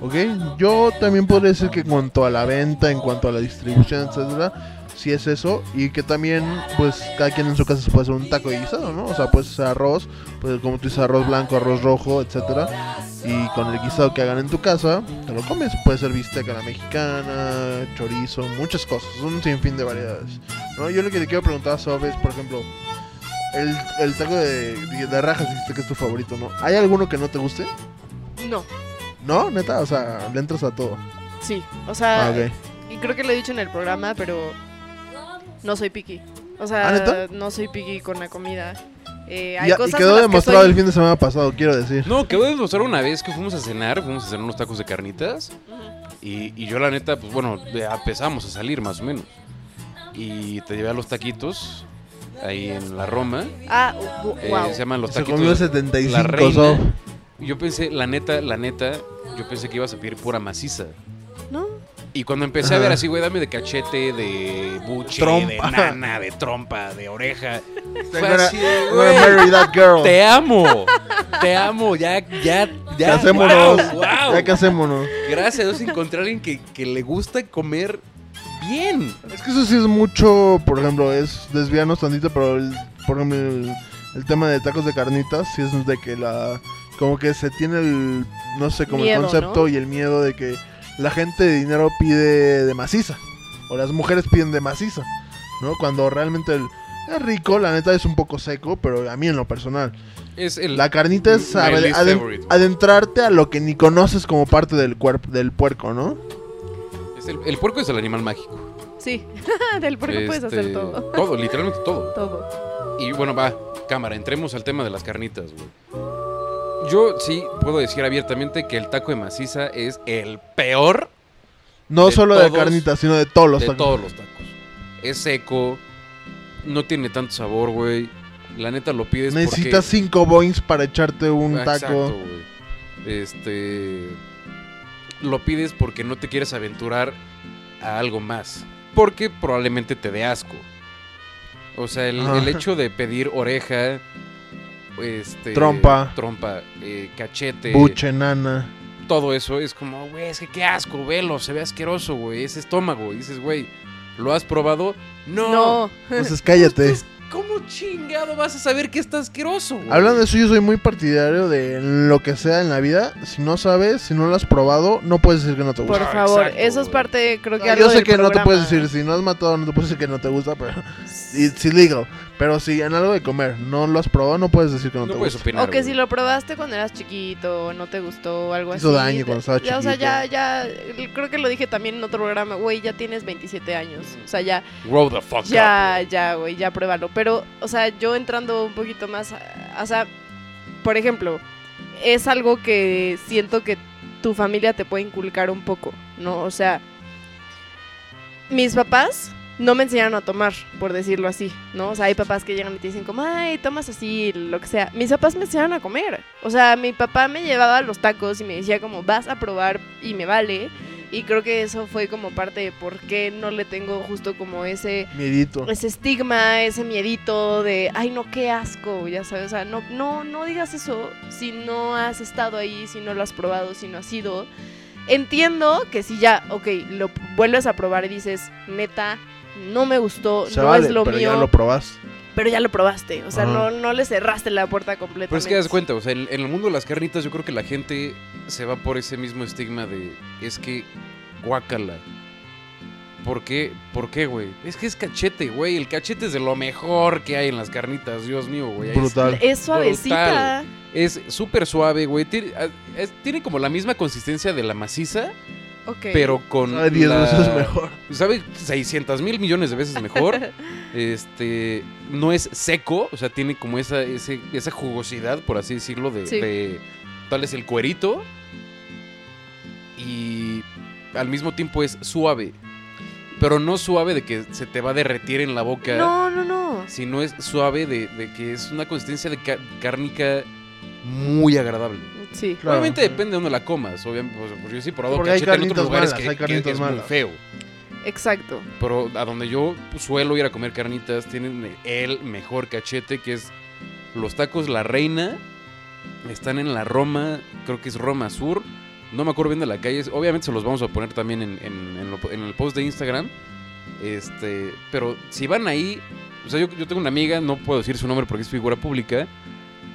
[SPEAKER 3] ¿Ok? Yo también podría decir que en cuanto a la venta, en cuanto a la distribución, etcétera, sí es eso. Y que también, pues, cada quien en su casa se puede hacer un taco de guisado, ¿no? O sea, puedes hacer arroz, pues, como tú dices, arroz blanco, arroz rojo, etcétera. Y con el guisado que hagan en tu casa, te lo comes. Puede ser bistec a la mexicana, chorizo, muchas cosas. Un sinfín de variedades. ¿no? Yo lo que le quiero preguntar a Sob es, por ejemplo, el, el taco de, de, de rajas, dijiste que es tu favorito, ¿no? ¿Hay alguno que no te guste?
[SPEAKER 1] No,
[SPEAKER 3] No, neta, o sea, le entras a todo.
[SPEAKER 1] sí. O
[SPEAKER 3] Ah,
[SPEAKER 1] sea,
[SPEAKER 3] ok.
[SPEAKER 1] y creo que lo he dicho en el programa, pero no soy picky. O sea,
[SPEAKER 3] ¿Ah, neta?
[SPEAKER 1] no soy picky con la comida. Eh, hay
[SPEAKER 3] Y, y
[SPEAKER 1] cosas en
[SPEAKER 3] quedó
[SPEAKER 1] las que
[SPEAKER 3] demostrado
[SPEAKER 1] soy-
[SPEAKER 3] el fin de semana pasado, quiero decir.
[SPEAKER 2] No, quedó de demostrar una vez que fuimos a cenar, fuimos a cenar unos tacos de carnitas.
[SPEAKER 1] Ujú.
[SPEAKER 2] Y, y yo la neta, pues bueno, de- empezamos a salir más o menos. Y te llevé a los taquitos, ahí en la Roma.
[SPEAKER 1] Ah, wow.
[SPEAKER 2] eh, se llaman los
[SPEAKER 3] Se
[SPEAKER 2] taquitos.
[SPEAKER 3] comió
[SPEAKER 2] la
[SPEAKER 3] 75,
[SPEAKER 2] reina.
[SPEAKER 3] so.
[SPEAKER 2] Y Yo pensé, la neta, la neta, yo pensé que ibas a pedir pura maciza.
[SPEAKER 1] No,
[SPEAKER 2] Y cuando empecé a
[SPEAKER 3] Ajá.
[SPEAKER 2] ver así, güey, dame de cachete, de buche,
[SPEAKER 3] Trompa.
[SPEAKER 2] de nana, de trompa, de oreja. Fue
[SPEAKER 3] I'm gonna-
[SPEAKER 2] así de,
[SPEAKER 3] I'm
[SPEAKER 2] güey,
[SPEAKER 3] gonna marry that girl.
[SPEAKER 2] te amo, te amo, ya, ya, ya.
[SPEAKER 3] Casémonos.
[SPEAKER 2] guau, guau.
[SPEAKER 3] Ya casémonos.
[SPEAKER 2] Gracias a Dios encontré a alguien que, que le gusta comer bien.
[SPEAKER 3] Es que eso sí es mucho, por ejemplo, es desviarnos tantito, pero el- por ejemplo, el, el tema de tacos de carnitas, sí es de que la. Como que se tiene el. No sé, como
[SPEAKER 1] Miedo,
[SPEAKER 3] el concepto
[SPEAKER 1] ¿no?
[SPEAKER 3] y el miedo de que la gente de dinero pide de maciza. O las mujeres piden de maciza, ¿no? Cuando realmente el. Es rico, la neta es un poco seco, pero a mí en lo personal.
[SPEAKER 2] Es el,
[SPEAKER 3] La carnita es
[SPEAKER 2] My
[SPEAKER 3] aden-
[SPEAKER 2] least
[SPEAKER 3] aden-
[SPEAKER 2] favorite.
[SPEAKER 3] adentrarte a lo que ni conoces como parte del cuerpo del puerco, ¿no?
[SPEAKER 2] es el, el puerco es el animal mágico.
[SPEAKER 1] sí. Del por qué puedes hacer
[SPEAKER 2] Este,
[SPEAKER 1] todo.
[SPEAKER 2] Todo, literalmente todo.
[SPEAKER 1] Todo.
[SPEAKER 2] Y bueno, va, cámara, entremos al tema de las carnitas, güey. Yo sí puedo decir abiertamente que el taco de maciza es el peor
[SPEAKER 3] No
[SPEAKER 2] De
[SPEAKER 3] solo de
[SPEAKER 2] todos-
[SPEAKER 3] carnitas, sino de todos los
[SPEAKER 2] de
[SPEAKER 3] tacos.
[SPEAKER 2] todos los tacos. Es seco, no tiene tanto sabor, güey. La neta lo pides
[SPEAKER 3] Necesitas cinco boings para echarte un
[SPEAKER 2] porque...
[SPEAKER 3] taco.
[SPEAKER 2] Exacto, güey. Este... Lo pides porque no te quieres aventurar a algo más. Porque probablemente te dé asco. O sea, el,
[SPEAKER 3] Ajá.
[SPEAKER 2] el hecho de pedir oreja... Este,
[SPEAKER 3] Trompa.
[SPEAKER 2] Trompa, eh, cachete.
[SPEAKER 3] Buche, nana.
[SPEAKER 2] todo eso es como, güey, es que qué asco, velo, se ve asqueroso, güey, ese estómago. Y dices, güey, ¿lo has probado? No.
[SPEAKER 1] No.
[SPEAKER 3] Entonces cállate.
[SPEAKER 2] Entonces, ¿Cómo chingado vas a saber que está asqueroso, güey?
[SPEAKER 3] Hablando de eso, yo soy muy partidario de lo que sea en la vida. Si no sabes, si no lo has probado, no puedes decir que no te
[SPEAKER 1] Por
[SPEAKER 3] gusta.
[SPEAKER 2] Ah,
[SPEAKER 1] favor,
[SPEAKER 2] exacto,
[SPEAKER 1] eso es
[SPEAKER 2] güey.
[SPEAKER 1] parte, creo que
[SPEAKER 3] No,
[SPEAKER 1] algo
[SPEAKER 3] yo sé
[SPEAKER 1] del
[SPEAKER 3] que no te
[SPEAKER 1] programa. ¿eh?
[SPEAKER 3] puedes decir, si no has matado, no te puedes decir que no te gusta, pero it's illegal. Pero si en algo de comer no lo has probado, no puedes decir que no,
[SPEAKER 2] no
[SPEAKER 3] te
[SPEAKER 2] puedes
[SPEAKER 3] gusta.
[SPEAKER 2] opinar.
[SPEAKER 1] O que
[SPEAKER 2] güey.
[SPEAKER 1] si lo probaste cuando eras chiquito, no te gustó, o algo
[SPEAKER 3] Hizo
[SPEAKER 1] así.
[SPEAKER 3] daño cuando estaba
[SPEAKER 1] Ya, O sea,
[SPEAKER 3] chiquito.
[SPEAKER 1] ya, ya, el- creo que lo dije también en otro programa, güey, ya tienes 27 años. O sea, ya,
[SPEAKER 4] Grow the fuck
[SPEAKER 1] ya,
[SPEAKER 4] up.
[SPEAKER 1] ya, güey, ya pruébalo. Pero, o sea, yo entrando un poquito más, a- o sea, por ejemplo, es algo que siento que tu familia te puede inculcar un poco, ¿no? O sea, mis papás no me enseñaron a tomar, por decirlo así, ¿no? O sea, hay papás que llegan y te dicen como, ay, tomas así, lo que sea. Mis papás me enseñaron a comer. O sea, mi papá me llevaba a los tacos y me decía como, vas a probar y me vale. Y creo que eso fue como parte de por qué no le tengo justo como ese
[SPEAKER 3] Miedito.
[SPEAKER 1] ese estigma, ese miedito de, ay no, qué asco, ya sabes, o sea, no, no, no digas eso si no has estado ahí, si no lo has probado, si no has ido. Entiendo que si ya, ok, lo p- vuelves a probar y dices, neta, no me gustó,
[SPEAKER 3] Se
[SPEAKER 1] no
[SPEAKER 3] vale,
[SPEAKER 1] es lo
[SPEAKER 3] pero
[SPEAKER 1] mío,
[SPEAKER 3] ya lo probás.
[SPEAKER 1] pero ya lo probaste, o sea,
[SPEAKER 3] Ajá.
[SPEAKER 1] no, no le cerraste la puerta completamente.
[SPEAKER 2] Pero Pues es que das cuenta, o sea, en, en el mundo de las carnitas yo creo que la gente se va por ese mismo estigma de es que guácala. ¿Por qué? ¿Por qué, güey? Es que es cachete, güey. El cachete es de lo mejor que hay en las carnitas, Dios mío, güey. Ahí está.
[SPEAKER 3] Brutal.
[SPEAKER 1] Es suavecita.
[SPEAKER 2] Es súper suave, güey. Tiene, ah, es- tiene como la misma consistencia de la maciza,
[SPEAKER 1] Ok.
[SPEAKER 2] pero con...
[SPEAKER 3] Sabe 10
[SPEAKER 2] la-
[SPEAKER 3] veces mejor.
[SPEAKER 2] sabe 600 mil millones de veces mejor. este no es seco, o sea, tiene como esa, ese- esa jugosidad, por así decirlo, de,
[SPEAKER 1] Sí.
[SPEAKER 2] de tal es el cuerito. Y al mismo tiempo es suave. Pero no suave de que se te va a derretir en la boca.
[SPEAKER 1] No, no, no.
[SPEAKER 2] Sino es suave de, de que es una consistencia de ca- cárnica muy agradable.
[SPEAKER 1] Sí.
[SPEAKER 3] Claro.
[SPEAKER 2] Obviamente depende de donde la comas, obviamente. pues, Yo sí he probado
[SPEAKER 3] Porque hay
[SPEAKER 2] cachete en otros
[SPEAKER 3] carnitas
[SPEAKER 2] lugares
[SPEAKER 3] malas,
[SPEAKER 2] que-
[SPEAKER 3] hay
[SPEAKER 2] que
[SPEAKER 3] carnitas
[SPEAKER 2] es muy
[SPEAKER 3] malas.
[SPEAKER 2] feo.
[SPEAKER 1] Exacto.
[SPEAKER 2] Pero a donde yo suelo ir a comer carnitas, tienen el mejor cachete, que es los tacos La Reina. Están en la Roma, creo que es Roma Sur. No me acuerdo bien de la calle. Obviamente se los vamos a poner también en, en- en lo- en el post de Instagram. Este, pero si van ahí, o sea, yo, yo tengo una amiga, no puedo decir su nombre porque es figura pública.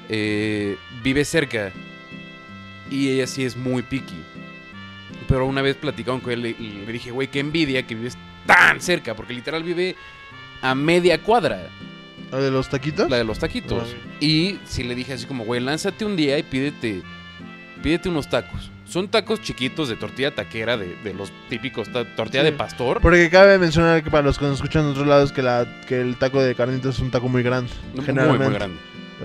[SPEAKER 2] eh, vive cerca y ella sí es muy picky. Pero una vez platicaron con él y y le dije, güey, qué envidia que vives tan cerca, porque literal vive a media cuadra,
[SPEAKER 3] ¿La de los taquitos?
[SPEAKER 2] la de los taquitos. Y si le dije así como, güey, lánzate un día y pídete, pídete unos tacos. Son tacos chiquitos de tortilla taquera, de, de los típicos, ta- tortilla
[SPEAKER 3] Sí.
[SPEAKER 2] de pastor.
[SPEAKER 3] Porque cabe mencionar que para los que nos escuchan de otros lados que, la, que el taco de carnitas es un taco muy grande.
[SPEAKER 2] Muy,
[SPEAKER 3] generalmente.
[SPEAKER 2] muy grande.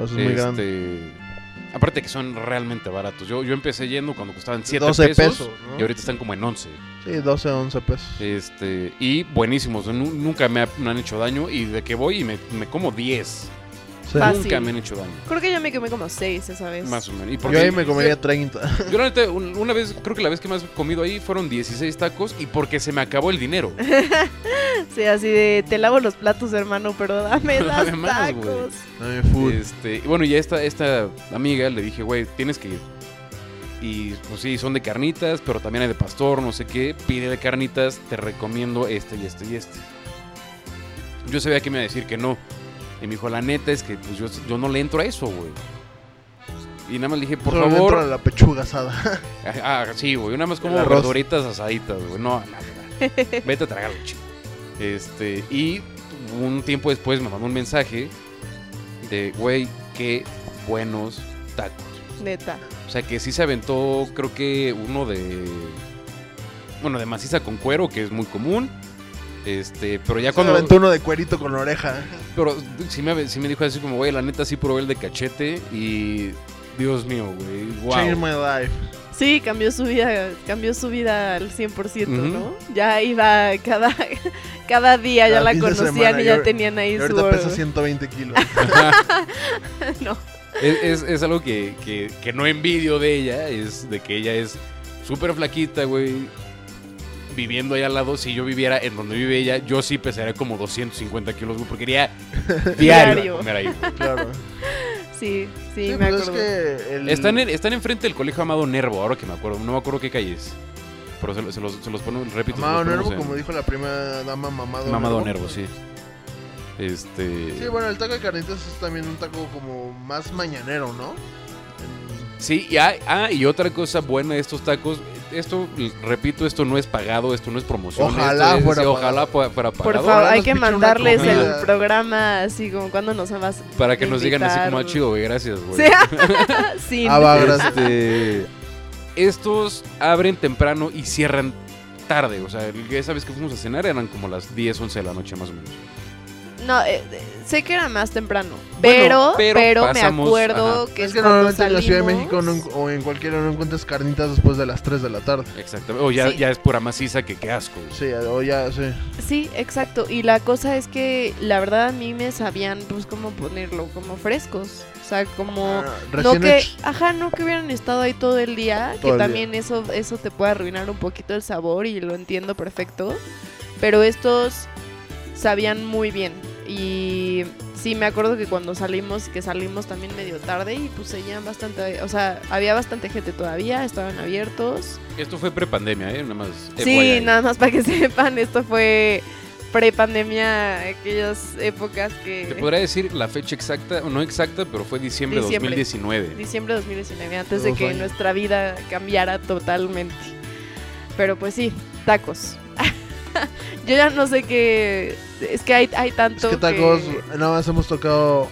[SPEAKER 3] O sea, es muy grande.
[SPEAKER 2] Este, aparte que son realmente baratos. Yo, yo empecé yendo cuando costaban 7
[SPEAKER 3] 12
[SPEAKER 2] pesos,
[SPEAKER 3] pesos. ¿no?
[SPEAKER 2] y ahorita están como en 11.
[SPEAKER 3] Sí, 12, 11 pesos.
[SPEAKER 2] Este, y buenísimos, nu- nunca me, ha- me han hecho daño y de que voy y me, me como 10.
[SPEAKER 3] Sí.
[SPEAKER 1] Fácil.
[SPEAKER 2] Nunca me han hecho daño.
[SPEAKER 1] Creo que yo me quemé como seis esa vez.
[SPEAKER 2] Más o menos. Y
[SPEAKER 3] Yo
[SPEAKER 2] porque
[SPEAKER 3] ahí me comería 30.
[SPEAKER 2] yo la neta, un- una vez, creo que la vez que más he comido ahí fueron 16 tacos y porque se me acabó el dinero.
[SPEAKER 1] Sí, así de te lavo los platos, hermano, pero dame
[SPEAKER 2] Dame
[SPEAKER 1] las
[SPEAKER 2] más, güey.
[SPEAKER 1] tacos.
[SPEAKER 3] Dame food.
[SPEAKER 2] Este, y bueno, ya esta, esta amiga le dije, güey, tienes que ir. Y pues sí, son de carnitas, pero también hay de pastor, no sé qué. Pide de carnitas, te recomiendo este y este y este. Yo sabía que me iba a decir que no. Y me dijo, la neta es que pues, yo, yo no le entro a eso, güey. Y nada más le dije, por
[SPEAKER 3] Solo le
[SPEAKER 2] favor.
[SPEAKER 3] entro a la pechuga asada.
[SPEAKER 2] Ah, ah, sí, güey. Nada más como
[SPEAKER 3] El arroz.
[SPEAKER 2] verduritas asaditas, güey. No, nada, nada. Vete a tragarlo, chico. Este, y un tiempo después me mandó un mensaje de, güey, qué buenos tacos.
[SPEAKER 1] Neta.
[SPEAKER 2] O sea, que sí se aventó, creo que uno de. Bueno, de maciza con cuero, que es muy común. Este, pero ya
[SPEAKER 3] Cuando
[SPEAKER 2] cuando.
[SPEAKER 3] aventó uno de cuerito con oreja.
[SPEAKER 2] Pero sí me, sí me dijo así como, güey, la neta sí probé el de cachete y. Dios mío, güey.
[SPEAKER 3] Change
[SPEAKER 2] Wow.
[SPEAKER 3] my life.
[SPEAKER 1] Sí, cambió su vida, cambió su vida al 100%,
[SPEAKER 2] Ujú.
[SPEAKER 1] ¿no? Ya iba cada, cada día, ya
[SPEAKER 3] Cada
[SPEAKER 1] la
[SPEAKER 3] fin de
[SPEAKER 1] conocían
[SPEAKER 3] semana,
[SPEAKER 1] y
[SPEAKER 3] y
[SPEAKER 1] ya
[SPEAKER 3] ahor-
[SPEAKER 1] tenían ahí
[SPEAKER 3] Y
[SPEAKER 1] su...
[SPEAKER 3] ahorita pesa 120 kilos.
[SPEAKER 1] no.
[SPEAKER 2] Es, es- es algo que, que- que no envidio de ella, es de que ella es súper flaquita, güey. Viviendo ahí al lado, si yo viviera en donde vive ella, yo sí pesaría como 250 kilos, güey, porque iría diario,
[SPEAKER 1] Diario.
[SPEAKER 2] a comer ahí. güey.
[SPEAKER 3] claro.
[SPEAKER 1] Sí, sí,
[SPEAKER 3] Sí,
[SPEAKER 1] me
[SPEAKER 3] pues es
[SPEAKER 1] acuerdo.
[SPEAKER 3] que el-
[SPEAKER 2] Están, en- están enfrente del colegio Amado Nervo, ahora que me acuerdo, no me acuerdo qué calle es. Pero se, lo- se los, se los ponemos, repito. se los
[SPEAKER 3] Mamado
[SPEAKER 2] ponemos
[SPEAKER 3] Nervo,
[SPEAKER 2] en-
[SPEAKER 3] como dijo la primera dama, mamado
[SPEAKER 2] Mamado Nervo, sí. Este.
[SPEAKER 3] Sí, bueno, el taco de carnitas es también un taco como más mañanero, ¿no?
[SPEAKER 2] Sí, y, hay- ah, y otra cosa buena de estos tacos, esto, l- repito, esto no es pagado, esto no es promoción.
[SPEAKER 3] Ojalá
[SPEAKER 2] esto es-
[SPEAKER 3] fuera
[SPEAKER 2] sí, Ojalá
[SPEAKER 3] pagado.
[SPEAKER 2] fuera fuera
[SPEAKER 1] Por
[SPEAKER 2] pagado.
[SPEAKER 1] favor, hay
[SPEAKER 3] nos
[SPEAKER 1] que
[SPEAKER 3] pichó una
[SPEAKER 1] mandarles el
[SPEAKER 2] comida.
[SPEAKER 1] programa así como cuando nos amas.
[SPEAKER 2] Para que nos digan así como, ah,
[SPEAKER 1] invitar.
[SPEAKER 2] chido, güey, gracias, güey.
[SPEAKER 1] Sí, sí.
[SPEAKER 3] Ah, va, gracias.
[SPEAKER 2] Este, estos abren temprano y cierran tarde. O sea, el- esa vez que fuimos a cenar eran como las 10, 11 de la noche más o menos.
[SPEAKER 1] No, eh, eh, sé que era más temprano, pero,
[SPEAKER 2] pero
[SPEAKER 1] pero, me
[SPEAKER 2] pasamos,
[SPEAKER 1] acuerdo que
[SPEAKER 3] Es que
[SPEAKER 1] cuando
[SPEAKER 3] normalmente en la Ciudad de
[SPEAKER 1] salimos-
[SPEAKER 3] México no en- o en cualquiera no encuentras carnitas después de las 3 de la tarde.
[SPEAKER 2] Exactamente. O ya,
[SPEAKER 1] Sí.
[SPEAKER 2] ya es pura maciza que qué asco.
[SPEAKER 3] Sí, o ya, sí.
[SPEAKER 1] Sí, exacto. Y la cosa es que la verdad a mí me sabían, pues, cómo ponerlo, como frescos. O sea, como...
[SPEAKER 3] Ah,
[SPEAKER 1] No
[SPEAKER 3] recién
[SPEAKER 1] que,
[SPEAKER 3] hecho.
[SPEAKER 1] ajá, no que hubieran estado ahí todo el día,
[SPEAKER 3] Todo el
[SPEAKER 1] que
[SPEAKER 3] día.
[SPEAKER 1] también eso eso te puede arruinar un poquito el sabor y lo entiendo perfecto, pero estos sabían muy bien y sí me acuerdo que cuando salimos, que salimos también medio tarde y pues seguían bastante, o sea, había bastante gente todavía, estaban abiertos.
[SPEAKER 2] Esto fue prepandemia, ¿eh? Nada más.
[SPEAKER 1] Sí,
[SPEAKER 2] FYI.
[SPEAKER 1] nada más para que sepan, esto fue prepandemia, aquellas épocas
[SPEAKER 2] Te
[SPEAKER 1] que
[SPEAKER 2] podría decir la fecha exacta, o no exacta, pero fue diciembre de
[SPEAKER 1] Diciembre.
[SPEAKER 2] 2019.
[SPEAKER 1] diciembre de 2019, antes de
[SPEAKER 3] Dos
[SPEAKER 1] que
[SPEAKER 3] años.
[SPEAKER 1] nuestra vida cambiara totalmente. Pero pues sí, tacos. Yo ya no sé qué... Es que hay, hay
[SPEAKER 3] Es
[SPEAKER 1] tanto...
[SPEAKER 3] que tacos, nada más hemos tocado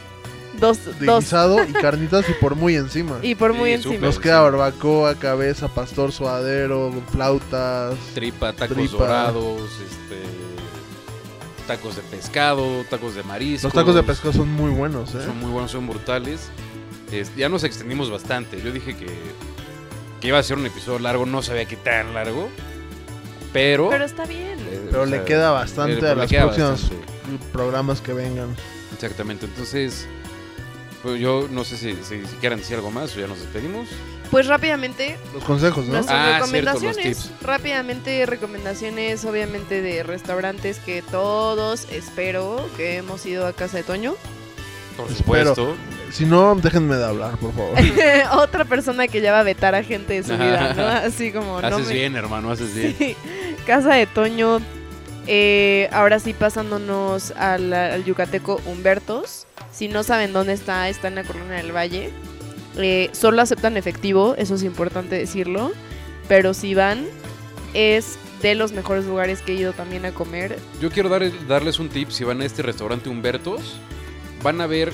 [SPEAKER 1] Dos,
[SPEAKER 3] de
[SPEAKER 1] dos.
[SPEAKER 3] guisado y carnitas y por muy encima.
[SPEAKER 1] Y por muy
[SPEAKER 2] Sí,
[SPEAKER 1] encima.
[SPEAKER 3] Nos
[SPEAKER 2] súper.
[SPEAKER 3] queda barbacoa, cabeza, pastor, suadero, flautas.
[SPEAKER 2] Tripa, tacos
[SPEAKER 3] Tripa.
[SPEAKER 2] dorados, este, tacos de pescado, tacos de marisco.
[SPEAKER 3] Los tacos de pescado son muy buenos, ¿eh?
[SPEAKER 2] Son muy buenos, son brutales. Es- ya nos extendimos bastante. Yo dije que, que iba a ser un episodio largo, no sabía que tan largo. Pero.
[SPEAKER 1] Pero está bien.
[SPEAKER 2] eh,
[SPEAKER 3] Pero
[SPEAKER 2] o
[SPEAKER 3] le
[SPEAKER 2] sea,
[SPEAKER 3] queda
[SPEAKER 2] eh,
[SPEAKER 3] bastante
[SPEAKER 2] pero
[SPEAKER 3] a
[SPEAKER 2] le
[SPEAKER 3] los
[SPEAKER 2] queda
[SPEAKER 3] próximos
[SPEAKER 2] bastante.
[SPEAKER 3] programas que vengan.
[SPEAKER 2] Exactamente. Entonces, pues yo no sé si, si, si quieran decir algo más o ya nos despedimos.
[SPEAKER 1] Pues rápidamente,
[SPEAKER 3] Los consejos, ¿no?
[SPEAKER 1] Las
[SPEAKER 2] Ah, cierto, los
[SPEAKER 1] recomendaciones.
[SPEAKER 2] tips.
[SPEAKER 1] Rápidamente, recomendaciones, obviamente, de restaurantes que todos espero que hemos ido a casa de Toño.
[SPEAKER 2] Por
[SPEAKER 3] Espero.
[SPEAKER 2] supuesto.
[SPEAKER 3] Si no, déjenme de hablar, por favor.
[SPEAKER 1] Otra persona que ya va a vetar a gente de su vida, ¿no? Así como no
[SPEAKER 2] haces
[SPEAKER 1] me-
[SPEAKER 2] bien, hermano, haces bien.
[SPEAKER 1] Sí. Casa de Toño. eh, ahora sí, pasándonos al, al yucateco Humbertos. Si no saben dónde está, está en la Colonia del Valle. Eh, solo aceptan efectivo, eso es importante decirlo. Pero si van, es de los mejores lugares que he ido también a comer.
[SPEAKER 2] Yo quiero dar- darles un tip. Si van a este restaurante Humbertos, van a ver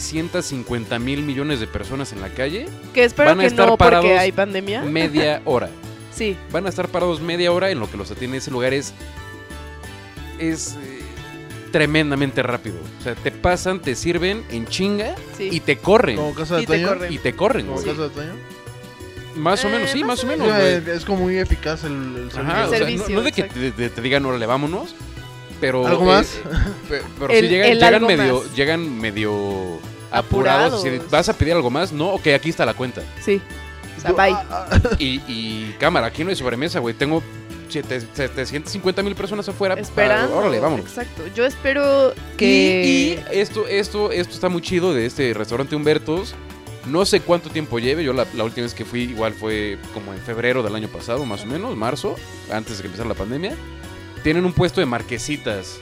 [SPEAKER 2] 750 mil millones de personas en la calle.
[SPEAKER 1] Que espero
[SPEAKER 2] Van a
[SPEAKER 1] que
[SPEAKER 2] estar
[SPEAKER 1] no,
[SPEAKER 2] parados.
[SPEAKER 1] porque hay pandemia.
[SPEAKER 2] Media hora.
[SPEAKER 1] Sí,
[SPEAKER 2] Van a estar parados media hora en lo que los atiende ese lugar. Es, es eh, tremendamente rápido. O sea, te pasan, te sirven en chinga
[SPEAKER 1] sí.
[SPEAKER 2] y te corren.
[SPEAKER 3] Como casa de
[SPEAKER 1] Y te
[SPEAKER 3] Toño.
[SPEAKER 1] corren.
[SPEAKER 2] Y te corren,
[SPEAKER 3] Como
[SPEAKER 2] güey.
[SPEAKER 3] casa de Toño.
[SPEAKER 2] Más o
[SPEAKER 1] Eh,
[SPEAKER 2] menos, sí,
[SPEAKER 1] más
[SPEAKER 2] más o
[SPEAKER 1] o
[SPEAKER 2] menos,
[SPEAKER 3] O sea,
[SPEAKER 2] güey.
[SPEAKER 3] es como muy eficaz el,
[SPEAKER 2] Ajá,
[SPEAKER 3] el servicio.
[SPEAKER 2] o sea,
[SPEAKER 1] servicio,
[SPEAKER 2] no, no de que te, te- te digan, órale, vámonos, pero...
[SPEAKER 3] ¿Algo
[SPEAKER 2] eh,
[SPEAKER 3] más?
[SPEAKER 2] eh, pe- pero
[SPEAKER 1] El-
[SPEAKER 2] si llegan,
[SPEAKER 1] el
[SPEAKER 2] llegan
[SPEAKER 1] algo
[SPEAKER 2] medio,
[SPEAKER 1] más.
[SPEAKER 2] llegan medio apurados, si
[SPEAKER 1] Apurados.
[SPEAKER 2] vas a pedir algo más, no, ok, aquí está la cuenta.
[SPEAKER 1] Sí. O sea,
[SPEAKER 3] Tú-
[SPEAKER 1] bye.
[SPEAKER 3] ah, ah,
[SPEAKER 2] Y, y cámara, aquí no hay sobremesa, güey, tengo siete- 750 mil personas afuera. para-
[SPEAKER 1] Esperando.
[SPEAKER 2] Ah, órale, vámonos.
[SPEAKER 1] Exacto. Yo espero que.
[SPEAKER 2] Y, y esto, esto, esto está muy chido de este restaurante Humbertos. No sé cuánto tiempo lleve, yo la, la última vez que fui igual fue como en febrero del año pasado, más o menos, marzo, antes de que empezara la pandemia. Tienen un puesto de marquesitas.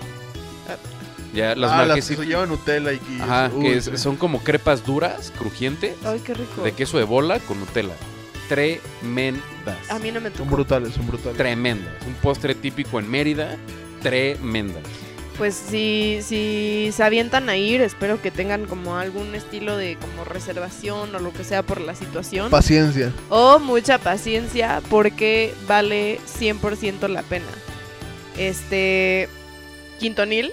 [SPEAKER 2] Ya, las
[SPEAKER 3] ah, las que se
[SPEAKER 2] marquesitas.
[SPEAKER 3] llevan Nutella y y-
[SPEAKER 2] Ajá,
[SPEAKER 3] uy,
[SPEAKER 2] que es- son como crepas duras, crujientes,
[SPEAKER 1] Ay, qué rico.
[SPEAKER 2] de queso de bola con Nutella. Tremendas.
[SPEAKER 1] A mí no me
[SPEAKER 3] Son
[SPEAKER 1] tocó.
[SPEAKER 3] brutales, son brutales.
[SPEAKER 2] Tremendas. Un postre típico en Mérida. Tremendas.
[SPEAKER 1] Pues si, si se avientan a ir, espero que tengan como algún estilo de como reservación o lo que sea por la situación.
[SPEAKER 3] Paciencia.
[SPEAKER 1] o mucha paciencia porque vale 100% la pena. Este... Quintonil.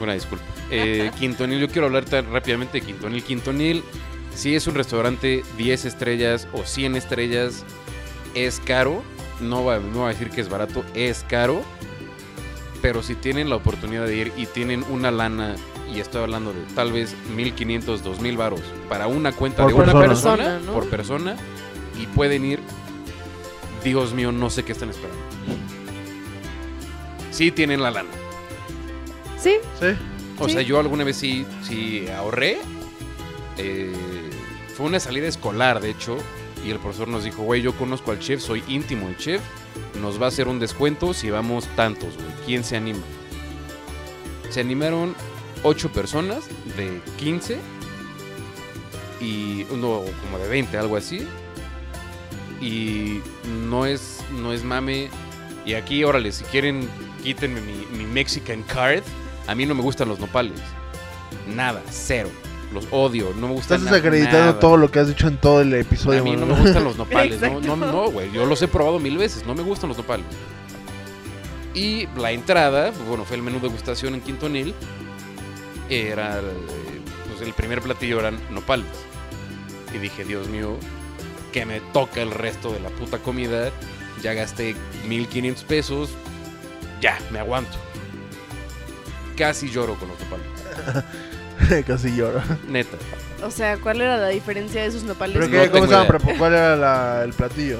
[SPEAKER 2] Una disculpa. Eh, Quintonil, yo quiero hablar tan rápidamente de Quintonil. Quintonil, si es un restaurante 10 estrellas o 100 estrellas, es caro. No va, no va a decir que es barato, es caro. Pero si tienen la oportunidad de ir y tienen una lana, y estoy hablando de tal vez 1500, 2000 varos para una cuenta
[SPEAKER 3] Por
[SPEAKER 2] de una
[SPEAKER 3] persona.
[SPEAKER 2] persona,
[SPEAKER 1] Persona, ¿no?
[SPEAKER 2] por persona, y pueden ir, Dios mío, no sé qué están esperando. Si tienen la lana.
[SPEAKER 1] Sí,
[SPEAKER 3] Sí.
[SPEAKER 2] O
[SPEAKER 1] Sí.
[SPEAKER 2] sea, yo alguna vez sí, sí ahorré. Eh, fue una salida escolar, de hecho. Y el profesor nos dijo, güey, yo conozco al chef, soy íntimo del chef. Nos va a hacer un descuento si vamos tantos, güey. ¿Quién se anima? Se animaron ocho personas de 15 y uno como de 20, algo así. Y no es, no es mame. Y aquí, órale, si quieren, quítenme mi, mi Mexican card. A mí no me gustan los nopales. Nada, cero. Los odio, no me gustan
[SPEAKER 3] Estás
[SPEAKER 2] na-
[SPEAKER 3] desacreditando
[SPEAKER 2] nada.
[SPEAKER 3] todo lo que has dicho en todo el episodio.
[SPEAKER 2] A mí no me
[SPEAKER 3] Manuel.
[SPEAKER 2] gustan los nopales. no,
[SPEAKER 1] Exacto.
[SPEAKER 2] no, no, güey. Yo los he probado mil veces. No me gustan los nopales. Y la entrada, pues, bueno, fue el menú degustación en Quintonil. Era, eh, pues el primer platillo eran nopales. Y dije, Dios mío, que me toca el resto de la puta comida. Ya gasté 1500 pesos. Ya, me aguanto. Casi lloro con los nopales.
[SPEAKER 3] Casi lloro.
[SPEAKER 2] Neta.
[SPEAKER 1] O sea, ¿cuál era la diferencia de esos nopales?
[SPEAKER 3] Pero
[SPEAKER 2] No
[SPEAKER 3] que,
[SPEAKER 2] tengo
[SPEAKER 3] ¿cómo se llama?
[SPEAKER 2] idea.
[SPEAKER 3] Prepo- ¿Cuál era la- el platillo?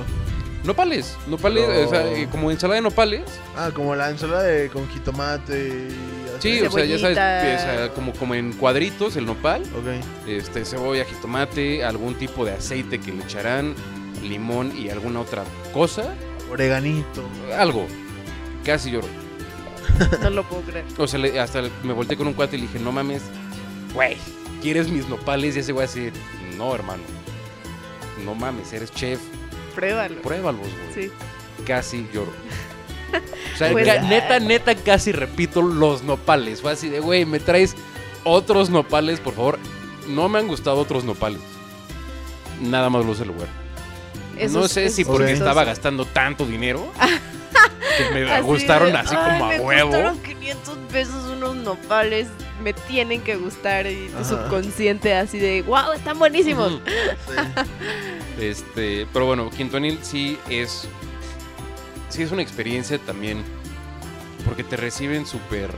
[SPEAKER 2] Nopales. Nopales,
[SPEAKER 3] No.
[SPEAKER 2] o sea, eh, como ensalada de nopales.
[SPEAKER 3] Ah, como la ensalada de, con jitomate y...
[SPEAKER 2] Sí,
[SPEAKER 3] así.
[SPEAKER 2] o sea, ya sabes,
[SPEAKER 1] Cebollita.
[SPEAKER 2] o sea, como, como en cuadritos el nopal.
[SPEAKER 3] Ok.
[SPEAKER 2] este, cebolla, jitomate, algún tipo de aceite que le echarán, limón y alguna otra cosa,
[SPEAKER 3] Oreganito.
[SPEAKER 2] algo. Casi lloro.
[SPEAKER 1] No lo puedo creer.
[SPEAKER 2] O sea, le- hasta me volteé con un cuate y le dije, no mames, güey, ¿quieres mis nopales? Y ese güey así, no, hermano, no mames, eres chef,
[SPEAKER 1] Pruébalo.
[SPEAKER 2] pruébalos, güey.
[SPEAKER 1] Sí.
[SPEAKER 2] Casi lloro. O sea,
[SPEAKER 1] Pues,
[SPEAKER 2] ca-
[SPEAKER 1] ah.
[SPEAKER 2] neta, neta, casi repito los nopales. Fue así de, güey, me traes otros nopales, por favor. No me han gustado otros nopales. Nada más luce el lugar.
[SPEAKER 1] Eso
[SPEAKER 2] no
[SPEAKER 1] es-
[SPEAKER 2] sé
[SPEAKER 1] eso
[SPEAKER 2] si
[SPEAKER 1] es
[SPEAKER 2] porque
[SPEAKER 3] Ok.
[SPEAKER 1] chistoso.
[SPEAKER 2] estaba gastando tanto dinero. que me
[SPEAKER 1] Así de,
[SPEAKER 2] gustaron así
[SPEAKER 1] "Ay,
[SPEAKER 2] como a
[SPEAKER 1] me
[SPEAKER 2] huevo.
[SPEAKER 1] costaron 500 pesos unos nopales, me tienen que gustar. Y tu
[SPEAKER 3] Ajá.
[SPEAKER 1] subconsciente así de, wow, están buenísimos.
[SPEAKER 2] Ujú. Este, pero bueno, Quintonil sí es. Sí es una experiencia también. Porque te reciben súper.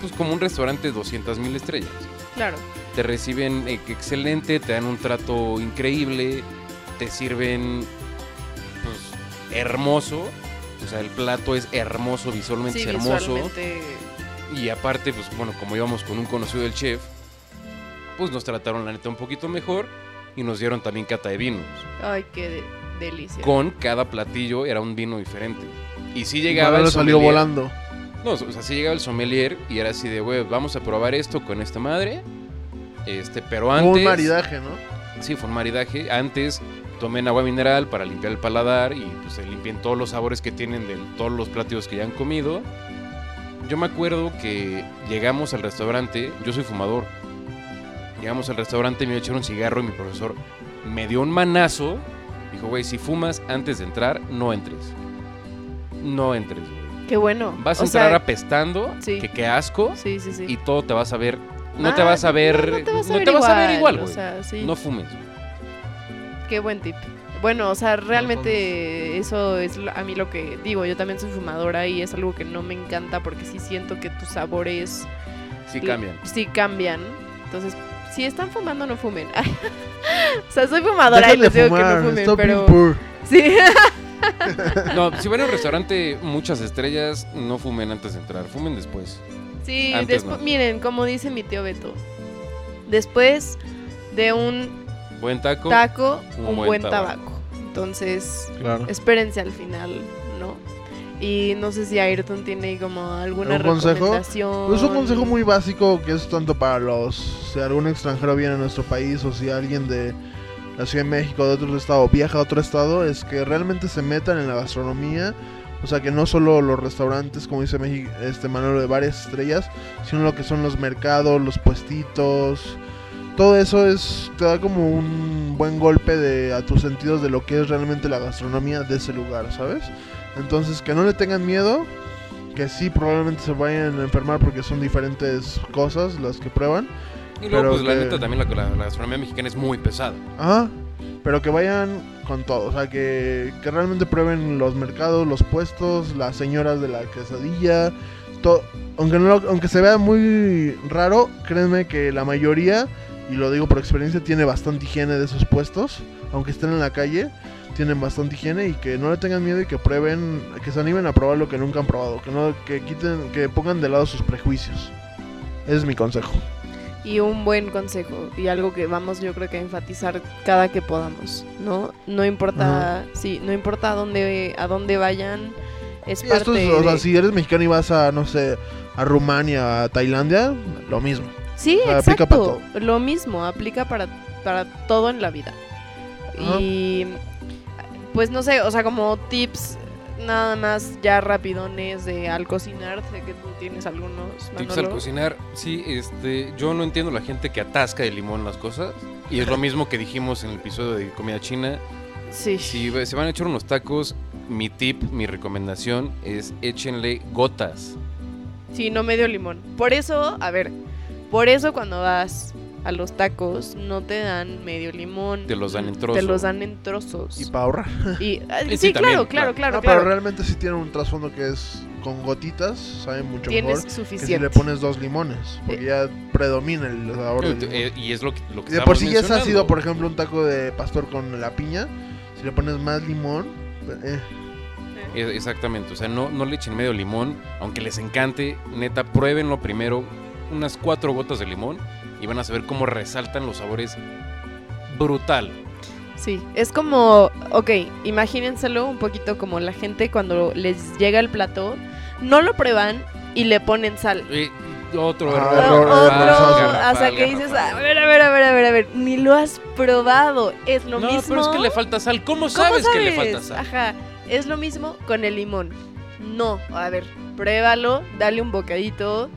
[SPEAKER 2] Pues como un restaurante de 200 mil estrellas.
[SPEAKER 1] Claro.
[SPEAKER 2] Te reciben eh, excelente, te dan un trato increíble, te sirven. Pues hermoso. O sea, el plato es hermoso, visualmente
[SPEAKER 1] Sí,
[SPEAKER 2] es hermoso.
[SPEAKER 1] visualmente.
[SPEAKER 2] Y aparte, pues bueno, como íbamos con un conocido del chef, pues nos trataron la neta un poquito mejor y nos dieron también cata de vinos.
[SPEAKER 1] Ay, qué de- delicia.
[SPEAKER 2] Con cada platillo era un vino diferente. Y si llegaba
[SPEAKER 3] Llegaba
[SPEAKER 2] el
[SPEAKER 3] lo salió
[SPEAKER 2] sommelier-
[SPEAKER 3] volando.
[SPEAKER 2] No, o sea, sí llegaba el sommelier y era así de, güey, vamos a probar esto con esta madre. Este, pero
[SPEAKER 3] Como
[SPEAKER 2] antes...
[SPEAKER 3] un maridaje, ¿no?
[SPEAKER 2] Sí, fue un maridaje. Antes tomen agua mineral para limpiar el paladar y pues se limpien todos los sabores que tienen de todos los platillos que ya han comido. Yo me acuerdo que llegamos al restaurante, yo soy fumador. Llegamos al restaurante, me echaron un cigarro y mi profesor me dio un manazo. Dijo, güey, si fumas antes de entrar, no entres. No entres, güey.
[SPEAKER 1] Qué bueno.
[SPEAKER 2] Vas a
[SPEAKER 1] O
[SPEAKER 2] entrar
[SPEAKER 1] sea,
[SPEAKER 2] apestando,
[SPEAKER 1] sí.
[SPEAKER 2] que qué asco,
[SPEAKER 1] Sí, sí, sí.
[SPEAKER 2] y todo te vas a ver... No
[SPEAKER 1] Ah,
[SPEAKER 2] te vas a ver...
[SPEAKER 1] No, no te vas a ver igual.
[SPEAKER 2] igual, güey.
[SPEAKER 1] O sea, sí.
[SPEAKER 2] No fumes.
[SPEAKER 1] Qué buen tip. Bueno, o sea, realmente
[SPEAKER 2] pues.
[SPEAKER 1] eso es lo- a mí lo que digo. Yo también soy fumadora y es algo que no me encanta porque sí siento que tus sabores
[SPEAKER 2] Sí cambian.
[SPEAKER 1] sí cambian. Entonces, si están fumando, no fumen. o sea, soy fumadora y
[SPEAKER 3] Déjenle
[SPEAKER 1] les digo que
[SPEAKER 3] fumar,
[SPEAKER 1] no fumen,
[SPEAKER 3] stop
[SPEAKER 1] pero
[SPEAKER 3] being poor.
[SPEAKER 1] sí.
[SPEAKER 2] No, si van a un restaurante muchas estrellas, no fumen antes de entrar, fumen después.
[SPEAKER 1] Sí,
[SPEAKER 2] Antes
[SPEAKER 1] despu-
[SPEAKER 2] no.
[SPEAKER 1] miren, como dice mi tío Beto, después de un
[SPEAKER 2] Buen taco.
[SPEAKER 1] taco,
[SPEAKER 2] Un
[SPEAKER 1] un,
[SPEAKER 2] buen
[SPEAKER 1] buen,
[SPEAKER 2] tabaco.
[SPEAKER 1] tabaco. Entonces,
[SPEAKER 3] Claro.
[SPEAKER 1] espérense al final, ¿no? Y no sé si Ayrton tiene como alguna
[SPEAKER 3] ¿Algún consejo?
[SPEAKER 1] recomendación.
[SPEAKER 3] Es Pues un consejo muy básico que es tanto para los. Si algún extranjero viene a nuestro país o si alguien de la Ciudad de México o de otro estado viaja a otro estado, es que realmente se metan en la gastronomía. O sea, que no solo los restaurantes, como dice Meji- este Manolo, de varias estrellas, sino lo que son los mercados, los puestitos. Todo eso es te da como un buen golpe de, a tus sentidos de lo que es realmente la gastronomía de ese lugar, ¿sabes? Entonces, que no le tengan miedo, que sí probablemente se vayan a enfermar porque son diferentes cosas las que prueban.
[SPEAKER 2] y luego,
[SPEAKER 3] pero
[SPEAKER 2] pues la
[SPEAKER 3] que-
[SPEAKER 2] neta también la, la- la gastronomía mexicana es muy pesada.
[SPEAKER 3] Ajá. Pero que vayan con todo, o sea, que, que realmente prueben los mercados, los puestos, las señoras de la quesadilla, to- aunque, no lo- aunque se vea muy raro, créanme que la mayoría, y lo digo por experiencia, tiene bastante higiene de esos puestos, aunque estén en la calle, tienen bastante higiene y que no le tengan miedo y que prueben, que se animen a probar lo que nunca han probado, que no, que quiten, que pongan de lado sus prejuicios. Ese es mi consejo.
[SPEAKER 1] Y un buen consejo, y algo que vamos yo creo que a enfatizar cada que podamos, ¿no? No importa, sí, no importa a dónde, a dónde vayan, es
[SPEAKER 3] Sí,
[SPEAKER 1] parte
[SPEAKER 3] esto es, o sea,
[SPEAKER 1] de-
[SPEAKER 3] si eres mexicano y vas a, no sé, a Rumania, a Tailandia, lo mismo.
[SPEAKER 1] Sí,
[SPEAKER 3] O sea, aplica
[SPEAKER 1] exacto. Lo mismo, aplica para, para todo en la vida.
[SPEAKER 3] Ajá.
[SPEAKER 1] Y pues no sé, o sea, como tips nada más ya rapidones de al cocinar, sé que tú tienes algunos.
[SPEAKER 2] Tips
[SPEAKER 1] Manolo.
[SPEAKER 2] al cocinar, sí, este, yo no entiendo la gente que atasca de limón las cosas. Y es lo mismo que dijimos en el episodio de comida china.
[SPEAKER 1] Sí.
[SPEAKER 2] Si ve- se van a echar unos tacos, mi tip, mi recomendación es échenle gotas.
[SPEAKER 1] Sí, no medio limón. Por eso, a ver, por eso cuando vas a los tacos no te dan medio limón.
[SPEAKER 2] Te los dan en
[SPEAKER 1] Te
[SPEAKER 2] trozo.
[SPEAKER 1] los dan en trozos.
[SPEAKER 3] Y para ahorrar.
[SPEAKER 1] Y, ah,
[SPEAKER 2] Sí,
[SPEAKER 1] sí,
[SPEAKER 2] también,
[SPEAKER 1] claro, claro, claro,
[SPEAKER 3] No,
[SPEAKER 1] claro.
[SPEAKER 3] pero realmente sí tiene un trasfondo que es con gotitas, sabe mucho
[SPEAKER 1] Tienes
[SPEAKER 3] mejor que
[SPEAKER 1] suficiente.
[SPEAKER 3] si le pones dos limones, porque ya predomina el sabor del limón.
[SPEAKER 2] Eh, Y es lo que, lo que
[SPEAKER 3] Y de por
[SPEAKER 2] estábamos
[SPEAKER 3] sí ya es
[SPEAKER 2] mencionando.
[SPEAKER 3] ácido, por ejemplo, un taco de pastor con la piña, si le pones más limón, eh,
[SPEAKER 2] E- Exactamente, o sea, no, no le echen medio limón, aunque les encante, neta, pruébenlo primero, unas cuatro gotas de limón y van a saber cómo resaltan los sabores brutal.
[SPEAKER 1] Sí, es como, ok, imagínenselo un poquito como la gente cuando les llega el plato, no lo prueban y le ponen sal.
[SPEAKER 2] Eh, otro
[SPEAKER 3] Ah,
[SPEAKER 2] error.
[SPEAKER 3] error,
[SPEAKER 1] otro,
[SPEAKER 3] error, garrafal,
[SPEAKER 1] hasta que dices, a ver, a ver, a ver, a ver, a ver, ni lo has probado, es lo
[SPEAKER 2] no,
[SPEAKER 1] mismo.
[SPEAKER 2] pero es que le falta sal. ¿Cómo
[SPEAKER 1] ¿Cómo
[SPEAKER 2] sabes, que le falta
[SPEAKER 1] sabes?
[SPEAKER 2] sal?
[SPEAKER 1] Ajá, es lo mismo con el limón. No, a ver, pruébalo, dale un bocadito,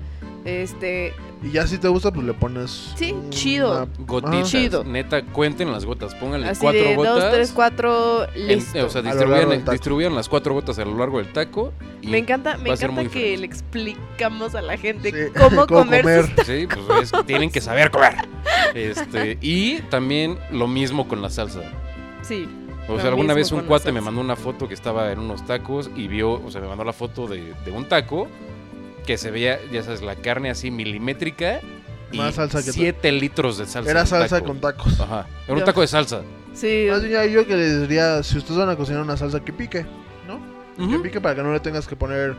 [SPEAKER 1] este,
[SPEAKER 3] y ya si te gusta, pues le pones.
[SPEAKER 1] Sí,
[SPEAKER 3] una-
[SPEAKER 1] chido.
[SPEAKER 2] Gotitas.
[SPEAKER 1] Ah, Chido.
[SPEAKER 2] Neta, cuenten las gotas, pónganle
[SPEAKER 1] así
[SPEAKER 2] cuatro
[SPEAKER 1] de
[SPEAKER 2] gotas.
[SPEAKER 1] dos, tres, cuatro,
[SPEAKER 2] en-
[SPEAKER 1] listo.
[SPEAKER 2] eh, o sea,
[SPEAKER 3] A lo largo del
[SPEAKER 2] distribuyan,
[SPEAKER 3] taco.
[SPEAKER 2] distribuyan las cuatro gotas a lo largo del taco. Y,
[SPEAKER 1] me encanta, me
[SPEAKER 2] va a ser
[SPEAKER 1] encanta que
[SPEAKER 2] muy feliz.
[SPEAKER 1] le explicamos a la gente
[SPEAKER 3] Sí,
[SPEAKER 1] cómo,
[SPEAKER 3] cómo
[SPEAKER 1] comer, sus
[SPEAKER 3] comer.
[SPEAKER 2] Sí, pues es- tienen que saber comer. Este, y también lo mismo con la salsa.
[SPEAKER 1] Sí,
[SPEAKER 2] O
[SPEAKER 1] Lo
[SPEAKER 2] sea, alguna
[SPEAKER 1] mismo
[SPEAKER 2] vez un
[SPEAKER 1] con la
[SPEAKER 2] cuate me
[SPEAKER 1] salsa.
[SPEAKER 2] mandó una foto que estaba en unos tacos y vio, o sea, me mandó la foto de, de un taco que se veía, ya sabes, la carne así milimétrica y
[SPEAKER 3] Más salsa que
[SPEAKER 2] 7 litros de salsa. en
[SPEAKER 3] Era
[SPEAKER 2] un
[SPEAKER 3] salsa
[SPEAKER 2] taco.
[SPEAKER 3] con tacos.
[SPEAKER 2] Ajá, era un
[SPEAKER 1] Dios.
[SPEAKER 2] taco de salsa.
[SPEAKER 1] sí.
[SPEAKER 3] Más bien ya yo que les diría, si ustedes van a cocinar una salsa, que pique, ¿no? Que
[SPEAKER 2] Ujú.
[SPEAKER 3] pique para que no le tengas que poner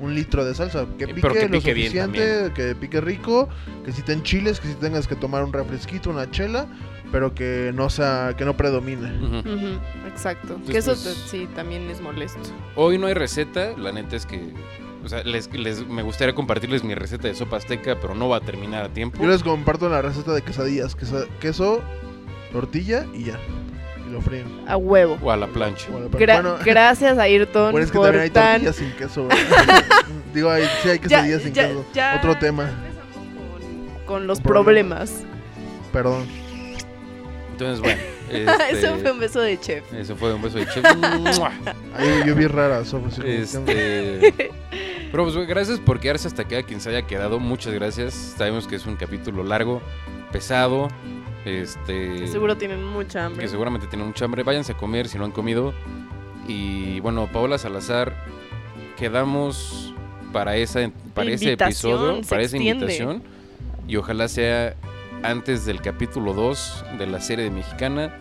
[SPEAKER 3] un litro de salsa. Que
[SPEAKER 2] Eh,
[SPEAKER 3] pique,
[SPEAKER 2] pero que
[SPEAKER 3] lo
[SPEAKER 2] pique bien
[SPEAKER 3] suficiente, que pique rico, que si ten chiles, que si tengas que tomar un refresquito, una chela, pero que no sea, que no predomine.
[SPEAKER 2] Ujú.
[SPEAKER 1] Ujú, exacto.
[SPEAKER 2] Entonces,
[SPEAKER 1] que eso
[SPEAKER 2] pues-
[SPEAKER 1] te- sí también es molesto.
[SPEAKER 2] Hoy no hay receta, la neta es que... O sea, les, les- me gustaría compartirles mi receta de sopa azteca, pero no va a terminar a tiempo.
[SPEAKER 3] Yo les comparto la receta de quesadillas, quesa- queso, tortilla y ya. Y lo fríen.
[SPEAKER 1] A huevo.
[SPEAKER 2] O a la plancha.
[SPEAKER 3] Bueno, pero
[SPEAKER 1] Gra-
[SPEAKER 3] bueno,
[SPEAKER 1] gracias Ayrton
[SPEAKER 3] bueno, es que
[SPEAKER 1] por
[SPEAKER 3] también hay
[SPEAKER 1] tan
[SPEAKER 3] tortillas sin queso. ¿verdad? Digo, hay, sí hay
[SPEAKER 1] Ya-
[SPEAKER 3] quesadillas sin
[SPEAKER 1] ya-
[SPEAKER 3] queso.
[SPEAKER 1] ya
[SPEAKER 3] Otro tema,
[SPEAKER 1] empezamos con- Con los
[SPEAKER 3] Con problemas.
[SPEAKER 1] problemas.
[SPEAKER 3] perdón.
[SPEAKER 2] Entonces, bueno.
[SPEAKER 1] Eso
[SPEAKER 2] este,
[SPEAKER 1] fue un beso de chef.
[SPEAKER 2] eso fue un beso de chef. ¡Mua!
[SPEAKER 3] Ahí yo vi raras. sobre si-
[SPEAKER 2] Este. Pero pues, güey, gracias por quedarse hasta acá, quien se haya quedado. Muchas gracias. Sabemos que es un capítulo largo, pesado. Este.
[SPEAKER 1] Seguro tienen mucha hambre.
[SPEAKER 2] Que seguramente tienen mucha hambre. Váyanse a comer si no han comido. Y bueno, Paola Salazar, quedamos para, esa, para
[SPEAKER 1] La
[SPEAKER 2] ese
[SPEAKER 1] invitación
[SPEAKER 2] episodio,
[SPEAKER 1] se
[SPEAKER 2] para esa
[SPEAKER 1] extiende.
[SPEAKER 2] invitación. Y ojalá sea antes del capítulo 2 de la serie de Mexicana.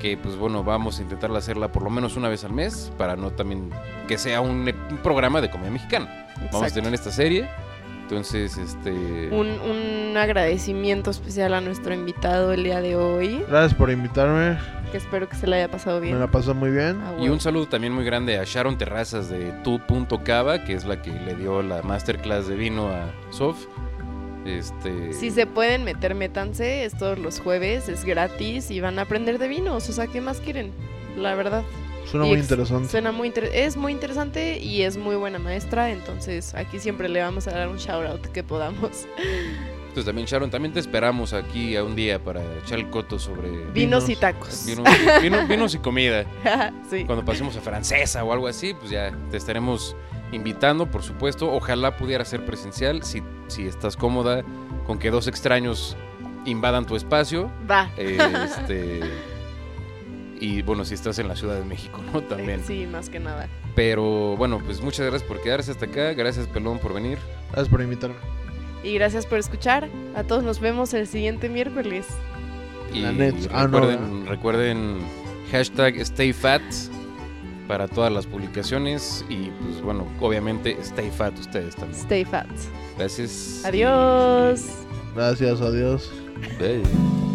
[SPEAKER 2] Que pues bueno, vamos a intentar hacerla por lo menos una vez al mes. Para no también que sea un, ep- un programa de comida mexicana. Vamos a
[SPEAKER 1] Exacto.
[SPEAKER 2] tener esta serie. Entonces, este.
[SPEAKER 1] un, un agradecimiento especial a nuestro invitado el día de hoy.
[SPEAKER 3] Gracias por invitarme.
[SPEAKER 1] Que espero que se le haya pasado
[SPEAKER 3] Me
[SPEAKER 1] bien. Ah,
[SPEAKER 3] la pasó muy bien.
[SPEAKER 1] A
[SPEAKER 2] Y
[SPEAKER 1] huevo.
[SPEAKER 2] un saludo también muy grande a Sharon Terrazas de tu.cava, que es la que le dio la masterclass de vino a Sof. Este,
[SPEAKER 1] Si se pueden meter, métanse. Es todos los jueves, es gratis y van a aprender de vinos. O sea, ¿qué más quieren? La verdad.
[SPEAKER 3] Suena
[SPEAKER 1] Y
[SPEAKER 3] muy
[SPEAKER 1] ex-
[SPEAKER 3] interesante.
[SPEAKER 1] Suena muy inter- es muy interesante y es muy buena maestra. Entonces, aquí siempre le vamos a dar un shout out que podamos.
[SPEAKER 2] Entonces también Sharon, también te esperamos aquí a un día para echar el coto sobre vino-
[SPEAKER 1] Vinos,
[SPEAKER 3] Vinos.
[SPEAKER 1] y tacos.
[SPEAKER 2] vinos, vinos y comida.
[SPEAKER 1] sí.
[SPEAKER 2] Cuando pasemos a Francesa o algo así, pues ya te estaremos invitando, por supuesto. Ojalá pudiera ser presencial, si, si estás cómoda con que dos extraños invadan tu espacio.
[SPEAKER 1] Va.
[SPEAKER 2] Este, y bueno, si estás en la Ciudad de México, ¿no? También.
[SPEAKER 1] Sí, más que nada.
[SPEAKER 2] Pero bueno, pues muchas gracias por quedarse hasta acá. Gracias, Pelón, por venir.
[SPEAKER 3] Gracias por invitarme.
[SPEAKER 1] Y gracias por escuchar. A todos nos vemos el siguiente miércoles.
[SPEAKER 2] Y
[SPEAKER 3] La net.
[SPEAKER 2] recuerden,
[SPEAKER 3] Ah, no,
[SPEAKER 2] recuerden hashtag Stay Fat para todas las publicaciones. Y pues bueno, obviamente Stay Fat ustedes también.
[SPEAKER 1] Stay fat.
[SPEAKER 2] Gracias.
[SPEAKER 1] Adiós.
[SPEAKER 3] Gracias, adiós.
[SPEAKER 2] Bye.